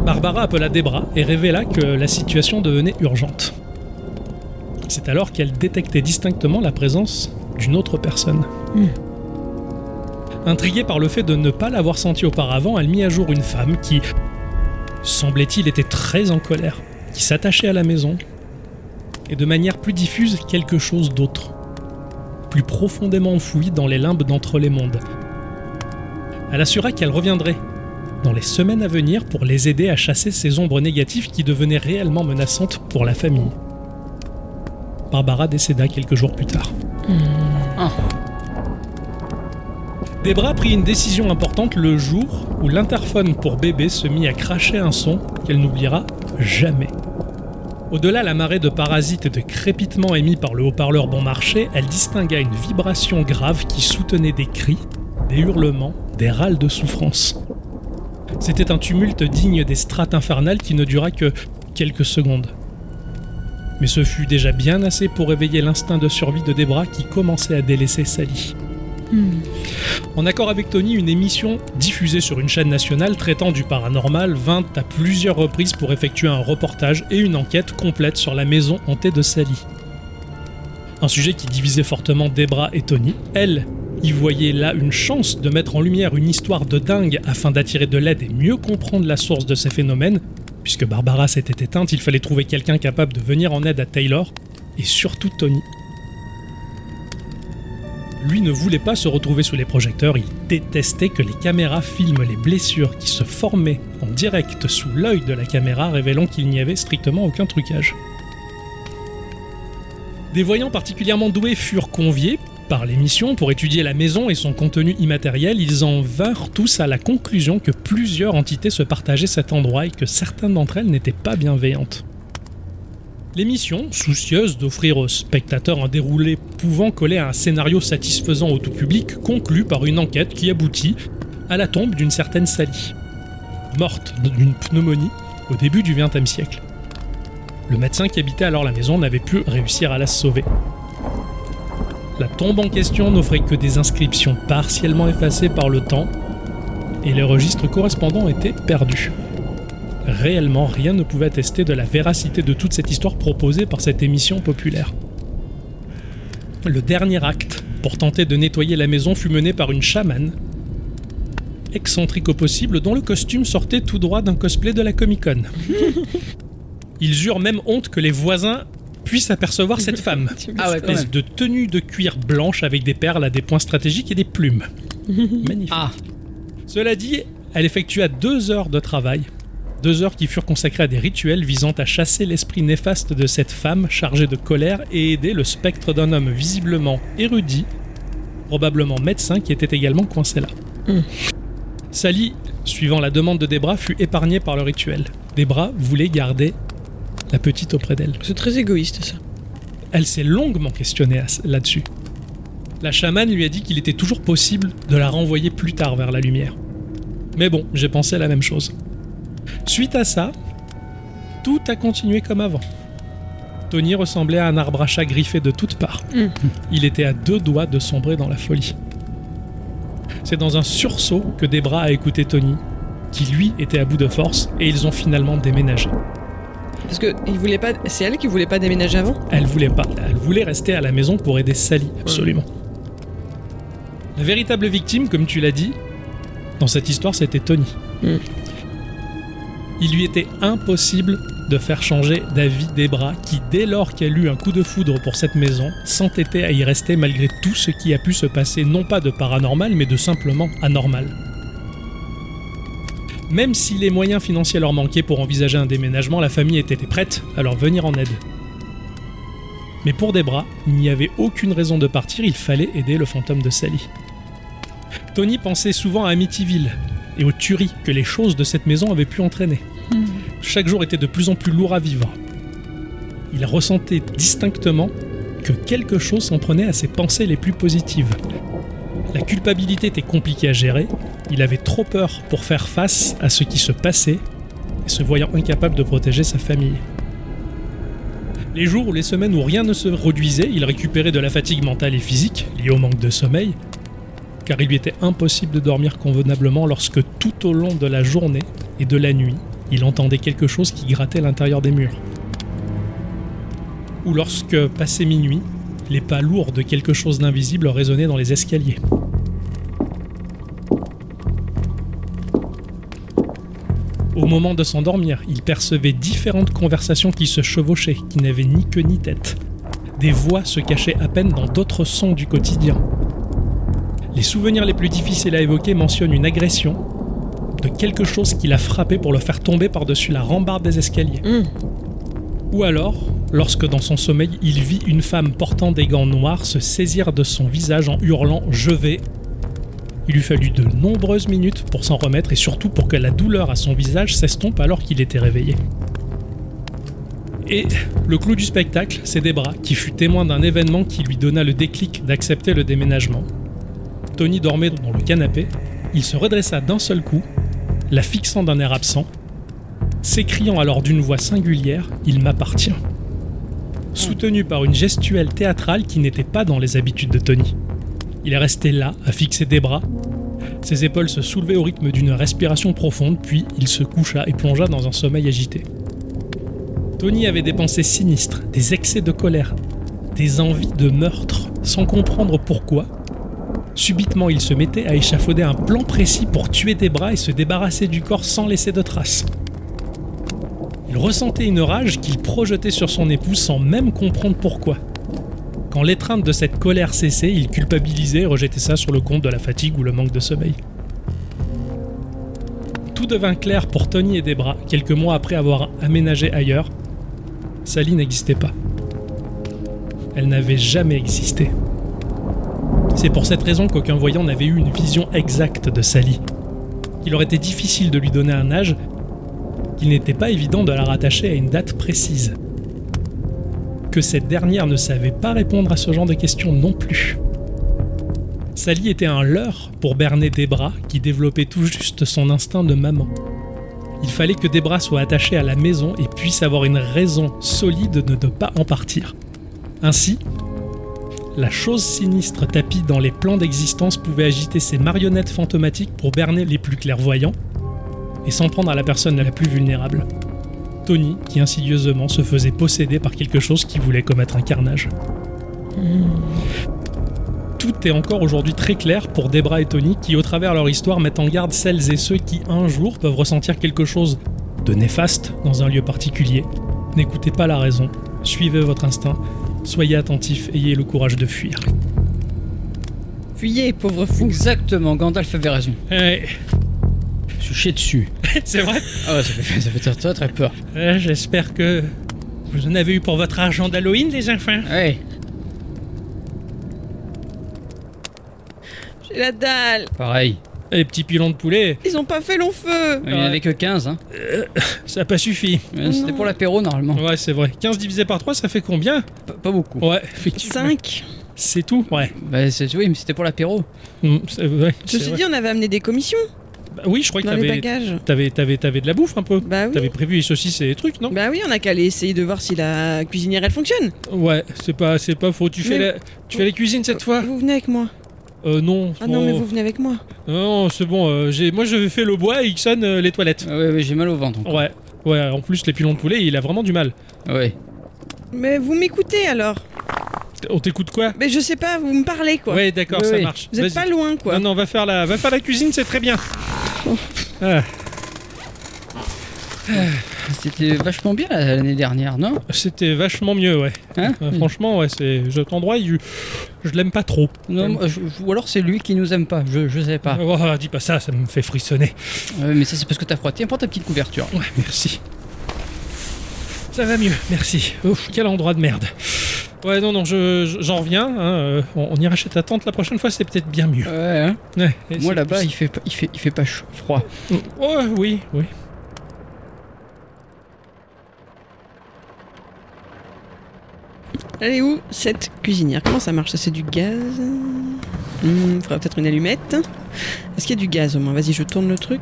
Speaker 3: Barbara appela Debra et révéla que la situation devenait urgente. C'est alors qu'elle détectait distinctement la présence d'une autre personne.
Speaker 2: Hmm.
Speaker 3: Intriguée par le fait de ne pas l'avoir sentie auparavant, elle mit à jour une femme qui, semblait-il, était très en colère, qui s'attachait à la maison, et de manière plus diffuse, quelque chose d'autre, plus profondément enfoui dans les limbes d'entre les mondes. Elle assura qu'elle reviendrait dans les semaines à venir pour les aider à chasser ces ombres négatives qui devenaient réellement menaçantes pour la famille. Barbara décéda quelques jours plus tard.
Speaker 4: Ah.
Speaker 3: Debra prit une décision importante le jour où l'interphone pour bébé se mit à cracher un son qu'elle n'oubliera jamais. Au-delà la marée de parasites et de crépitements émis par le haut-parleur bon marché, elle distingua une vibration grave qui soutenait des cris, des hurlements, des râles de souffrance. C'était un tumulte digne des strates infernales qui ne dura que quelques secondes. Mais ce fut déjà bien assez pour éveiller l'instinct de survie de Debra qui commençait à délaisser Sally. En accord avec Tony, une émission diffusée sur une chaîne nationale traitant du paranormal vint à plusieurs reprises pour effectuer un reportage et une enquête complète sur la maison hantée de Sally. Un sujet qui divisait fortement Debra et Tony, elle Il voyait là une chance de mettre en lumière une histoire de dingue afin d'attirer de l'aide et mieux comprendre la source de ces phénomènes. Puisque Barbara s'était éteinte, il fallait trouver quelqu'un capable de venir en aide à Taylor et surtout Tony. Lui ne voulait pas se retrouver sous les projecteurs, il détestait que les caméras filment les blessures qui se formaient en direct sous l'œil de la caméra, révélant qu'il n'y avait strictement aucun trucage. Des voyants particulièrement doués furent conviés par l'émission pour étudier la maison et son contenu immatériel. Ils en vinrent tous à la conclusion que plusieurs entités se partageaient cet endroit et que certaines d'entre elles n'étaient pas bienveillantes. L'émission, soucieuse d'offrir aux spectateurs un déroulé pouvant coller à un scénario satisfaisant au tout public, conclut par une enquête qui aboutit à la tombe d'une certaine Sally, morte d'une pneumonie au début du XXe siècle. Le médecin qui habitait alors la maison n'avait pu réussir à la sauver. La tombe en question n'offrait que des inscriptions partiellement effacées par le temps, et les registres correspondants étaient perdus. Réellement, rien ne pouvait attester de la véracité de toute cette histoire proposée par cette émission populaire. Le dernier acte, pour tenter de nettoyer la maison, fut mené par une chamane, excentrique au possible, dont le costume sortait tout droit d'un cosplay de la Comic-Con. Ils eurent même honte que les voisins puissent apercevoir cette femme.
Speaker 4: Ah ouais, quand
Speaker 3: Espèce
Speaker 4: même.
Speaker 3: de tenue de cuir blanche avec des perles à des points stratégiques et des plumes. Magnifique.
Speaker 4: Ah,
Speaker 3: Cela dit, elle effectua deux heures de travail. Deux heures qui furent consacrées à des rituels visant à chasser l'esprit néfaste de cette femme chargée de colère et aider le spectre d'un homme visiblement érudit, probablement médecin, qui était également coincé là.
Speaker 2: Hmm.
Speaker 3: Sally, suivant la demande de Debra, fut épargnée par le rituel. Debra voulait garder la petite auprès d'elle.
Speaker 2: C'est très égoïste ça.
Speaker 3: Elle s'est longuement questionnée à- là-dessus. La chamane lui a dit qu'il était toujours possible de la renvoyer plus tard vers la lumière. Mais bon, j'ai pensé à la même chose. Suite à ça, tout a continué comme avant. Tony ressemblait à un arbre à chat griffé de toutes parts.
Speaker 2: Mm.
Speaker 3: Il était à deux doigts de sombrer dans la folie. C'est dans un sursaut que Debra a écouté Tony, qui lui était à bout de force, et ils ont finalement déménagé.
Speaker 2: Parce que il voulait pas. C'est elle qui voulait pas déménager avant.
Speaker 3: Elle voulait pas. Elle voulait rester à la maison pour aider Sally, absolument. La véritable victime, comme tu l'as dit, dans cette histoire, c'était Tony.
Speaker 2: Mm.
Speaker 3: Il lui était impossible de faire changer d'avis Debra, qui, dès lors qu'elle eut un coup de foudre pour cette maison, s'entêtait à y rester malgré tout ce qui a pu se passer, non pas de paranormal, mais de simplement anormal. Même si les moyens financiers leur manquaient pour envisager un déménagement, la famille était prête à leur venir en aide. Mais pour Debra, il n'y avait aucune raison de partir, il fallait aider le fantôme de Sally. Tony pensait souvent à Amityville et aux tueries que les choses de cette maison avaient pu entraîner. Chaque jour était de plus en plus lourd à vivre. Il ressentait distinctement que quelque chose s'en prenait à ses pensées les plus positives. La culpabilité était compliquée à gérer, il avait trop peur pour faire face à ce qui se passait et se voyant incapable de protéger sa famille. Les jours ou les semaines où rien ne se reduisait, il récupérait de la fatigue mentale et physique liée au manque de sommeil, car il lui était impossible de dormir convenablement lorsque tout au long de la journée et de la nuit, il entendait quelque chose qui grattait l'intérieur des murs. Ou lorsque, passé minuit, les pas lourds de quelque chose d'invisible résonnaient dans les escaliers. Au moment de s'endormir, il percevait différentes conversations qui se chevauchaient, qui n'avaient ni queue ni tête. Des voix se cachaient à peine dans d'autres sons du quotidien. Les souvenirs les plus difficiles à évoquer mentionnent une agression de quelque chose qui l'a frappé pour le faire tomber par-dessus la rambarde des escaliers.
Speaker 2: Mmh.
Speaker 3: Ou alors, lorsque dans son sommeil, il vit une femme portant des gants noirs se saisir de son visage en hurlant ⁇ Je vais !⁇ Il lui fallut de nombreuses minutes pour s'en remettre et surtout pour que la douleur à son visage s'estompe alors qu'il était réveillé. Et le clou du spectacle, c'est Debra, qui fut témoin d'un événement qui lui donna le déclic d'accepter le déménagement. Tony dormait dans le canapé, il se redressa d'un seul coup, la fixant d'un air absent, s'écriant alors d'une voix singulière Il m'appartient. Soutenu par une gestuelle théâtrale qui n'était pas dans les habitudes de Tony. Il est resté là, à fixer des bras. Ses épaules se soulevaient au rythme d'une respiration profonde, puis il se coucha et plongea dans un sommeil agité. Tony avait des pensées sinistres, des excès de colère, des envies de meurtre, sans comprendre pourquoi, Subitement, il se mettait à échafauder un plan précis pour tuer des bras et se débarrasser du corps sans laisser de traces. Il ressentait une rage qu'il projetait sur son épouse sans même comprendre pourquoi. Quand l'étreinte de cette colère cessait, il culpabilisait et rejetait ça sur le compte de la fatigue ou le manque de sommeil. Tout devint clair pour Tony et Debra quelques mois après avoir aménagé ailleurs. Sally n'existait pas. Elle n'avait jamais existé. C'est pour cette raison qu'aucun voyant n'avait eu une vision exacte de Sally. Il aurait été difficile de lui donner un âge, qu'il n'était pas évident de la rattacher à une date précise. Que cette dernière ne savait pas répondre à ce genre de questions non plus. Sally était un leurre pour berner Debra, qui développait tout juste son instinct de maman. Il fallait que Debra soit attachée à la maison et puisse avoir une raison solide de ne pas en partir. Ainsi, la chose sinistre tapie dans les plans d'existence pouvait agiter ses marionnettes fantomatiques pour berner les plus clairvoyants et s'en prendre à la personne la plus vulnérable. Tony, qui insidieusement se faisait posséder par quelque chose qui voulait commettre un carnage. Hmm. Tout est encore aujourd'hui très clair pour Debra et Tony qui, au travers de leur histoire, mettent en garde celles et ceux qui, un jour, peuvent ressentir quelque chose de néfaste dans un lieu particulier. N'écoutez pas la raison, suivez votre instinct, soyez attentifs, ayez le courage de fuir.
Speaker 2: Fuyez, pauvre fou.
Speaker 4: Exactement, Gandalf avait raison.
Speaker 3: Eh,
Speaker 4: Je suis chié dessus.
Speaker 3: c'est vrai
Speaker 4: Ah ouais, ça fait, ça fait très, très, très peur.
Speaker 3: Euh, J'espère que vous en avez eu pour votre argent d'Halloween, les enfants.
Speaker 4: Ouais.
Speaker 2: J'ai la dalle.
Speaker 4: Pareil.
Speaker 3: Les petits pilons de poulet,
Speaker 2: Ils ont pas fait long feu.
Speaker 4: Il n'y en avait que 15, hein.
Speaker 3: ça n'a pas suffi.
Speaker 4: Mais C'était pour l'apéro, normalement.
Speaker 3: Ouais, c'est vrai. 15 divisé par 3, ça fait combien
Speaker 4: P- Pas beaucoup.
Speaker 3: Ouais, effectivement.
Speaker 2: 5.
Speaker 3: C'est tout Ouais.
Speaker 4: Bah, c'est- oui, mais c'était pour l'apéro.
Speaker 3: Mm, c'est vrai, c'est
Speaker 2: Ceci
Speaker 3: vrai.
Speaker 2: dit, on avait amené des commissions
Speaker 3: Bah oui, je crois que
Speaker 2: dans les
Speaker 3: t'avais
Speaker 2: bagages.
Speaker 3: t'avais- t'avais- t'avais de la bouffe un peu.
Speaker 2: Bah oui.
Speaker 3: T'avais prévu les saucisses et les trucs, non
Speaker 2: Bah oui, on a qu'à aller essayer de voir si la cuisinière elle fonctionne.
Speaker 3: Ouais, c'est pas, c'est pas faux. Tu fais,
Speaker 2: Mais-
Speaker 3: la, tu fais les cuisines cette fois
Speaker 2: Vous venez avec moi.
Speaker 3: Euh, non.
Speaker 2: Ah non, mais
Speaker 3: bon.
Speaker 2: vous venez avec moi.
Speaker 3: Non, c'est bon. euh, j'ai- moi, je fais le bois et Ixon euh, les toilettes.
Speaker 4: Ah Ouais, ouais, j'ai mal au ventre.
Speaker 3: Ouais. Ouais, en plus, les pilons de poulet, il a vraiment du mal.
Speaker 4: Ouais.
Speaker 2: Mais vous m'écoutez alors.
Speaker 3: On t'écoute quoi
Speaker 2: Mais je sais pas, vous me parlez quoi.
Speaker 3: Ouais, d'accord,
Speaker 4: Oui,
Speaker 3: ça
Speaker 4: oui.
Speaker 3: marche.
Speaker 2: Vous êtes
Speaker 3: Vas-y.
Speaker 2: pas loin quoi.
Speaker 3: Non, non, va faire la, va faire la cuisine, c'est très bien. Ah,
Speaker 4: C'était vachement bien là, l'année dernière, non
Speaker 3: C'était vachement mieux, ouais.
Speaker 4: Hein
Speaker 3: Ouais, Euh, Franchement, ouais, c'est cet endroit, il- je l'aime pas trop.
Speaker 4: Non, moi, je- je- Ou alors c'est lui qui nous aime pas, je, je sais pas.
Speaker 3: Oh, dis pas ça, ça me fait frissonner.
Speaker 4: Ouais, mais ça, c'est parce que t'as froid. Tiens, prends ta petite couverture.
Speaker 3: Ouais, merci. Ça va mieux, merci. Ouf, quel endroit de merde. Ouais, non, non, je- je- j'en reviens. hein, euh, on, on ira chez ta tante la prochaine fois, c'est peut-être bien mieux.
Speaker 4: Ouais, hein.
Speaker 3: Ouais, et
Speaker 4: Moi
Speaker 3: c'est
Speaker 4: là-bas,
Speaker 3: plus-
Speaker 4: il fait, pas- il, fait, il fait pas chaud- froid.
Speaker 3: Oh, oui, oui.
Speaker 2: Elle est où cette cuisinière Comment ça marche Ça c'est du gaz Il Faudrait peut-être une allumette. Est-ce qu'il y a du gaz au moins Vas-y, je tourne le truc.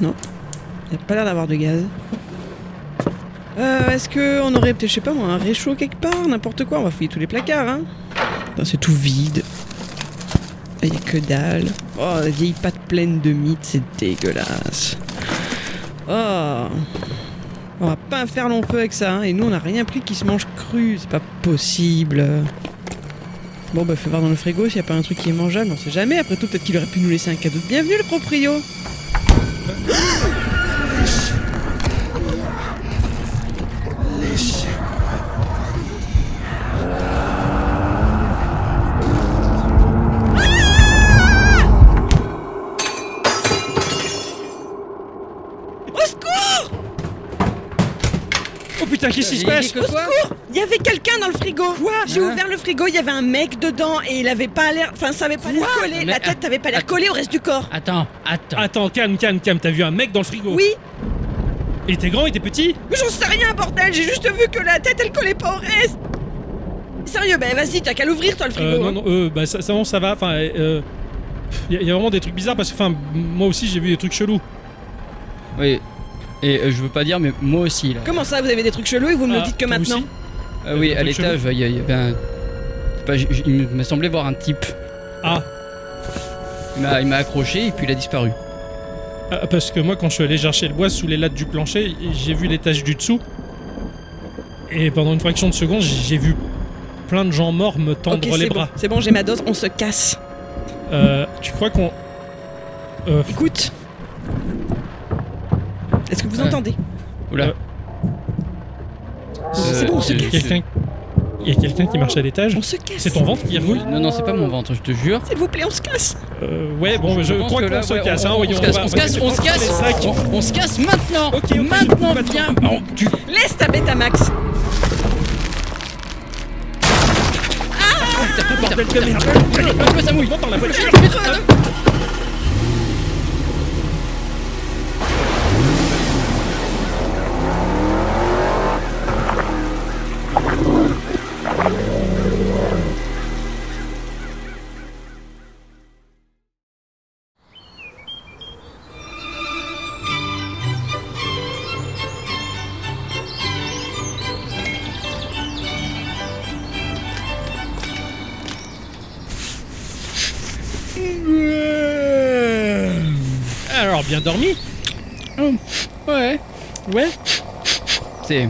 Speaker 2: Non. Il n'y a pas l'air d'avoir de gaz. Euh, Est-ce qu'on aurait peut-être, je sais pas, moi, un réchaud quelque part N'importe quoi, on va fouiller tous les placards. Hein. Putain, C'est tout vide. Ah, Il n'y a que dalle. Oh, la vieille pâte pleine de mythes, c'est dégueulasse. Oh. On va pas faire long feu avec ça, hein, et nous on n'a rien pris qui se mange cru, c'est pas possible. Bon bah fais voir dans le frigo s'il y a pas un truc qui est mangeable, on sait jamais, après tout peut-être qu'il aurait pu nous laisser un cadeau de bienvenue le proprio. Au secours
Speaker 3: Oh putain, qu'est-ce qui se passe
Speaker 4: que toi
Speaker 2: Il y avait quelqu'un dans le frigo. J'ai
Speaker 3: Hein
Speaker 2: ouvert le frigo, il y avait un mec dedans et il avait pas l'air. Enfin, ça avait pas l'air collé.
Speaker 4: Mais,
Speaker 2: La tête avait pas l'air collée au reste du corps.
Speaker 4: Attends, attends.
Speaker 3: Attends, calme, calme, calme, t'as vu un mec dans le frigo
Speaker 2: Oui,
Speaker 3: Il était grand, il était petit
Speaker 2: mais j'en sais rien, bordel. J'ai juste vu que la tête elle collait pas au reste. Sérieux, ben vas-y, t'as qu'à l'ouvrir toi le frigo. hein.
Speaker 3: Euh, non, non, euh, bah, ça, ça, non, ça va. Enfin, il y, a- y a vraiment des trucs bizarres parce que, enfin, moi aussi j'ai vu des trucs chelous.
Speaker 4: Oui. Et euh, je veux pas dire, mais moi aussi là.
Speaker 2: Comment ça, vous avez des trucs chelous et vous me
Speaker 3: Ah,
Speaker 2: le dites que
Speaker 3: toi
Speaker 2: maintenant
Speaker 3: aussi
Speaker 4: Euh, oui,
Speaker 3: Euh,
Speaker 4: à
Speaker 3: des trucs
Speaker 4: l'étage, il y, a- il y avait un. je sais Ben, pas, j- j- il me semblait voir un type.
Speaker 3: Ah,
Speaker 4: Il m'a il m'a accroché et puis il a disparu.
Speaker 3: euh, parce que moi quand je suis allé chercher le bois sous les lattes du plancher, j'ai vu l'étage du dessous. Et pendant une fraction de seconde, j'ai vu plein de gens morts me tendre
Speaker 2: Ok,
Speaker 3: les
Speaker 2: c'est bon,
Speaker 3: bras.
Speaker 2: c'est bon, j'ai ma dose, on se casse.
Speaker 3: Euh, tu crois qu'on. Euh,
Speaker 2: Écoute. Est-ce que vous
Speaker 4: Ouais.
Speaker 2: entendez
Speaker 4: Oula.
Speaker 3: Euh,
Speaker 4: Euh,
Speaker 2: C'est bon, on se
Speaker 3: il y a
Speaker 2: casse.
Speaker 3: quelqu'un. Il y a quelqu'un qui marche à l'étage.
Speaker 2: On se casse.
Speaker 3: C'est ton ventre qui
Speaker 4: Oui,
Speaker 3: rouille
Speaker 4: non, non, c'est pas mon ventre, je te jure.
Speaker 2: S'il vous plaît, on se casse.
Speaker 3: Euh, ouais, bon, je,
Speaker 4: pense
Speaker 3: crois
Speaker 4: que
Speaker 3: qu'on
Speaker 4: là,
Speaker 3: se
Speaker 4: ouais,
Speaker 3: casse. hein,
Speaker 4: on,
Speaker 3: voyons,
Speaker 4: on se casse,
Speaker 3: va-
Speaker 4: on se casse, on se casse,
Speaker 3: prendre les sacs.
Speaker 4: on, on se casse maintenant.
Speaker 3: Ok, ok,
Speaker 4: maintenant,
Speaker 3: pas de
Speaker 4: viens.
Speaker 3: problème.
Speaker 4: Non, tu-
Speaker 2: Laisse ta bête à Max.
Speaker 3: Bordel de merde
Speaker 4: Fais-le, ça mouille.
Speaker 3: Monte dans la voiture Alors, bien dormi
Speaker 4: Ouais.
Speaker 3: Ouais
Speaker 4: C'est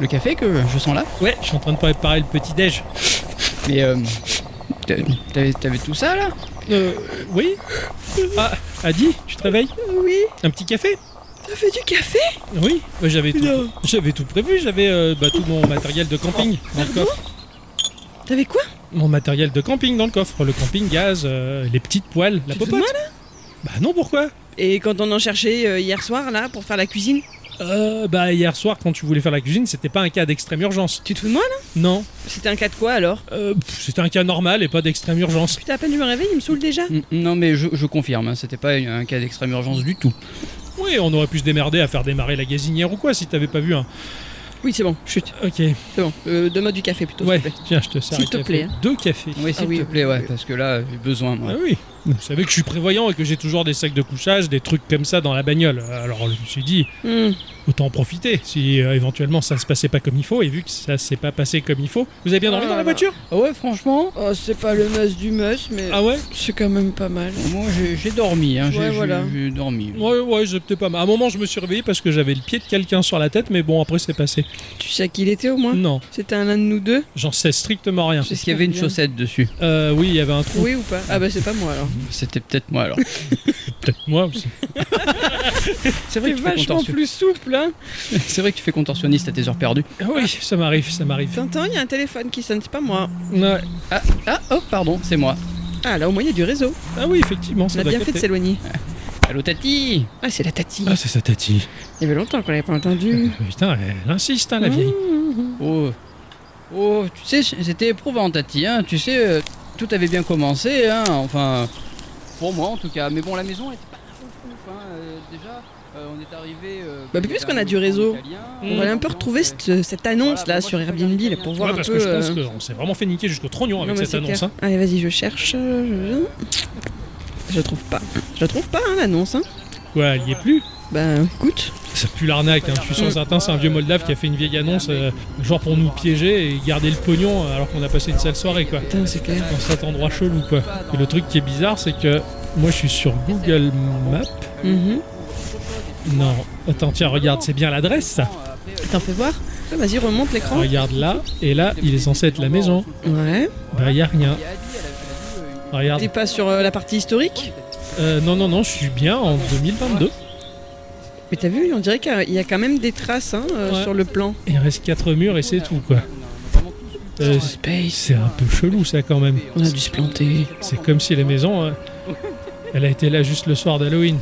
Speaker 4: le café que je sens là.
Speaker 3: Ouais, je suis en train de préparer le petit-déj.
Speaker 4: Mais euh, t'a- t'avais, t'avais tout ça là
Speaker 3: Euh, oui Ah, Adi, tu te réveilles
Speaker 2: Oui,
Speaker 3: Un petit café
Speaker 2: ça fait du café
Speaker 3: Oui, bah, j'avais tout,
Speaker 2: Non.
Speaker 3: j'avais tout prévu, j'avais euh, bah, tout mon matériel de camping dans
Speaker 2: Ah
Speaker 3: le coffre.
Speaker 2: T'avais quoi
Speaker 3: Mon matériel de camping dans le coffre, le camping gaz, euh, les petites poêles, la
Speaker 2: Tu te
Speaker 3: popote. Bah non, pourquoi
Speaker 2: Et quand on en cherchait euh, hier soir, là, pour faire la cuisine,
Speaker 3: euh, Bah hier soir, quand tu voulais faire la cuisine, c'était pas un cas d'extrême urgence.
Speaker 2: tu te fous de moi, là
Speaker 3: Non,
Speaker 2: C'était un cas de quoi, alors
Speaker 3: euh, pff, c'était un cas normal et pas d'extrême urgence.
Speaker 2: Putain, à peine je me réveille, il me saoule déjà.
Speaker 4: Mm, Non, mais je, je confirme, hein, c'était pas un cas d'extrême urgence du tout.
Speaker 3: Oui, on aurait pu se démerder à faire démarrer la gazinière ou quoi si t'avais pas vu un.
Speaker 2: Oui, c'est bon, chut.
Speaker 3: Ok,
Speaker 2: C'est bon, euh, donne-moi du café, plutôt,
Speaker 3: ouais,
Speaker 2: s'il te plaît.
Speaker 3: tiens, je te sers
Speaker 2: S'il
Speaker 3: un
Speaker 2: te
Speaker 3: café.
Speaker 2: plaît, hein.
Speaker 3: Deux cafés.
Speaker 4: Oui, s'il
Speaker 2: oui,
Speaker 4: te plaît, ouais,
Speaker 2: oui.
Speaker 4: parce que là, j'ai besoin. Moi.
Speaker 3: Ah oui, vous savez que je suis prévoyant et que j'ai toujours des sacs de couchage, des trucs comme ça dans la bagnole. Alors je me suis dit,
Speaker 2: Hmm.
Speaker 3: autant en profiter si euh, éventuellement ça se passait pas comme il faut. Et vu que ça s'est pas passé comme il faut, vous avez bien dormi
Speaker 2: Ah
Speaker 3: dans la
Speaker 2: là là.
Speaker 3: voiture
Speaker 4: Ah ouais, franchement,
Speaker 2: Oh, c'est pas le mas du mas, mais
Speaker 3: Ah ouais
Speaker 2: c'est quand même pas mal.
Speaker 4: moi j'ai, j'ai dormi. Hein, j'ai,
Speaker 2: Ouais,
Speaker 4: j'ai-
Speaker 2: voilà.
Speaker 4: j'ai dormi.
Speaker 3: Ouais, ouais, c'est peut-être pas mal. À un moment, je me suis réveillé parce que j'avais le pied de quelqu'un sur la tête, mais bon, après c'est passé.
Speaker 2: Tu sais à qui il était, au moins
Speaker 3: Non,
Speaker 2: C'était un l'un de nous deux
Speaker 3: j'en sais strictement rien.
Speaker 4: Est-ce qu'il y avait une
Speaker 2: bien.
Speaker 4: chaussette dessus
Speaker 3: Euh, oui, il y avait un trou.
Speaker 2: Oui ou pas Ah bah c'est pas moi, alors.
Speaker 4: C'était peut-être moi alors.
Speaker 3: Peut-être moi aussi.
Speaker 4: C'est
Speaker 2: T'es
Speaker 4: vrai, que tu fais
Speaker 2: vachement
Speaker 4: contorsion-
Speaker 2: plus souple, hein
Speaker 4: c'est vrai que tu fais contorsionniste à tes heures perdues.
Speaker 3: Ah oui, ça m'arrive, ça m'arrive.
Speaker 2: T'entends, il y a un téléphone qui sonne, c'est pas moi.
Speaker 3: Ouais.
Speaker 4: Ah, ah, oh, pardon, c'est moi.
Speaker 2: Ah, là, au moins, il y a du réseau.
Speaker 3: Ah oui, effectivement,
Speaker 2: On
Speaker 3: ça
Speaker 2: a
Speaker 3: doit
Speaker 2: bien fait de
Speaker 3: capter.
Speaker 2: s'éloigner.
Speaker 4: Allô, Tati
Speaker 2: Ah, c'est la Mmh. tati.
Speaker 3: Ah, c'est sa tati.
Speaker 2: Il y avait longtemps qu'on l'avait pas entendu.
Speaker 3: Putain, elle insiste, hein,
Speaker 2: Mmh.
Speaker 3: la vieille.
Speaker 4: Oh, oh, tu sais, c'était éprouvant, Tati. Hein. Tu sais, euh, tout avait bien commencé, hein. enfin, pour moi en tout cas. Mais bon, la maison était pas ouf, ouf, hein. Euh, déjà. euh, on est arrivé. euh,
Speaker 2: Bah,
Speaker 4: il y
Speaker 2: puisqu'on
Speaker 4: avait
Speaker 2: a
Speaker 4: un
Speaker 2: du réseau,
Speaker 4: italien, euh,
Speaker 2: On va un peu
Speaker 4: l'ambiance,
Speaker 2: retrouver
Speaker 4: euh,
Speaker 2: cette, cette annonce
Speaker 4: Voilà, pour
Speaker 2: là
Speaker 4: moi,
Speaker 2: sur
Speaker 4: je préfère
Speaker 2: Airbnb là,
Speaker 4: quelqu'un
Speaker 2: pour
Speaker 4: qui
Speaker 2: voir
Speaker 3: Ouais,
Speaker 2: un
Speaker 3: parce
Speaker 2: peu.
Speaker 3: que je pense
Speaker 2: euh,
Speaker 3: qu'on s'est vraiment fait niquer jusqu'au trognon
Speaker 2: non,
Speaker 3: avec
Speaker 2: mais
Speaker 3: cette
Speaker 2: c'est
Speaker 3: annonce. hein.
Speaker 2: clair. Allez, vas-y, je cherche. Je... je trouve pas. Je trouve pas hein, l'annonce. Hein.
Speaker 3: hein. Quoi, il y est plus
Speaker 2: Bah écoute,
Speaker 3: Ça pue l'arnaque, hein. je suis sûr et certain, c'est un vieux Moldave qui a fait une vieille annonce, euh, genre pour nous piéger et garder le pognon euh, alors qu'on a passé une sale soirée, quoi.
Speaker 2: putain, c'est clair.
Speaker 3: Dans cet endroit chelou, quoi. Et le truc qui est bizarre, c'est que moi je suis sur Google Maps.
Speaker 2: Mhm.
Speaker 3: Non, attends, tiens, regarde, c'est bien l'adresse, ça.
Speaker 2: T'en fais voir Ah, Vas-y, remonte l'écran.
Speaker 3: Regarde là, et là, il est censé être la maison.
Speaker 2: Ouais.
Speaker 3: Bah, y a
Speaker 4: Et
Speaker 3: rien.
Speaker 4: Adi, elle a- elle a vu, euh, une-
Speaker 3: Regarde.
Speaker 2: T'es pas sur euh, la partie historique
Speaker 3: Euh, non, non, non, je suis bien en 2022.
Speaker 2: Mais t'as vu, on dirait qu'il y a- il y a quand même des traces hein, euh,
Speaker 3: Ouais.
Speaker 2: sur le plan.
Speaker 3: Il reste quatre murs et c'est tout, quoi. Euh, c'est un peu chelou, ça, quand même.
Speaker 2: On a dû se planter.
Speaker 3: C'est comme si la maison, euh, elle a été là juste le soir d'Halloween.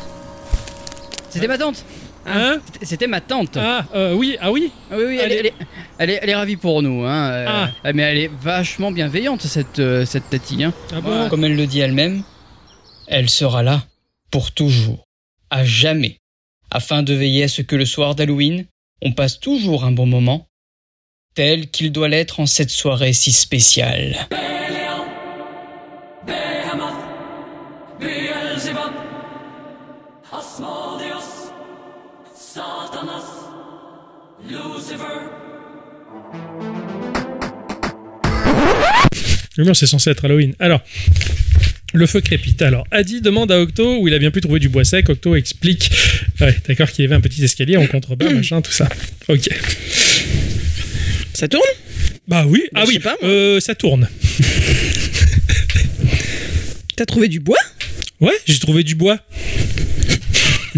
Speaker 4: C'était ma tante
Speaker 3: Hein
Speaker 4: C'était- C'était ma tante
Speaker 3: Ah, euh, oui, ah oui
Speaker 4: Ah Oui, oui, elle, est- elle est, elle, est, elle est ravie pour nous. Hein.
Speaker 2: Ah.
Speaker 4: euh, Mais elle est vachement bienveillante, cette, euh, cette Tati. Hein.
Speaker 3: Ah bon
Speaker 4: Comme elle le dit elle-même, elle sera là pour toujours, à jamais, afin de veiller à ce que le soir d'Halloween, on passe toujours un bon moment, tel qu'il doit l'être en cette soirée si spéciale.
Speaker 7: Beelzebub, Asmodeus, Satanas, Lucifer.
Speaker 3: Le mur, c'est censé être Halloween. Alors, le feu crépite. Alors, Adi demande à Octo où il a bien pu trouver du bois sec. Octo explique. Ouais, d'accord, qu'il y avait un petit escalier en contrebas, machin, tout ça. Ok.
Speaker 2: Ça tourne
Speaker 3: Bah oui,
Speaker 2: Bah,
Speaker 3: ah
Speaker 2: je
Speaker 3: oui,
Speaker 2: sais pas, moi.
Speaker 3: euh, ça tourne.
Speaker 2: T'as trouvé du bois
Speaker 3: Ouais, j'ai trouvé du bois.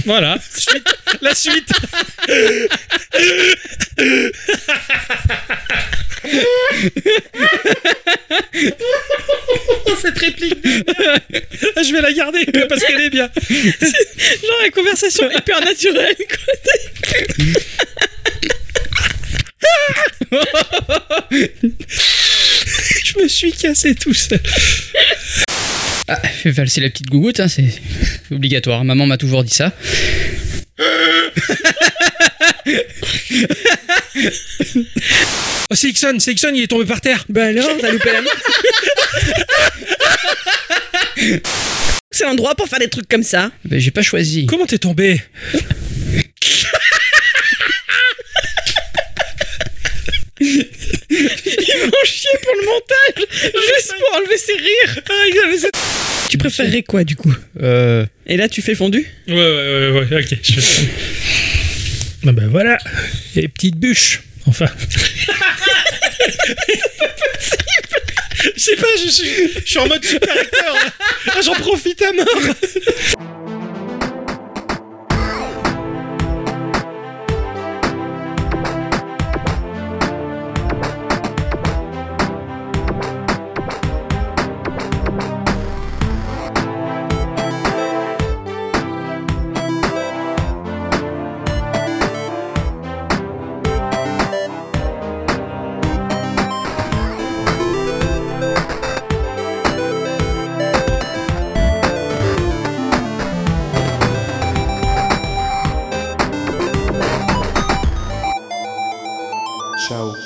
Speaker 3: voilà, Suite. la suite. Cette réplique, Ah, je vais la garder parce qu'elle est bien.
Speaker 2: Genre la conversation hyper naturelle. quoi.
Speaker 3: Je me suis cassé tout seul.
Speaker 4: Ah, fais valser la petite gougoute, hein, c'est obligatoire. Maman m'a toujours dit ça.
Speaker 3: Oh, c'est Ixon, c'est Ixon, il est tombé par terre.
Speaker 2: Bah alors, t'as loupé la main. C'est l'endroit pour faire des trucs comme ça.
Speaker 4: Ben, j'ai pas choisi.
Speaker 3: Comment t'es tombé
Speaker 2: Ils m'ont chié pour le montage, juste pour enlever ses rires. Tu préférerais quoi du coup
Speaker 4: Euh,
Speaker 2: Et là, tu fais fondu
Speaker 3: Ouais, ouais, ouais, ouais, ok. je- Ah ben voilà, et petite bûche, enfin. Je sais pas, je suis, je suis en mode super acteur. là. Ah, J'en profite à mort.
Speaker 8: Ciao.